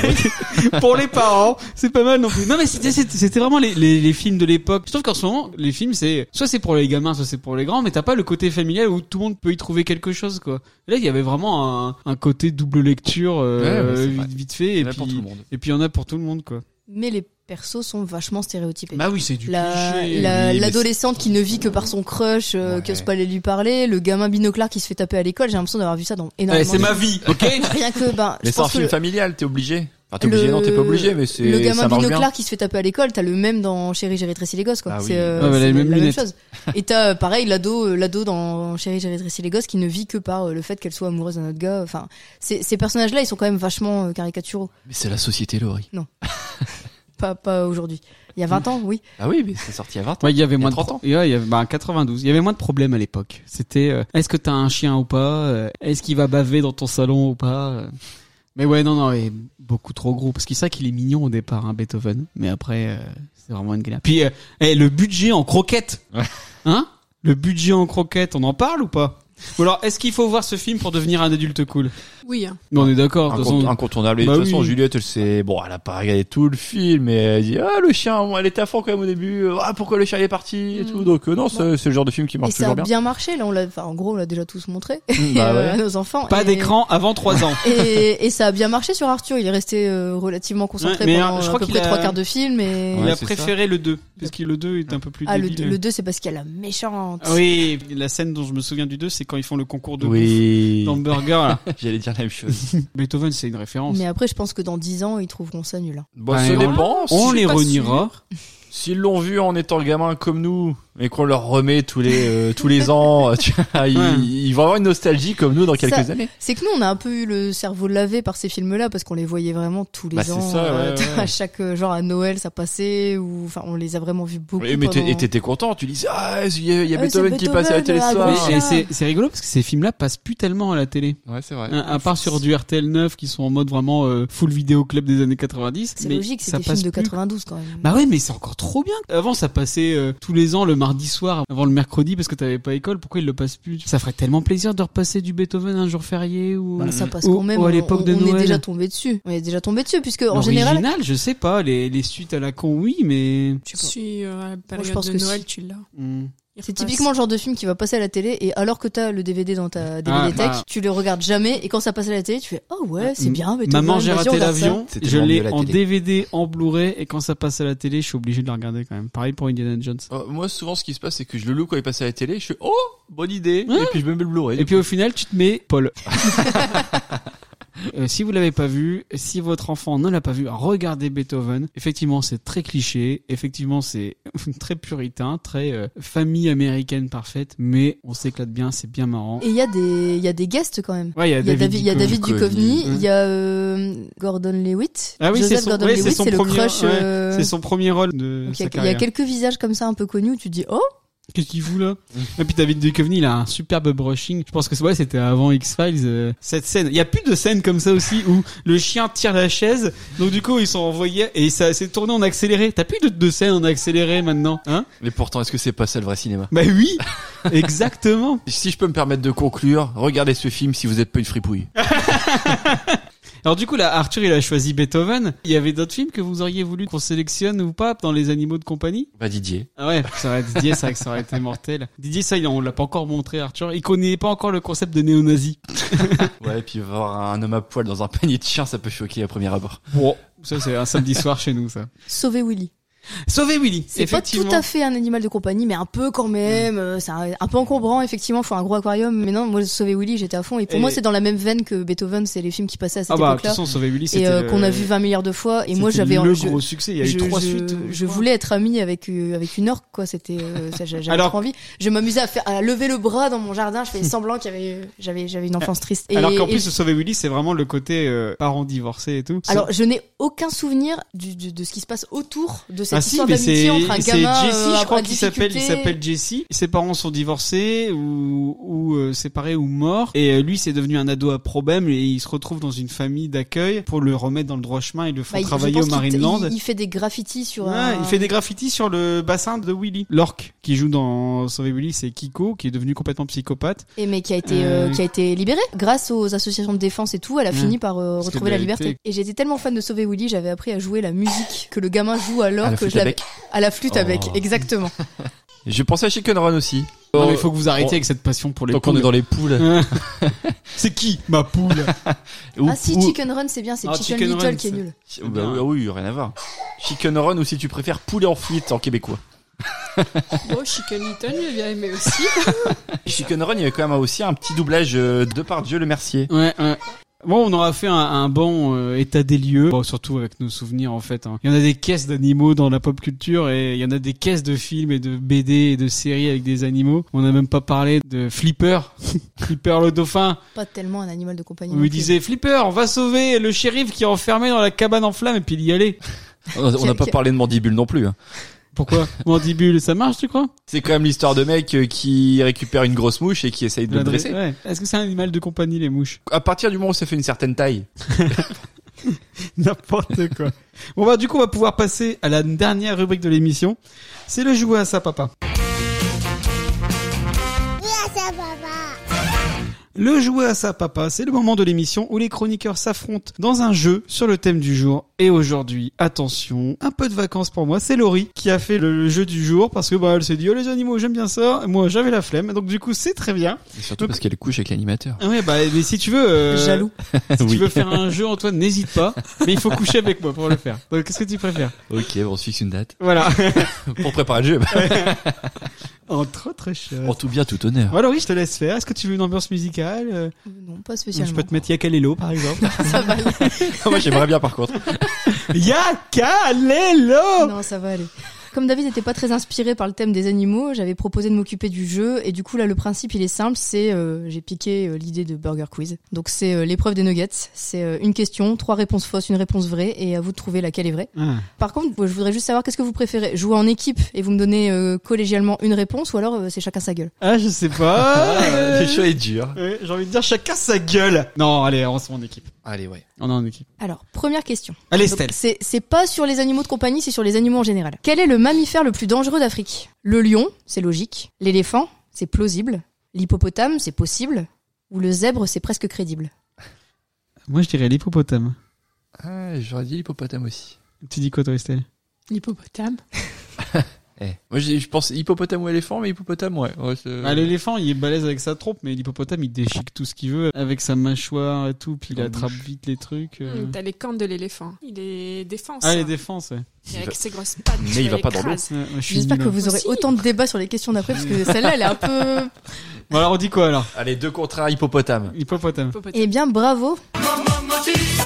Speaker 2: Pour les parents, c'est pas mal non plus. Non mais c'était, c'était c'était vraiment les, les, les films de l'époque. Je trouve qu'en ce moment, les films c'est, soit c'est pour les gamins, soit c'est pour les grands, mais t'as pas le côté familial où tout le monde peut y trouver quelque chose quoi. Là il y avait vraiment un, un côté double lecture, euh,
Speaker 4: Ouais, ouais, c'est vrai.
Speaker 2: vite, vite fait, et
Speaker 4: Il y en a
Speaker 2: puis,
Speaker 4: pour tout le monde.
Speaker 2: et puis il y en a pour tout le monde quoi.
Speaker 5: Mais les persos sont vachement stéréotypés.
Speaker 2: Bah oui c'est du
Speaker 5: La-
Speaker 2: cliché.
Speaker 5: la-
Speaker 4: mais-
Speaker 5: L'adolescente qui ne vit que par son crush, euh,
Speaker 4: Ouais.
Speaker 5: qui ose pas aller lui parler, le gamin binoclard qui se fait taper à l'école, j'ai l'impression d'avoir vu ça dans énormément
Speaker 2: Allez, Eh, c'est
Speaker 5: de
Speaker 2: ma
Speaker 5: films.
Speaker 2: vie, ok
Speaker 5: Rien que, ben,
Speaker 4: Mais
Speaker 5: je
Speaker 4: c'est un
Speaker 5: pense que
Speaker 4: film
Speaker 5: le-
Speaker 4: familial, t'es obligé. Enfin, t'es obligé, non, t'es pas obligé, mais c'est
Speaker 5: le
Speaker 4: ça
Speaker 5: gamin
Speaker 4: marche bien.
Speaker 5: binoclard qui se fait taper à l'école, t'as le même dans Chéri, j'ai rétréci les gosses, quoi.
Speaker 4: Ah oui.
Speaker 5: C'est euh,
Speaker 2: Ouais, mais elle a les
Speaker 5: c'est la
Speaker 2: mêmes
Speaker 5: même
Speaker 2: lunettes.
Speaker 5: chose. Et t'as euh, pareil l'ado, euh, l'ado dans Chéri, j'ai rétréci les gosses, qui ne vit que par euh, le fait qu'elle soit amoureuse d'un autre gars. Enfin, ces ces personnages-là, ils sont quand même vachement euh, caricaturaux.
Speaker 4: Mais c'est la société, Laurie.
Speaker 5: Pas, pas aujourd'hui. Il y a 20 ans, oui.
Speaker 4: Ah oui, mais c'est sorti à 20 ans.
Speaker 2: Ouais, il y avait
Speaker 4: Il y a
Speaker 2: moins de
Speaker 4: 30
Speaker 2: pro-
Speaker 4: ans.
Speaker 2: Ouais, il y avait bah, 92. Il y avait moins de problèmes à l'époque. C'était euh, est-ce que t'as un chien ou pas Euh, Est-ce qu'il va baver dans ton salon ou pas Euh, Mais ouais, non, non, et beaucoup trop gros parce qu'il sait qu'il est mignon au départ, hein, Beethoven. Mais après, euh, c'est vraiment une galère. Puis euh, eh, le budget en croquettes, hein Le budget en croquettes, on en parle ou pas Ou alors, est-ce qu'il faut voir ce film pour devenir un adulte cool
Speaker 3: Oui, hein.
Speaker 2: Mais on est d'accord. de toute
Speaker 4: Incont-
Speaker 2: façon.
Speaker 4: Incontournable. Et
Speaker 2: Bah
Speaker 4: de toute façon,
Speaker 2: oui.
Speaker 4: Juliette, elle sait, bon, elle a pas regardé tout le film, mais elle dit, ah, le chien, bon, elle était à fond quand même au début, euh, ah, pourquoi le chien il est parti et tout. Donc, euh, non, c'est c'est le genre de film qui
Speaker 5: Mm. Bah. Et
Speaker 4: marche
Speaker 5: ça a
Speaker 4: toujours
Speaker 5: bien,
Speaker 4: bien.
Speaker 5: marché. Là, on l'a, enfin, en gros, on l'a déjà tous montré
Speaker 4: Mm, bah
Speaker 5: euh,
Speaker 4: ouais.
Speaker 5: *laughs* à nos enfants.
Speaker 2: Pas
Speaker 5: Et-
Speaker 2: d'écran avant 3 ans.
Speaker 5: Et, et ça a bien marché sur Arthur. Il est resté euh, relativement concentré
Speaker 2: Ouais, mais,
Speaker 5: pendant
Speaker 2: euh, je
Speaker 5: à
Speaker 2: crois
Speaker 5: peu
Speaker 2: qu'il
Speaker 5: près
Speaker 2: a-
Speaker 5: trois quarts de film. Et...
Speaker 2: Il
Speaker 4: Ouais,
Speaker 2: a
Speaker 4: c'est
Speaker 2: préféré le 2 parce que le 2 est un peu plus
Speaker 5: Ah, le,
Speaker 2: débile.
Speaker 5: le 2, c'est parce qu'elle a méchante.
Speaker 2: Ah Oui, la scène dont je me souviens du 2, c'est quand ils font le concours de bouffe
Speaker 4: Oui.
Speaker 2: d'hamburger. là.
Speaker 4: *laughs* J'allais dire la même chose.
Speaker 2: Beethoven, c'est une référence.
Speaker 5: Mais après, je pense que dans 10 ans, ils trouveront ça nul. hein.
Speaker 4: Bon,
Speaker 2: Ouais,
Speaker 4: ça
Speaker 2: on-
Speaker 4: dépend.
Speaker 2: On
Speaker 4: Si-
Speaker 2: les
Speaker 3: pas
Speaker 2: reniera.
Speaker 4: S'ils l'ont vu en étant gamin comme nous et qu'on leur remet tous les euh, tous les
Speaker 5: *laughs*
Speaker 4: ans, euh, tu vois, ils,
Speaker 2: Ouais.
Speaker 4: ils vont avoir une nostalgie comme nous dans quelques
Speaker 5: Ça-
Speaker 4: années.
Speaker 5: C'est que nous, on a un peu eu le cerveau lavé par ces films-là parce qu'on les voyait vraiment tous les
Speaker 4: Bah, c'est
Speaker 5: ans.
Speaker 4: ça,
Speaker 5: euh, *laughs*
Speaker 4: ouais, ouais.
Speaker 5: À chaque euh, genre à Noël, ça passait. Ou enfin, on les a vraiment vus beaucoup.
Speaker 4: Oui, mais t'es-
Speaker 5: pendant-
Speaker 4: et t'étais content, tu disais ah il y a, il y a
Speaker 5: Ah,
Speaker 4: Beethoven
Speaker 5: c'est
Speaker 4: qui passe à la télé ce
Speaker 5: Beethoven,
Speaker 4: soir.
Speaker 5: ah,
Speaker 2: Mais-
Speaker 5: oui.
Speaker 2: et c'est c'est rigolo parce que ces films-là passent plus tellement à la télé.
Speaker 4: Ouais c'est vrai.
Speaker 2: Hein, À, part sur du RTL 9 qui sont en mode vraiment euh, full vidéo club des années 90.
Speaker 5: C'est
Speaker 2: mais
Speaker 5: logique, c'est
Speaker 2: ça
Speaker 5: des films
Speaker 2: passe
Speaker 5: de
Speaker 2: plus.
Speaker 5: 92 quand même.
Speaker 2: Bah ouais, mais c'est encore trop bien. Avant, ça passait euh, tous les ans le mardi soir, avant le mercredi parce que t'avais pas école. Pourquoi ils le passent plus Ça ferait tellement plaisir de repasser du Beethoven un jour férié ou.
Speaker 5: Bah, ça passe
Speaker 2: Ou-
Speaker 5: quand même.
Speaker 2: ou à
Speaker 5: on-
Speaker 2: l'époque de
Speaker 5: on,
Speaker 2: Noël.
Speaker 5: est déjà tombé dessus. On est déjà tombé dessus puisque en
Speaker 2: L'original,
Speaker 5: général,
Speaker 2: je sais pas. Les, les suites à la con, oui, mais.
Speaker 5: je sais pas.
Speaker 3: Si euh, à la période
Speaker 5: je pense
Speaker 3: de
Speaker 5: que si.
Speaker 3: Noël, tu l'as.
Speaker 2: Hmm.
Speaker 3: Il
Speaker 5: C'est
Speaker 3: repasse.
Speaker 5: typiquement le genre de film qui va passer à la télé et alors que t'as le DVD dans
Speaker 4: Ah,
Speaker 5: ta DVD tech,
Speaker 2: bah.
Speaker 5: tu le regardes jamais et quand ça passe à la télé, tu fais oh ouais c'est
Speaker 2: M-
Speaker 5: bien. mais
Speaker 2: Maman,
Speaker 5: Thomas,
Speaker 2: j'ai
Speaker 5: vas-y, on
Speaker 2: raté
Speaker 5: regarde ça.
Speaker 2: l'avion.
Speaker 4: C'était
Speaker 2: Je
Speaker 4: vraiment
Speaker 2: l'ai
Speaker 4: mieux la
Speaker 2: en
Speaker 4: télé.
Speaker 2: DVD, en Blu-ray, et quand ça passe à la télé, je suis obligé de la regarder quand même. Pareil pour Indiana Jones.
Speaker 4: Euh, moi souvent ce qui se passe c'est que je le loue quand il passe à la télé, je fais oh bonne idée
Speaker 2: Ouais.
Speaker 4: et puis je me mets le Blu-ray. *laughs*
Speaker 2: Et puis au final, tu te mets Paul. Euh, si vous l'avez pas vu, si votre enfant ne l'a pas vu, regardez Beethoven. Effectivement, c'est très cliché. Effectivement, c'est *laughs* très puritain, très euh, famille américaine parfaite. Mais on s'éclate bien, c'est bien marrant.
Speaker 5: Et il y a des, il y a des guests quand même.
Speaker 2: Ouais, il y a David
Speaker 5: Davi- il y a David
Speaker 2: Duchovny. Hein.
Speaker 5: Duchovny, il y a euh, Gordon Lewitt.
Speaker 2: Ah oui, c'est
Speaker 5: Joseph
Speaker 2: son,
Speaker 5: Gordon
Speaker 2: ouais, c'est
Speaker 5: Lewitt,
Speaker 2: son
Speaker 5: c'est le
Speaker 2: premier,
Speaker 5: crush.
Speaker 2: ouais,
Speaker 5: euh,
Speaker 2: c'est son premier rôle de
Speaker 5: donc
Speaker 2: sa
Speaker 5: Il y, a- il y a
Speaker 2: carrière.
Speaker 5: quelques visages comme ça un peu connus où tu te dis oh
Speaker 2: Qu'est-ce qu'il fout là Et puis David Duchovny, il a un superbe brushing. Je pense que ouais, c'était avant X-Files. euh, cette scène, il y a plus de scènes comme ça aussi où le chien tire la chaise. Donc du coup, ils sont envoyés et ça s'est tourné en accéléré. T'as plus de, de scènes en accéléré maintenant, hein
Speaker 4: Mais pourtant, est-ce que c'est pas ça le vrai cinéma
Speaker 2: Bah
Speaker 5: *laughs*
Speaker 2: oui, exactement.
Speaker 4: Si je peux me permettre de conclure, regardez ce film si vous êtes pas une fripouille.
Speaker 2: Alors du coup, là, Arthur, il a choisi Beethoven. Il y avait d'autres films que vous auriez voulu qu'on sélectionne ou pas dans les animaux de compagnie
Speaker 4: Bah Didier.
Speaker 2: Ah ouais, ça aurait Didier, c'est vrai que ça aurait été mortel. Didier, ça, il- on l'a pas encore montré, Arthur. Il connaît pas encore le concept de néo-nazi.
Speaker 4: Ouais, et puis voir un homme à poil dans un *laughs* panier de chien, ça peut choquer à premier abord.
Speaker 2: Bon, ça c'est un samedi soir chez nous, ça.
Speaker 5: sauvez Willy.
Speaker 2: Sauver Willy.
Speaker 5: C'est pas tout à fait un animal de compagnie, mais un peu quand
Speaker 2: Mm.
Speaker 5: même. euh, C'est un, un peu encombrant, effectivement. Faut un gros aquarium. Mais non, moi, Sauver Willy, j'étais à fond. Et pour
Speaker 2: Et-
Speaker 5: moi, c'est dans la même veine que Beethoven. C'est les films qui passaient à cette
Speaker 2: Ah bah, de toute
Speaker 5: époque-là.
Speaker 2: façon, Sauver Willy,
Speaker 5: Et
Speaker 2: c'était
Speaker 5: euh, qu'on a
Speaker 2: euh,
Speaker 5: vu 20 milliards de fois. Et moi,
Speaker 2: c'était
Speaker 5: j'avais
Speaker 2: le
Speaker 5: je-
Speaker 2: gros succès. Il y a eu
Speaker 5: je-
Speaker 2: trois
Speaker 5: je-
Speaker 2: suites. je
Speaker 5: Je
Speaker 2: crois.
Speaker 5: voulais être amie avec euh, avec une orque quoi, c'était euh, ça, j'a- j'avais
Speaker 2: Alors-
Speaker 5: trop envie. Je m'amusais à faire à lever le bras dans mon jardin,
Speaker 2: *laughs*
Speaker 5: je faisais semblant qu'il y avait j'avais j'avais une enfance triste. Et-
Speaker 2: Alors qu'en
Speaker 5: et
Speaker 2: plus, Sauver Willy, c'est vraiment le côté euh, parents divorcés et tout.
Speaker 5: alors, je n'ai aucun souvenir du, du- de ce qui se passe autour de cette
Speaker 2: ah si,
Speaker 5: histoire
Speaker 2: mais c'est
Speaker 5: d'amitié entre un
Speaker 2: c'est
Speaker 5: gamin
Speaker 2: Jesse,
Speaker 5: euh,
Speaker 2: je crois
Speaker 5: à
Speaker 2: qu'il s'appelle, il
Speaker 5: difficulté.
Speaker 2: s'appelle Jesse. Ses parents sont divorcés ou, ou euh, séparés ou morts, et euh, lui c'est devenu un ado à problème et il se retrouve dans une famille d'accueil pour le remettre dans le droit chemin et le font
Speaker 5: Bah, il- je
Speaker 2: travailler
Speaker 5: pense
Speaker 2: au
Speaker 5: qu'il-
Speaker 2: Marineland.
Speaker 5: Il, il fait des graffitis sur
Speaker 2: Ouais,
Speaker 5: un.
Speaker 2: Il fait des graffitis sur le bassin de Willy. L'orque qui joue dans Sauver Willy, c'est Kiko, qui est devenu complètement psychopathe.
Speaker 5: Et mais qui a été euh,
Speaker 2: Euh,
Speaker 5: qui a été libérée grâce aux associations de défense et tout. Elle a
Speaker 2: Ouais.
Speaker 5: fini par euh,
Speaker 2: Parce
Speaker 5: retrouver la
Speaker 2: qu'elle a
Speaker 5: liberté.
Speaker 2: été-
Speaker 5: Et j'étais tellement fan de Sauver Willy, j'avais appris à jouer la musique que le gamin joue alors
Speaker 4: À la
Speaker 5: que
Speaker 4: flûte
Speaker 5: je
Speaker 4: à
Speaker 5: l'avais
Speaker 4: bec.
Speaker 5: à la flûte
Speaker 4: Oh.
Speaker 5: avec. Exactement.
Speaker 4: J'ai pensé à Chicken Run aussi.
Speaker 2: Non, mais
Speaker 4: Euh,
Speaker 2: il faut que vous arrêtiez
Speaker 4: on-
Speaker 2: avec cette passion pour les
Speaker 4: Tant qu'on est dans les poules.
Speaker 2: *laughs* C'est qui ma poule
Speaker 4: Ou-
Speaker 5: ah si
Speaker 4: ou-
Speaker 5: Chicken Run, c'est bien. C'est
Speaker 2: Ah,
Speaker 5: Chicken,
Speaker 2: Chicken
Speaker 5: Little
Speaker 2: Run,
Speaker 5: qui est
Speaker 2: c'est-
Speaker 5: nul.
Speaker 4: Bah oui, ah oui, rien à voir. Chicken Run ou si tu préfères poulet en fuite en *laughs* québécois.
Speaker 3: Bon, Chicken Little, j'ai bien aimé aussi.
Speaker 4: Chicken Run, il y avait quand même aussi un petit doublage euh, de par Dieu le Mercier.
Speaker 2: Ouais, ouais. Bon, on aura fait un, un bon euh, état des lieux, bon, surtout avec nos souvenirs en fait. hein. Il y en a des caisses d'animaux dans la pop culture et il y en a des caisses de films et de BD et de séries avec des animaux. On n'a même pas parlé de Flipper, *laughs* Flipper le dauphin.
Speaker 5: Pas tellement un animal de compagnie.
Speaker 2: On
Speaker 5: non
Speaker 2: lui
Speaker 5: plus.
Speaker 2: disait Flipper, on va sauver le shérif qui est enfermé dans la cabane en flammes et puis il y allait.
Speaker 4: On on n'a pas parlé de mandibule non plus. hein. *laughs*
Speaker 2: Pourquoi Mandibule, ça marche, tu crois
Speaker 4: C'est quand même l'histoire de mec euh, qui récupère une grosse mouche et qui essaye de le dresser.
Speaker 2: Ouais. Est-ce que c'est un animal de compagnie les mouches
Speaker 4: *laughs* À partir du moment où ça fait une certaine taille.
Speaker 2: N'importe quoi. Bon bah du coup on va pouvoir passer à la dernière rubrique de l'émission. C'est le jouet à sa papa.
Speaker 1: Oui, à Ah, ça, papa.
Speaker 2: Le jouet à sa papa, c'est le moment de l'émission où les chroniqueurs s'affrontent dans un jeu sur le thème du jour. Et aujourd'hui, attention, un peu de vacances pour moi, c'est Laurie qui a fait le jeu du jour parce que bah elle s'est dit oh les animaux j'aime bien ça, moi j'avais la flemme, donc du coup c'est très bien.
Speaker 4: Et surtout parce qu'elle couche avec l'animateur.
Speaker 2: Ah Ouais bah mais si tu veux euh,
Speaker 5: Jaloux.
Speaker 2: si tu
Speaker 4: Oui.
Speaker 2: veux faire un jeu Antoine n'hésite pas, mais il faut coucher avec moi pour le faire. Donc qu'est-ce que tu préfères
Speaker 4: Ok, bon, on se fixe une date.
Speaker 2: Voilà.
Speaker 4: Pour préparer le *laughs* jeu. bah,
Speaker 2: Entre autres choses.
Speaker 4: En tout bien, tout honneur.
Speaker 2: Voilà, oui, Bah, je te laisse faire. Est-ce que tu veux une ambiance musicale Euh,
Speaker 5: Non, pas spécialement.
Speaker 2: Je peux te mettre Yakalelo, par exemple.
Speaker 5: Ça va. aller.
Speaker 4: *laughs* Moi, j'aimerais bien par contre.
Speaker 2: Yakalelo
Speaker 5: Non, ça va aller. Comme David n'était pas très inspiré par le thème des animaux, j'avais proposé de m'occuper du jeu. Et du coup, là, le principe, il est simple. C'est, euh, j'ai piqué euh, l'idée de Burger Quiz. Donc, c'est euh, l'épreuve des nuggets. C'est euh, une question, trois réponses fausses, une réponse vraie, et à vous de trouver laquelle est vraie.
Speaker 2: Ah.
Speaker 5: Par contre, je voudrais juste savoir qu'est-ce que vous préférez jouer en équipe et vous me donnez euh, collégialement une réponse, ou alors euh, c'est chacun sa gueule.
Speaker 2: Ah, je sais *laughs* pas.
Speaker 5: Euh.
Speaker 2: Euh,
Speaker 4: Le choix est dur.
Speaker 2: Ouais, J'ai envie de dire chacun sa gueule. Non, allez, on se met en équipe.
Speaker 4: Allez, ouais.
Speaker 2: On est en équipe.
Speaker 5: Alors, première question.
Speaker 2: Allez,
Speaker 5: Donc,
Speaker 2: Estelle.
Speaker 5: C'est c'est pas sur les animaux de compagnie, c'est sur les animaux en général. Quel est le mammifère le plus dangereux d'Afrique Le lion, c'est logique. L'éléphant, c'est plausible. L'hippopotame, c'est possible. Ou le zèbre, c'est presque crédible.
Speaker 2: Moi, je dirais l'hippopotame.
Speaker 4: Ah, j'aurais dit l'hippopotame aussi.
Speaker 2: Tu dis quoi, toi, Estelle
Speaker 3: L'hippopotame.
Speaker 4: Eh. Moi, j'ai- je pense hippopotame ou éléphant, mais hippopotame, ouais. Ouais, c'est-
Speaker 2: Ah, L'éléphant, il est balèze avec sa trompe, mais l'hippopotame, il déchique tout ce qu'il veut avec sa mâchoire et tout, puis il
Speaker 4: En
Speaker 2: attrape vite les trucs. euh.
Speaker 5: Mmh,
Speaker 3: T'as les cornes de l'éléphant. Il est défense.
Speaker 2: Ah, les
Speaker 3: hein.
Speaker 2: défenses, ouais.
Speaker 3: Et Avec ses grosses pattes.
Speaker 4: Mais
Speaker 3: tu
Speaker 4: il
Speaker 3: vois,
Speaker 4: va pas dans l'eau.
Speaker 3: écrase.
Speaker 2: Ouais, moi, je suis
Speaker 5: J'espère
Speaker 2: nul,
Speaker 5: que
Speaker 2: hein.
Speaker 5: vous aurez
Speaker 3: Aussi.
Speaker 5: autant de débats sur les questions d'après, parce que celle-là, elle est un peu...
Speaker 2: Bon, alors, on dit quoi, alors
Speaker 4: Allez, deux contre un hippopotame.
Speaker 2: Hippopotame.
Speaker 3: Hippopotame.
Speaker 5: Eh bien, bravo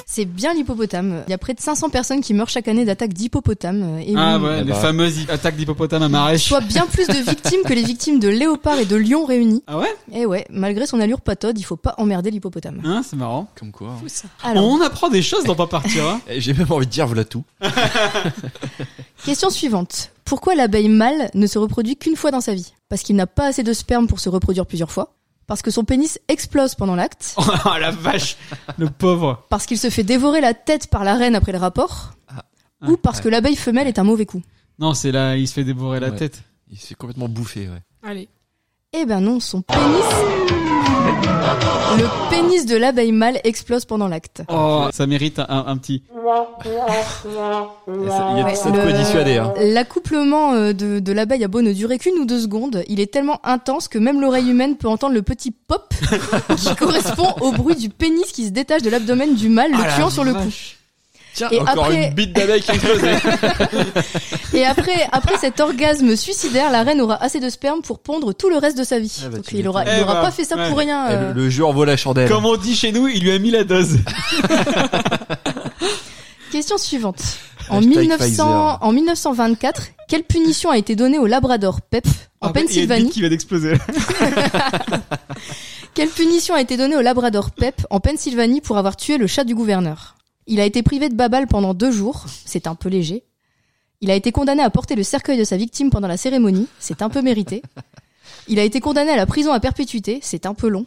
Speaker 5: C'est bien l'hippopotame. Il y a près de 500 personnes qui meurent chaque année d'attaques d'hippopotames. euh, Et
Speaker 2: Ah
Speaker 5: oui,
Speaker 2: ouais, les fameuses hi- attaques d'hippopotame à Marèche.
Speaker 5: Soit bien plus de victimes que les victimes de léopard et de lion réunis.
Speaker 2: Ah ouais
Speaker 5: Eh ouais, malgré son allure patode, il faut pas emmerder l'hippopotame.
Speaker 2: Hein, c'est marrant.
Speaker 7: Comme quoi. hein.
Speaker 5: Alors,
Speaker 2: On apprend des choses dans pas partir. hein. *laughs*
Speaker 7: Eh, J'ai même envie de dire, voilà tout.
Speaker 5: question suivante. Pourquoi l'abeille mâle ne se reproduit qu'une fois dans sa vie Parce qu'il n'a pas assez de sperme pour se reproduire plusieurs fois Parce que son pénis explose pendant l'acte
Speaker 2: Oh la vache, le pauvre.
Speaker 5: Parce qu'il se fait dévorer la tête par la reine après le rapport Ou parce que l'abeille femelle est un mauvais coup
Speaker 2: Non, c'est là, il se fait débourrer la
Speaker 7: Ouais.
Speaker 2: tête.
Speaker 7: Il s'est complètement bouffé, ouais.
Speaker 3: Allez.
Speaker 5: Eh ben non, son pénis... Le pénis de l'abeille mâle explose pendant l'acte.
Speaker 2: Oh, ça mérite un, un- un petit.
Speaker 4: Eh,
Speaker 7: Et ça- Il y a
Speaker 5: Ouais,
Speaker 7: ça de quoi
Speaker 5: le-
Speaker 7: dissuader, hein.
Speaker 5: L'accouplement euh, de, de l'abeille à beau ne durer qu'une ou deux secondes, il est tellement intense que même l'oreille humaine peut entendre le
Speaker 7: *laughs*
Speaker 5: petit pop qui correspond au bruit du pénis qui se détache de l'abdomen du mâle, le
Speaker 2: Ah la
Speaker 5: tuant sur le cou.
Speaker 2: vache.
Speaker 7: Tiens,
Speaker 5: Et
Speaker 7: encore
Speaker 5: après-
Speaker 7: une bite d'abeille qui explose.
Speaker 4: *laughs*
Speaker 5: Et après, après cet orgasme suicidaire, la reine aura assez de sperme pour pondre tout le reste de sa vie.
Speaker 7: Ah bah,
Speaker 5: Donc
Speaker 7: tu
Speaker 5: il aura,
Speaker 2: m'étonnes.
Speaker 5: il aura
Speaker 2: Eh bah,
Speaker 5: pas fait ça
Speaker 2: ouais.
Speaker 5: pour rien.
Speaker 7: Eh,
Speaker 5: euh.
Speaker 7: le, le jeu en vaut la chandelle.
Speaker 2: Comme on dit chez nous, il lui a mis la dose.
Speaker 5: Question suivante. En,
Speaker 7: Hashtag
Speaker 5: 1900,
Speaker 7: Pfizer.
Speaker 5: en 1924, quelle punition a été donnée au Labrador Pep
Speaker 2: Ah, Il y a
Speaker 5: en
Speaker 2: une
Speaker 5: Pennsylvanie
Speaker 2: bite qui va d'exploser.
Speaker 5: Quelle punition a été donnée au Labrador Pep en Pennsylvanie pour avoir tué le chat du gouverneur Il a été privé de babal pendant deux jours, c'est un peu léger. Il a été condamné à porter le cercueil de sa victime pendant la cérémonie, c'est un peu mérité. Il a été condamné à la prison à perpétuité, c'est un peu long.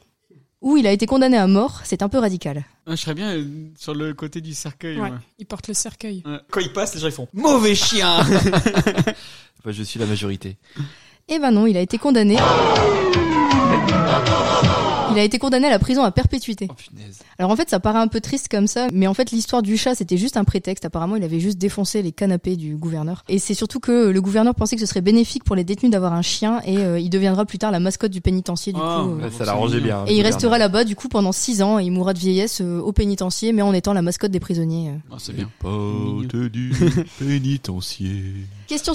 Speaker 5: Ou il a été condamné à mort, c'est un peu radical.
Speaker 2: Ah, je serais bien euh, sur le côté du cercueil.
Speaker 3: Ouais,
Speaker 2: moi.
Speaker 3: il porte le cercueil.
Speaker 2: Ouais. Quand il passe, les gens ils font mauvais *laughs* chien.
Speaker 7: Enfin, je suis la majorité.
Speaker 5: Eh ben non, il a été condamné. Il a été condamné à la prison à perpétuité.
Speaker 7: Oh punaise.
Speaker 5: Alors en fait, ça paraît un peu triste comme ça, mais en fait, l'histoire du chat, c'était juste un prétexte. Apparemment, il avait juste défoncé les canapés du gouverneur. Et c'est surtout que le gouverneur pensait que ce serait bénéfique pour les détenus d'avoir un chien, et euh, il deviendra plus tard la mascotte du pénitencier, du
Speaker 2: Ah,
Speaker 5: coup. euh.
Speaker 2: bah,
Speaker 7: Ouais,
Speaker 2: c'est
Speaker 7: ça l'arrangeait bien.
Speaker 5: Et il
Speaker 7: Gouverneur.
Speaker 5: restera là-bas, du coup, pendant six ans, et il mourra de vieillesse euh, au pénitencier, mais en étant la mascotte des prisonniers. euh.
Speaker 2: Oh, c'est
Speaker 7: C'est
Speaker 2: bien.
Speaker 7: bien. Porte *laughs* du pénitencier.
Speaker 5: Question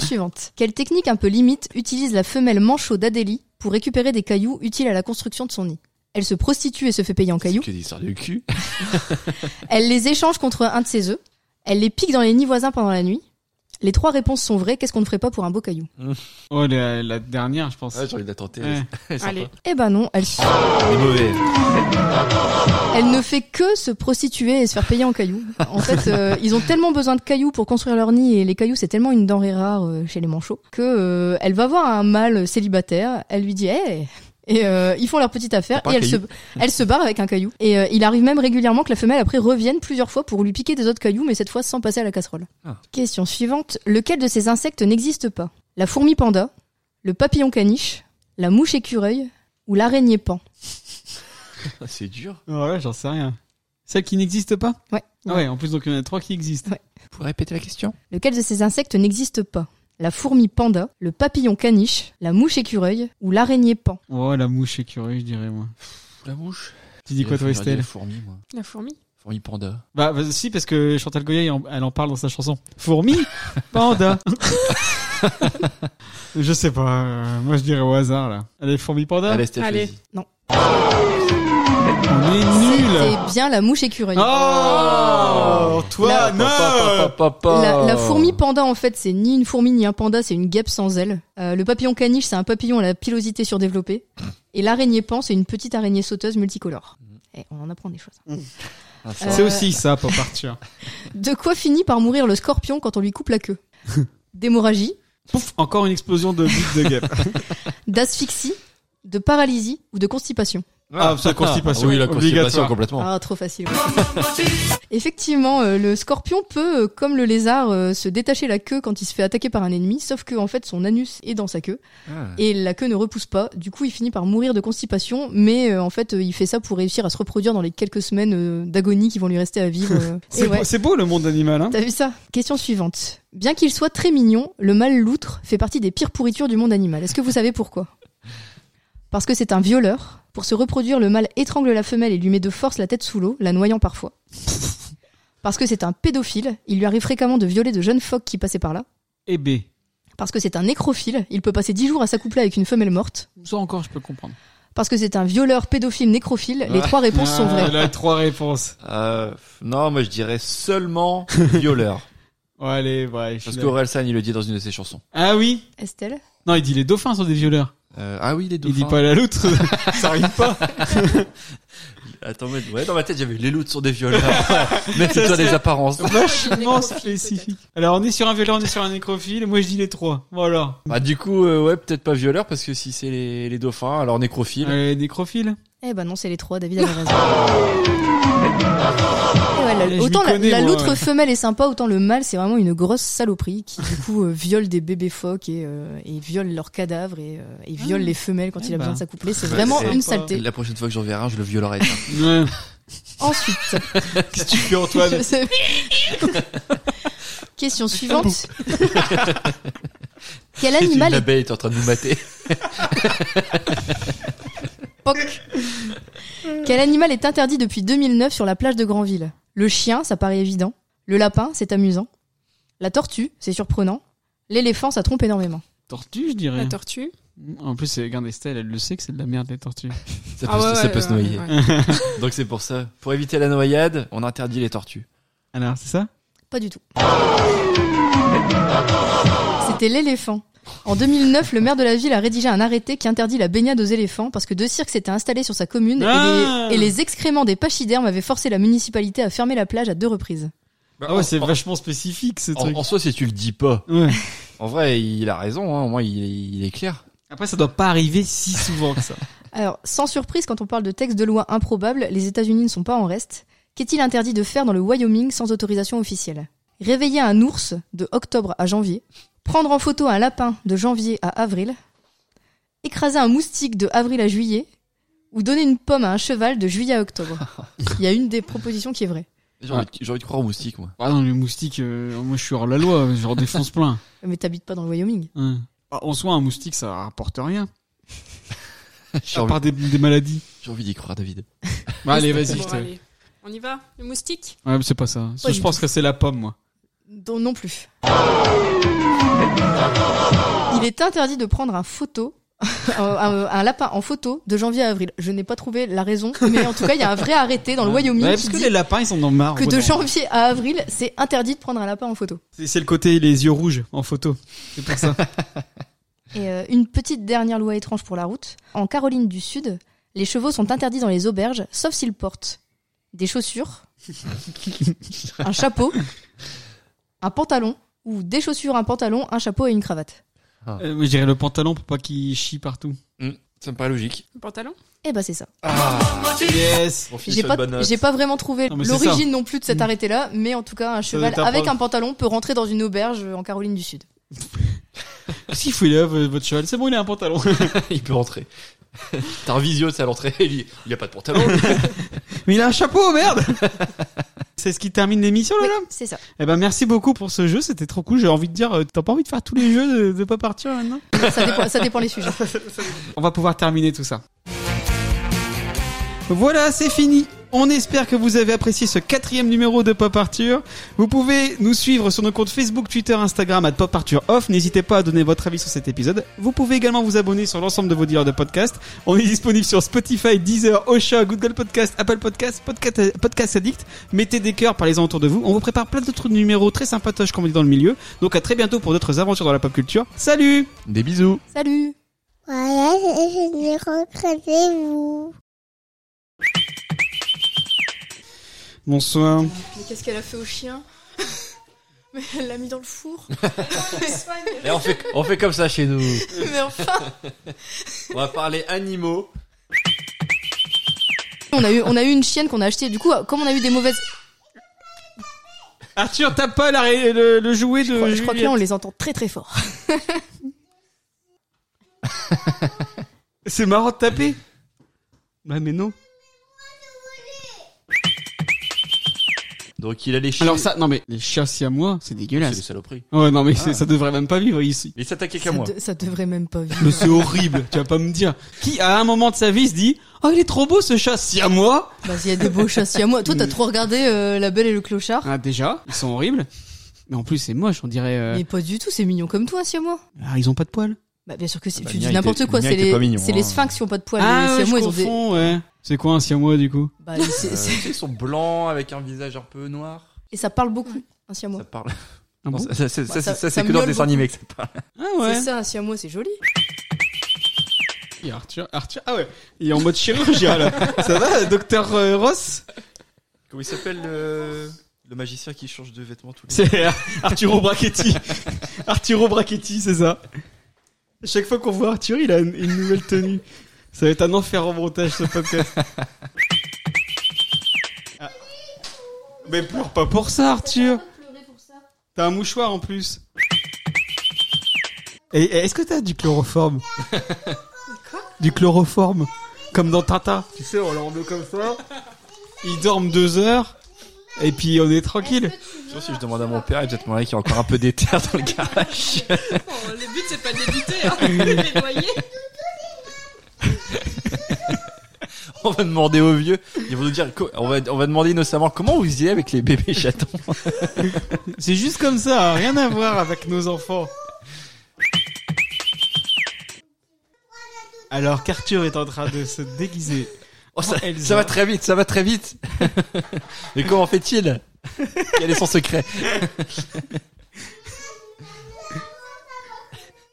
Speaker 7: *laughs*
Speaker 5: suivante. Quelle technique un peu limite utilise la femelle manchot d'Adélie pour récupérer des cailloux utiles à la construction de son nid Elle se prostitue et se fait payer en cailloux.
Speaker 7: Que des histoires de cul. *laughs*
Speaker 5: Elle les échange contre un de ses œufs. Elle les pique dans les nids voisins pendant la nuit. Les trois réponses sont vraies. Qu'est-ce qu'on ne ferait pas pour un beau caillou
Speaker 2: Oh, la, la dernière, je pense.
Speaker 7: Ah, j'ai envie de la tenter. *laughs*
Speaker 2: Ouais.
Speaker 7: Elle est sympa.
Speaker 3: Allez.
Speaker 5: Eh ben non, elle,
Speaker 7: Elle est mauvais.
Speaker 5: elle ne fait que se prostituer et se faire payer en cailloux.
Speaker 7: *laughs*
Speaker 5: En fait, euh, ils ont tellement besoin de cailloux pour construire leur nid et les cailloux c'est tellement une denrée rare euh, chez les manchots que euh, elle va voir un mâle célibataire. Elle lui dit Hey et euh, ils font leur petite affaire
Speaker 7: T'as pas
Speaker 5: et
Speaker 7: un
Speaker 5: elle se, elle se barre avec un caillou. Et euh, il arrive même régulièrement que la femelle après revienne plusieurs fois pour lui piquer des autres cailloux, mais cette fois sans passer à la casserole.
Speaker 7: Ah.
Speaker 5: Question suivante. Lequel de ces insectes n'existe pas La fourmi panda, le papillon caniche, la mouche écureuil ou l'araignée pan
Speaker 7: Ah, C'est dur.
Speaker 2: Oh, là, j'en sais rien. Celle qui n'existe pas
Speaker 5: Ouais.
Speaker 2: Ah ouais, en plus, donc il y en a trois qui existent.
Speaker 7: Vous pouvez répéter la question
Speaker 5: Lequel de ces insectes n'existe pas La fourmi panda, le papillon caniche, la mouche écureuil ou l'araignée pan
Speaker 2: Oh, la mouche est curieuse, je dirais, moi.
Speaker 7: La mouche.
Speaker 2: Tu dis quoi, toi,
Speaker 7: J'aurais dit la
Speaker 2: Estelle
Speaker 7: fourmi, moi.
Speaker 3: La fourmi.
Speaker 7: Fourmi panda.
Speaker 2: Bah, bah, si, parce que Chantal Goya, en- elle en parle dans sa chanson.
Speaker 5: *laughs*
Speaker 2: Fourmi Panda Je sais pas, euh, moi je dirais au hasard, là. Allez, fourmi
Speaker 5: Ah.
Speaker 2: panda
Speaker 7: Allez, Estelle,
Speaker 3: Allez.
Speaker 7: choisis.
Speaker 2: On est nuls
Speaker 5: C'était bien la mouche écureuil.
Speaker 2: Oh
Speaker 5: La-
Speaker 2: Toi,
Speaker 7: Pa, pa,
Speaker 2: non
Speaker 7: pa, pa, pa.
Speaker 5: La, la fourmi panda, en fait, c'est ni une fourmi ni un panda, c'est une guêpe sans ailes. Euh, le papillon caniche, c'est un papillon à la pilosité surdéveloppée. Et l'araignée pan, c'est une petite araignée sauteuse multicolore. Eh, on en apprend des choses.
Speaker 7: Ah, ça.
Speaker 2: Mm. C'est
Speaker 5: Euh,
Speaker 2: aussi ça, pour partir.
Speaker 5: De quoi finit par mourir le scorpion quand on lui coupe
Speaker 2: *laughs*
Speaker 5: la queue D'hémorragie,
Speaker 2: Pouf Encore une explosion de bite de guêpe.
Speaker 5: d'asphyxie, de paralysie ou de constipation
Speaker 2: Ah, ça, constipation.
Speaker 7: Oui, la constipation,
Speaker 2: Obligatoire.
Speaker 4: Oh.
Speaker 7: complètement.
Speaker 5: Ah, trop facile. ouais. Effectivement, euh, le scorpion peut, euh, comme le lézard, euh, se détacher la queue quand il se fait attaquer par un ennemi, sauf que en fait son anus est dans sa queue
Speaker 7: Ah.
Speaker 5: et la queue ne repousse pas. Du coup, il finit par mourir de constipation, mais euh, en fait, euh, il fait ça pour réussir à se reproduire dans les quelques semaines euh, d'agonie qui vont lui rester à vivre. euh.
Speaker 2: C'est
Speaker 5: Et ouais.
Speaker 2: beau- c'est beau le monde animal, hein
Speaker 5: T'as vu ça Question suivante. Bien qu'il soit très mignon, le mâle loutre fait partie des pires pourritures du monde animal. Est-ce que vous savez pourquoi Parce que c'est un violeur. Pour se reproduire, le mâle étrangle la femelle et lui met de force la tête sous l'eau, la noyant parfois. Parce que c'est un pédophile, il lui arrive fréquemment de violer de jeunes phoques qui passaient par là.
Speaker 2: Eh B.
Speaker 5: Parce que c'est un nécrophile, il peut passer 10 jours à s'accoupler avec une femelle morte.
Speaker 2: Ça encore, je peux comprendre.
Speaker 5: parce que c'est un violeur pédophile nécrophile.
Speaker 4: Ouais.
Speaker 5: Les trois réponses sont vraies.
Speaker 2: Ah, Là, trois réponses.
Speaker 7: Ah.
Speaker 4: Euh, non, moi je dirais seulement
Speaker 7: *laughs*
Speaker 4: violeur.
Speaker 2: Ouais, allez, ouais. je suis
Speaker 4: Parce
Speaker 2: d'accord.
Speaker 4: qu'Aurel San, il le dit dans une de ses chansons.
Speaker 2: Ah oui
Speaker 5: Estelle
Speaker 2: Non, il dit les dauphins sont des violeurs.
Speaker 4: Euh, ah oui, les
Speaker 2: Il
Speaker 4: dauphins.
Speaker 2: dit pas la
Speaker 5: *laughs*
Speaker 2: loutre. Ça arrive pas.
Speaker 4: Attends, mais- ouais, dans ma tête, j'avais les loups sont des *laughs* violeurs. mais c'est toi des apparences.
Speaker 2: Vachement
Speaker 3: Nécrophile,
Speaker 2: spécifique. Alors, on est sur un violeur, on est sur un nécrophile. Moi, je dis les trois. Voilà.
Speaker 4: Bah, du coup, euh, ouais, peut-être pas violeur parce que si c'est les, les dauphins, alors nécrophile.
Speaker 2: Les nécrophiles.
Speaker 5: Eh ben non, c'est les trois. David avait raison. Eh ouais, la-
Speaker 2: Je m'y
Speaker 5: autant la,
Speaker 2: connais,
Speaker 5: la
Speaker 2: moi,
Speaker 5: loutre
Speaker 2: ouais.
Speaker 5: femelle est sympa, autant le mâle c'est vraiment une grosse saloperie qui du coup euh, viole des bébés phoques et, euh, et viole leurs cadavres et, euh, et viole les femelles quand
Speaker 2: Eh
Speaker 5: il
Speaker 2: ben.
Speaker 5: a besoin de s'accoupler. C'est
Speaker 4: Ah. Ouais,
Speaker 5: vraiment
Speaker 4: c'est-
Speaker 5: une saleté.
Speaker 4: La prochaine fois que j'en verrai un, je le *laughs* violerai.
Speaker 7: *laughs*
Speaker 2: Ouais.
Speaker 4: *laughs*
Speaker 5: Ensuite,
Speaker 2: Qu'est-ce que tu fais, Antoine
Speaker 5: Je sais- *laughs*
Speaker 4: *laughs*
Speaker 5: Question suivante. Quel
Speaker 4: L'animal
Speaker 5: animal est
Speaker 4: l'abeille est en train de nous mater.
Speaker 5: Poc. Quel animal est interdit depuis 2009 sur la plage de Granville Le chien, ça paraît évident. Le lapin, c'est amusant. La tortue, c'est surprenant. L'éléphant, ça trompe énormément.
Speaker 2: Tortue, je dirais.
Speaker 3: La tortue.
Speaker 2: En plus, regarde Estelle, elle le sait que c'est de la merde, les tortues.
Speaker 4: Ça peut,
Speaker 3: Ah ouais,
Speaker 4: se- ça
Speaker 3: ouais,
Speaker 4: peut se
Speaker 3: ouais,
Speaker 4: noyer.
Speaker 3: ouais.
Speaker 4: Donc c'est pour ça. Pour éviter la noyade, on interdit les tortues.
Speaker 2: Alors, c'est ça
Speaker 5: Pas du tout. C'était l'éléphant. En 2009, le maire de la ville a rédigé un arrêté qui interdit la baignade aux éléphants parce que deux cirques s'étaient installés sur sa commune et les-
Speaker 2: Ah
Speaker 5: et, les, excréments des pachydermes avaient forcé la municipalité à fermer la plage à deux reprises.
Speaker 2: Ah ouais, c'est
Speaker 4: Bah, en,
Speaker 2: vachement spécifique, ce
Speaker 4: en,
Speaker 2: truc.
Speaker 4: en soi, si tu le dis pas,
Speaker 2: Ouais.
Speaker 4: en vrai, il a raison. Hein, au moins, il, est- il est clair.
Speaker 2: Après, ça doit pas arriver si souvent que *laughs* ça.
Speaker 5: Alors, sans surprise, quand on parle de textes de loi improbables, les États-Unis ne sont pas en reste. Qu'est-il interdit de faire dans le Wyoming sans autorisation officielle Réveiller un ours de octobre à janvier, prendre en photo un lapin de janvier à avril, écraser un moustique de avril à juillet, ou donner une pomme à un cheval de juillet à octobre. Il y a une des propositions qui est vraie.
Speaker 4: J'ai envie, de- j'ai envie de croire aux moustiques, moi.
Speaker 2: Ah non, les moustiques, euh, moi je suis hors la loi, je leur défonce plein.
Speaker 5: Mais t'habites pas dans le Wyoming.
Speaker 2: Hein. Ah, En soi, un moustique, ça rapporte *laughs* rien.
Speaker 4: J'ai
Speaker 2: À
Speaker 4: envie,
Speaker 2: part des, des maladies.
Speaker 4: j'ai envie d'y croire, David.
Speaker 2: Bah, allez, vas-y.
Speaker 3: Bon,
Speaker 2: je te-
Speaker 3: allez. On y va Le moustique
Speaker 2: Ouais, mais c'est pas ça. Ça,
Speaker 5: Pas
Speaker 2: je
Speaker 5: du
Speaker 2: pense que c'est la pomme, moi.
Speaker 5: Non, non plus. Il est interdit de prendre un photo, *laughs* un, un- un lapin en photo de janvier à avril. Je n'ai pas trouvé la raison, mais en tout cas, il y a un vrai arrêté dans le
Speaker 2: Ouais.
Speaker 5: Wyoming
Speaker 2: Ouais, parce
Speaker 5: qui
Speaker 2: que
Speaker 5: dit
Speaker 2: les lapins, ils en ont marre.
Speaker 5: que
Speaker 2: au bout
Speaker 5: de
Speaker 2: d'un moment.
Speaker 5: janvier à avril, c'est interdit de prendre un lapin en photo.
Speaker 2: C'est c'est le côté les yeux rouges en photo. C'est pour *laughs* ça.
Speaker 5: Et euh, une petite dernière loi étrange pour la route. En Caroline du Sud, les chevaux sont interdits dans les auberges, sauf s'ils portent des chaussures, un chapeau,
Speaker 2: *laughs*
Speaker 5: un pantalon, ou des chaussures, un pantalon, un chapeau et une cravate.
Speaker 2: Euh, moi, je dirais le pantalon pour pas qu'il chie partout.
Speaker 4: Ça me paraît logique.
Speaker 3: Le pantalon
Speaker 5: Et bah c'est ça.
Speaker 4: Ah.
Speaker 2: Yes
Speaker 4: On finit
Speaker 5: J'ai
Speaker 4: sur
Speaker 5: pas,
Speaker 4: une bonne note.
Speaker 5: j'ai pas vraiment trouvé
Speaker 2: Non, mais c'est
Speaker 5: l'origine non plus de cet arrêté-là, mais en tout cas, un
Speaker 2: doit
Speaker 5: cheval
Speaker 2: être un
Speaker 5: avec
Speaker 2: problème.
Speaker 5: un pantalon peut rentrer dans une auberge euh, en Caroline du Sud.
Speaker 2: Si vous là, v- votre cheval, c'est bon, il a un pantalon.
Speaker 4: *laughs* Il peut rentrer. T'as un visio, c'est à l'entrée. *laughs* Il, il a pas de pantalon.
Speaker 2: *laughs* Mais il a un chapeau, merde *laughs* C'est ce qui termine l'émission, là, là
Speaker 5: Oui, c'est ça.
Speaker 2: Eh ben, merci beaucoup pour ce jeu, c'était trop cool. J'ai envie de dire, euh, t'as pas envie de faire tous les jeux, de, de pas partir maintenant
Speaker 5: Ça dépend, ça dépend les sujets.
Speaker 2: On va pouvoir terminer tout ça. Voilà, c'est fini. On espère que vous avez apprécié ce quatrième numéro de Pop Arthur. Vous pouvez nous suivre sur nos comptes Facebook, Twitter, Instagram à Pop Arthur Off. N'hésitez pas à donner votre avis sur cet épisode. Vous pouvez également vous abonner sur l'ensemble de vos dealers de podcasts. On est disponible sur Spotify, Deezer, Osha, Google Podcast, Apple Podcast, Podcast, Podcast Addict. Mettez des cœurs par les autour de vous. On vous prépare plein d'autres numéros très sympatoches comme on dit dans le milieu. Donc à très bientôt pour d'autres aventures dans la pop culture. Salut
Speaker 4: *laughs* Des bisous.
Speaker 5: Salut
Speaker 1: Voilà, je, je l'ai rencontré, vous.
Speaker 2: Bonsoir.
Speaker 5: Mais qu'est-ce qu'elle a fait au chien Mais elle l'a mis dans le four.
Speaker 4: Et on fait, on fait comme ça chez nous.
Speaker 5: Mais enfin
Speaker 4: On va parler animaux.
Speaker 5: on a, eu, on a eu une chienne qu'on a achetée. Du coup, comme on a eu des mauvaises.
Speaker 2: Arthur, t'as pas la ré- le, le jouet de.
Speaker 5: Je crois que là, on
Speaker 2: Euh, Juliette.
Speaker 5: les entend très très fort.
Speaker 2: C'est marrant de taper. Bah, mais non.
Speaker 4: Donc il a les chiens.
Speaker 2: Alors, ça, non, mais les chiens siamois, c'est
Speaker 4: c'est des
Speaker 2: dégueulasse.
Speaker 4: saloperies.
Speaker 2: Ouais, non, mais c'est- ça devrait même pas vivre ici.
Speaker 4: Il s'attaquait
Speaker 5: Ça,
Speaker 4: qu'à moi. Euh,
Speaker 5: de- ça devrait même pas vivre.
Speaker 2: Mais c'est horrible, tu vas pas me dire. Qui, à un moment de sa vie, se dit Oh, il est trop beau ce chat siamois
Speaker 5: Bah, s'il y a des beaux châssis à moi. Toi, t'as trop regardé euh, La Belle et le Clochard
Speaker 2: Ah, déjà, ils sont horribles. Mais en plus, c'est moche, on dirait. euh,
Speaker 5: Mais pas du tout, c'est mignon comme toi, si à moi.
Speaker 2: Ah, ils ont pas de poils.
Speaker 5: Bah, bien sûr que c'est,
Speaker 4: Bah,
Speaker 5: tu
Speaker 4: le
Speaker 5: dis
Speaker 4: mien
Speaker 5: n'importe
Speaker 4: était-
Speaker 5: quoi.
Speaker 4: le mien
Speaker 5: C'est
Speaker 4: était
Speaker 5: les,
Speaker 4: pas mignon,
Speaker 5: c'est
Speaker 4: hein.
Speaker 5: les sphinx qui ont pas de poils.
Speaker 2: Ah,
Speaker 5: les
Speaker 2: ouais, je
Speaker 5: siamois, ils ont des.
Speaker 2: confonds, ouais. C'est quoi un siamois du coup
Speaker 5: Bah, les- c'est-
Speaker 4: Euh, *laughs*
Speaker 5: c'est-
Speaker 4: tu sais, ils sont blancs avec un visage un peu noir.
Speaker 5: Et ça parle beaucoup. hein, Un siamois.
Speaker 4: Ça parle.
Speaker 2: Ah
Speaker 4: Non,
Speaker 2: bon
Speaker 4: ça, ça- ça-
Speaker 5: Bah, ça-
Speaker 4: ça,
Speaker 5: ça
Speaker 4: c'est que dans
Speaker 5: miaule
Speaker 4: des
Speaker 5: beaucoup.
Speaker 4: dessins animés que ça parle.
Speaker 2: Ah ouais.
Speaker 5: C'est ça, un siamois, c'est joli.
Speaker 2: Et Arthur, Arthur, ah ouais, il est en mode chirurgien *laughs* là. Ça va, docteur euh, Ross
Speaker 4: Comment il s'appelle euh, le magicien qui change de vêtements tous les
Speaker 2: C'est Arturo Brachetti. Arturo Brachetti, c'est ça. À Chaque fois qu'on voit Arthur, il a une, une nouvelle tenue. Ça va être un enfer en montage ce podcast. Ah. Mais pleure pas pour ça, Arthur. T'as un mouchoir en plus. Et, et est-ce que t'as du chloroforme
Speaker 3: Quoi
Speaker 2: Du chloroforme, comme dans Tata. Tu sais, on l'enlève comme ça. Ils dorment deux heures, et puis on est tranquille.
Speaker 4: jours Si je demande à mon père, il y a peut-être mon mec qui a encore un peu d'éther dans le garage.
Speaker 3: Bon, Oh, le but, c'est pas de débuter, hein, de les noyer.
Speaker 4: *laughs* On va demander aux vieux. Ils vont nous dire, co- on va, on va demander innocemment comment vous y allez avec les bébés chatons.
Speaker 2: C'est juste comme ça, hein, rien à voir avec nos enfants. Alors qu'Arthur est en train de se déguiser.
Speaker 4: Oh, ça,
Speaker 2: Oh, Elsa.
Speaker 4: ça va très vite, ça va très vite. *laughs* Mais comment fait-il Quel est son secret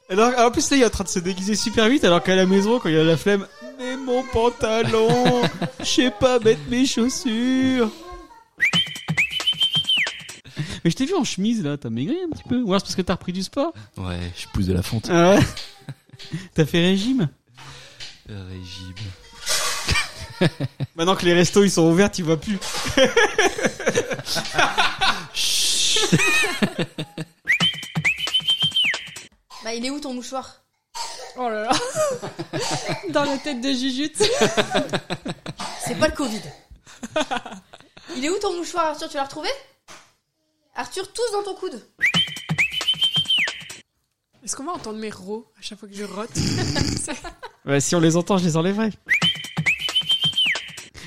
Speaker 2: Alors en plus là il est en train de se déguiser super vite alors qu'à la maison quand il a la flemme, mais mon pantalon, je sais pas mettre mes chaussures. Mais je t'ai vu en chemise là, t'as maigri un petit peu. Ou alors c'est parce que t'as repris du sport.
Speaker 4: Ouais, je pousse de la fonte.
Speaker 2: Ah ouais T'as fait régime
Speaker 4: Régime.
Speaker 2: Maintenant que les restos ils sont ouverts, tu vois plus.
Speaker 5: Bah, il est où ton mouchoir
Speaker 3: Oh là là. *laughs* Dans la tête de Jujute.
Speaker 5: C'est pas le *laughs* Covid. il est où ton mouchoir, Arthur Tu l'as retrouvé Arthur, tous dans ton coude.
Speaker 3: Est-ce qu'on va entendre mes rots à chaque fois que je rote
Speaker 2: Bah, si on les entend, je les enlèverai.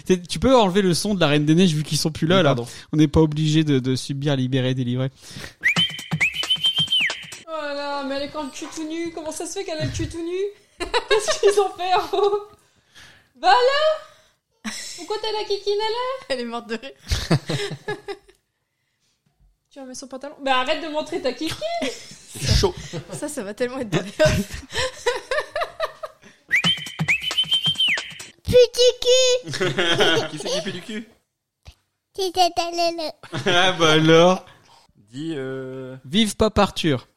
Speaker 2: T'es- Tu peux enlever le son de la Reine des Neiges vu qu'ils sont plus là, là. On n'est pas obligé de, de subir libérer, délivrer.
Speaker 3: Oh là là, mais elle est quand le cul tout nu. Comment ça se fait qu'elle a le cul tout nu Qu'est-ce qu'ils ont fait en haut Bah là Pourquoi t'as la kikine là
Speaker 5: Elle est morte de rire.
Speaker 3: Tu remets son pantalon Bah arrête de montrer ta kikine
Speaker 4: Chaud.
Speaker 5: Ça, ça va tellement être de rire.
Speaker 1: Petit cul,
Speaker 4: *laughs* Qui s'est du cul
Speaker 1: tu t'es allé le.
Speaker 2: ah bah alors
Speaker 4: Dis euh...
Speaker 2: Vive Pop Arthur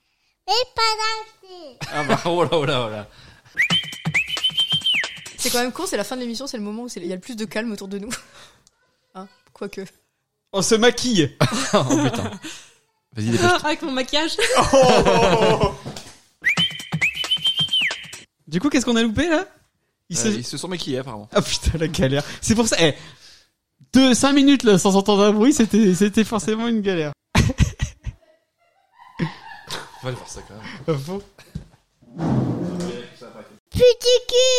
Speaker 1: Et pas lâché.
Speaker 4: Ah bah oh là oh là oh là.
Speaker 5: C'est quand même con, c'est la fin de l'émission, c'est le moment où c'est- il y a le plus de calme autour de nous. Hein, quoique.
Speaker 2: On se maquille
Speaker 4: Oh putain. Vas-y dépêche.
Speaker 3: Avec mon maquillage
Speaker 2: Du coup, qu'est-ce qu'on a loupé, là Il se-
Speaker 4: Euh, Ils se sont maquillés apparemment.
Speaker 2: Ah putain, la galère C'est pour ça... Eh, deux, cinq minutes, là, sans entendre un bruit, c'était c'était forcément une galère.
Speaker 4: On va aller voir ça quand même.
Speaker 2: Ah, bon
Speaker 1: Petit cul.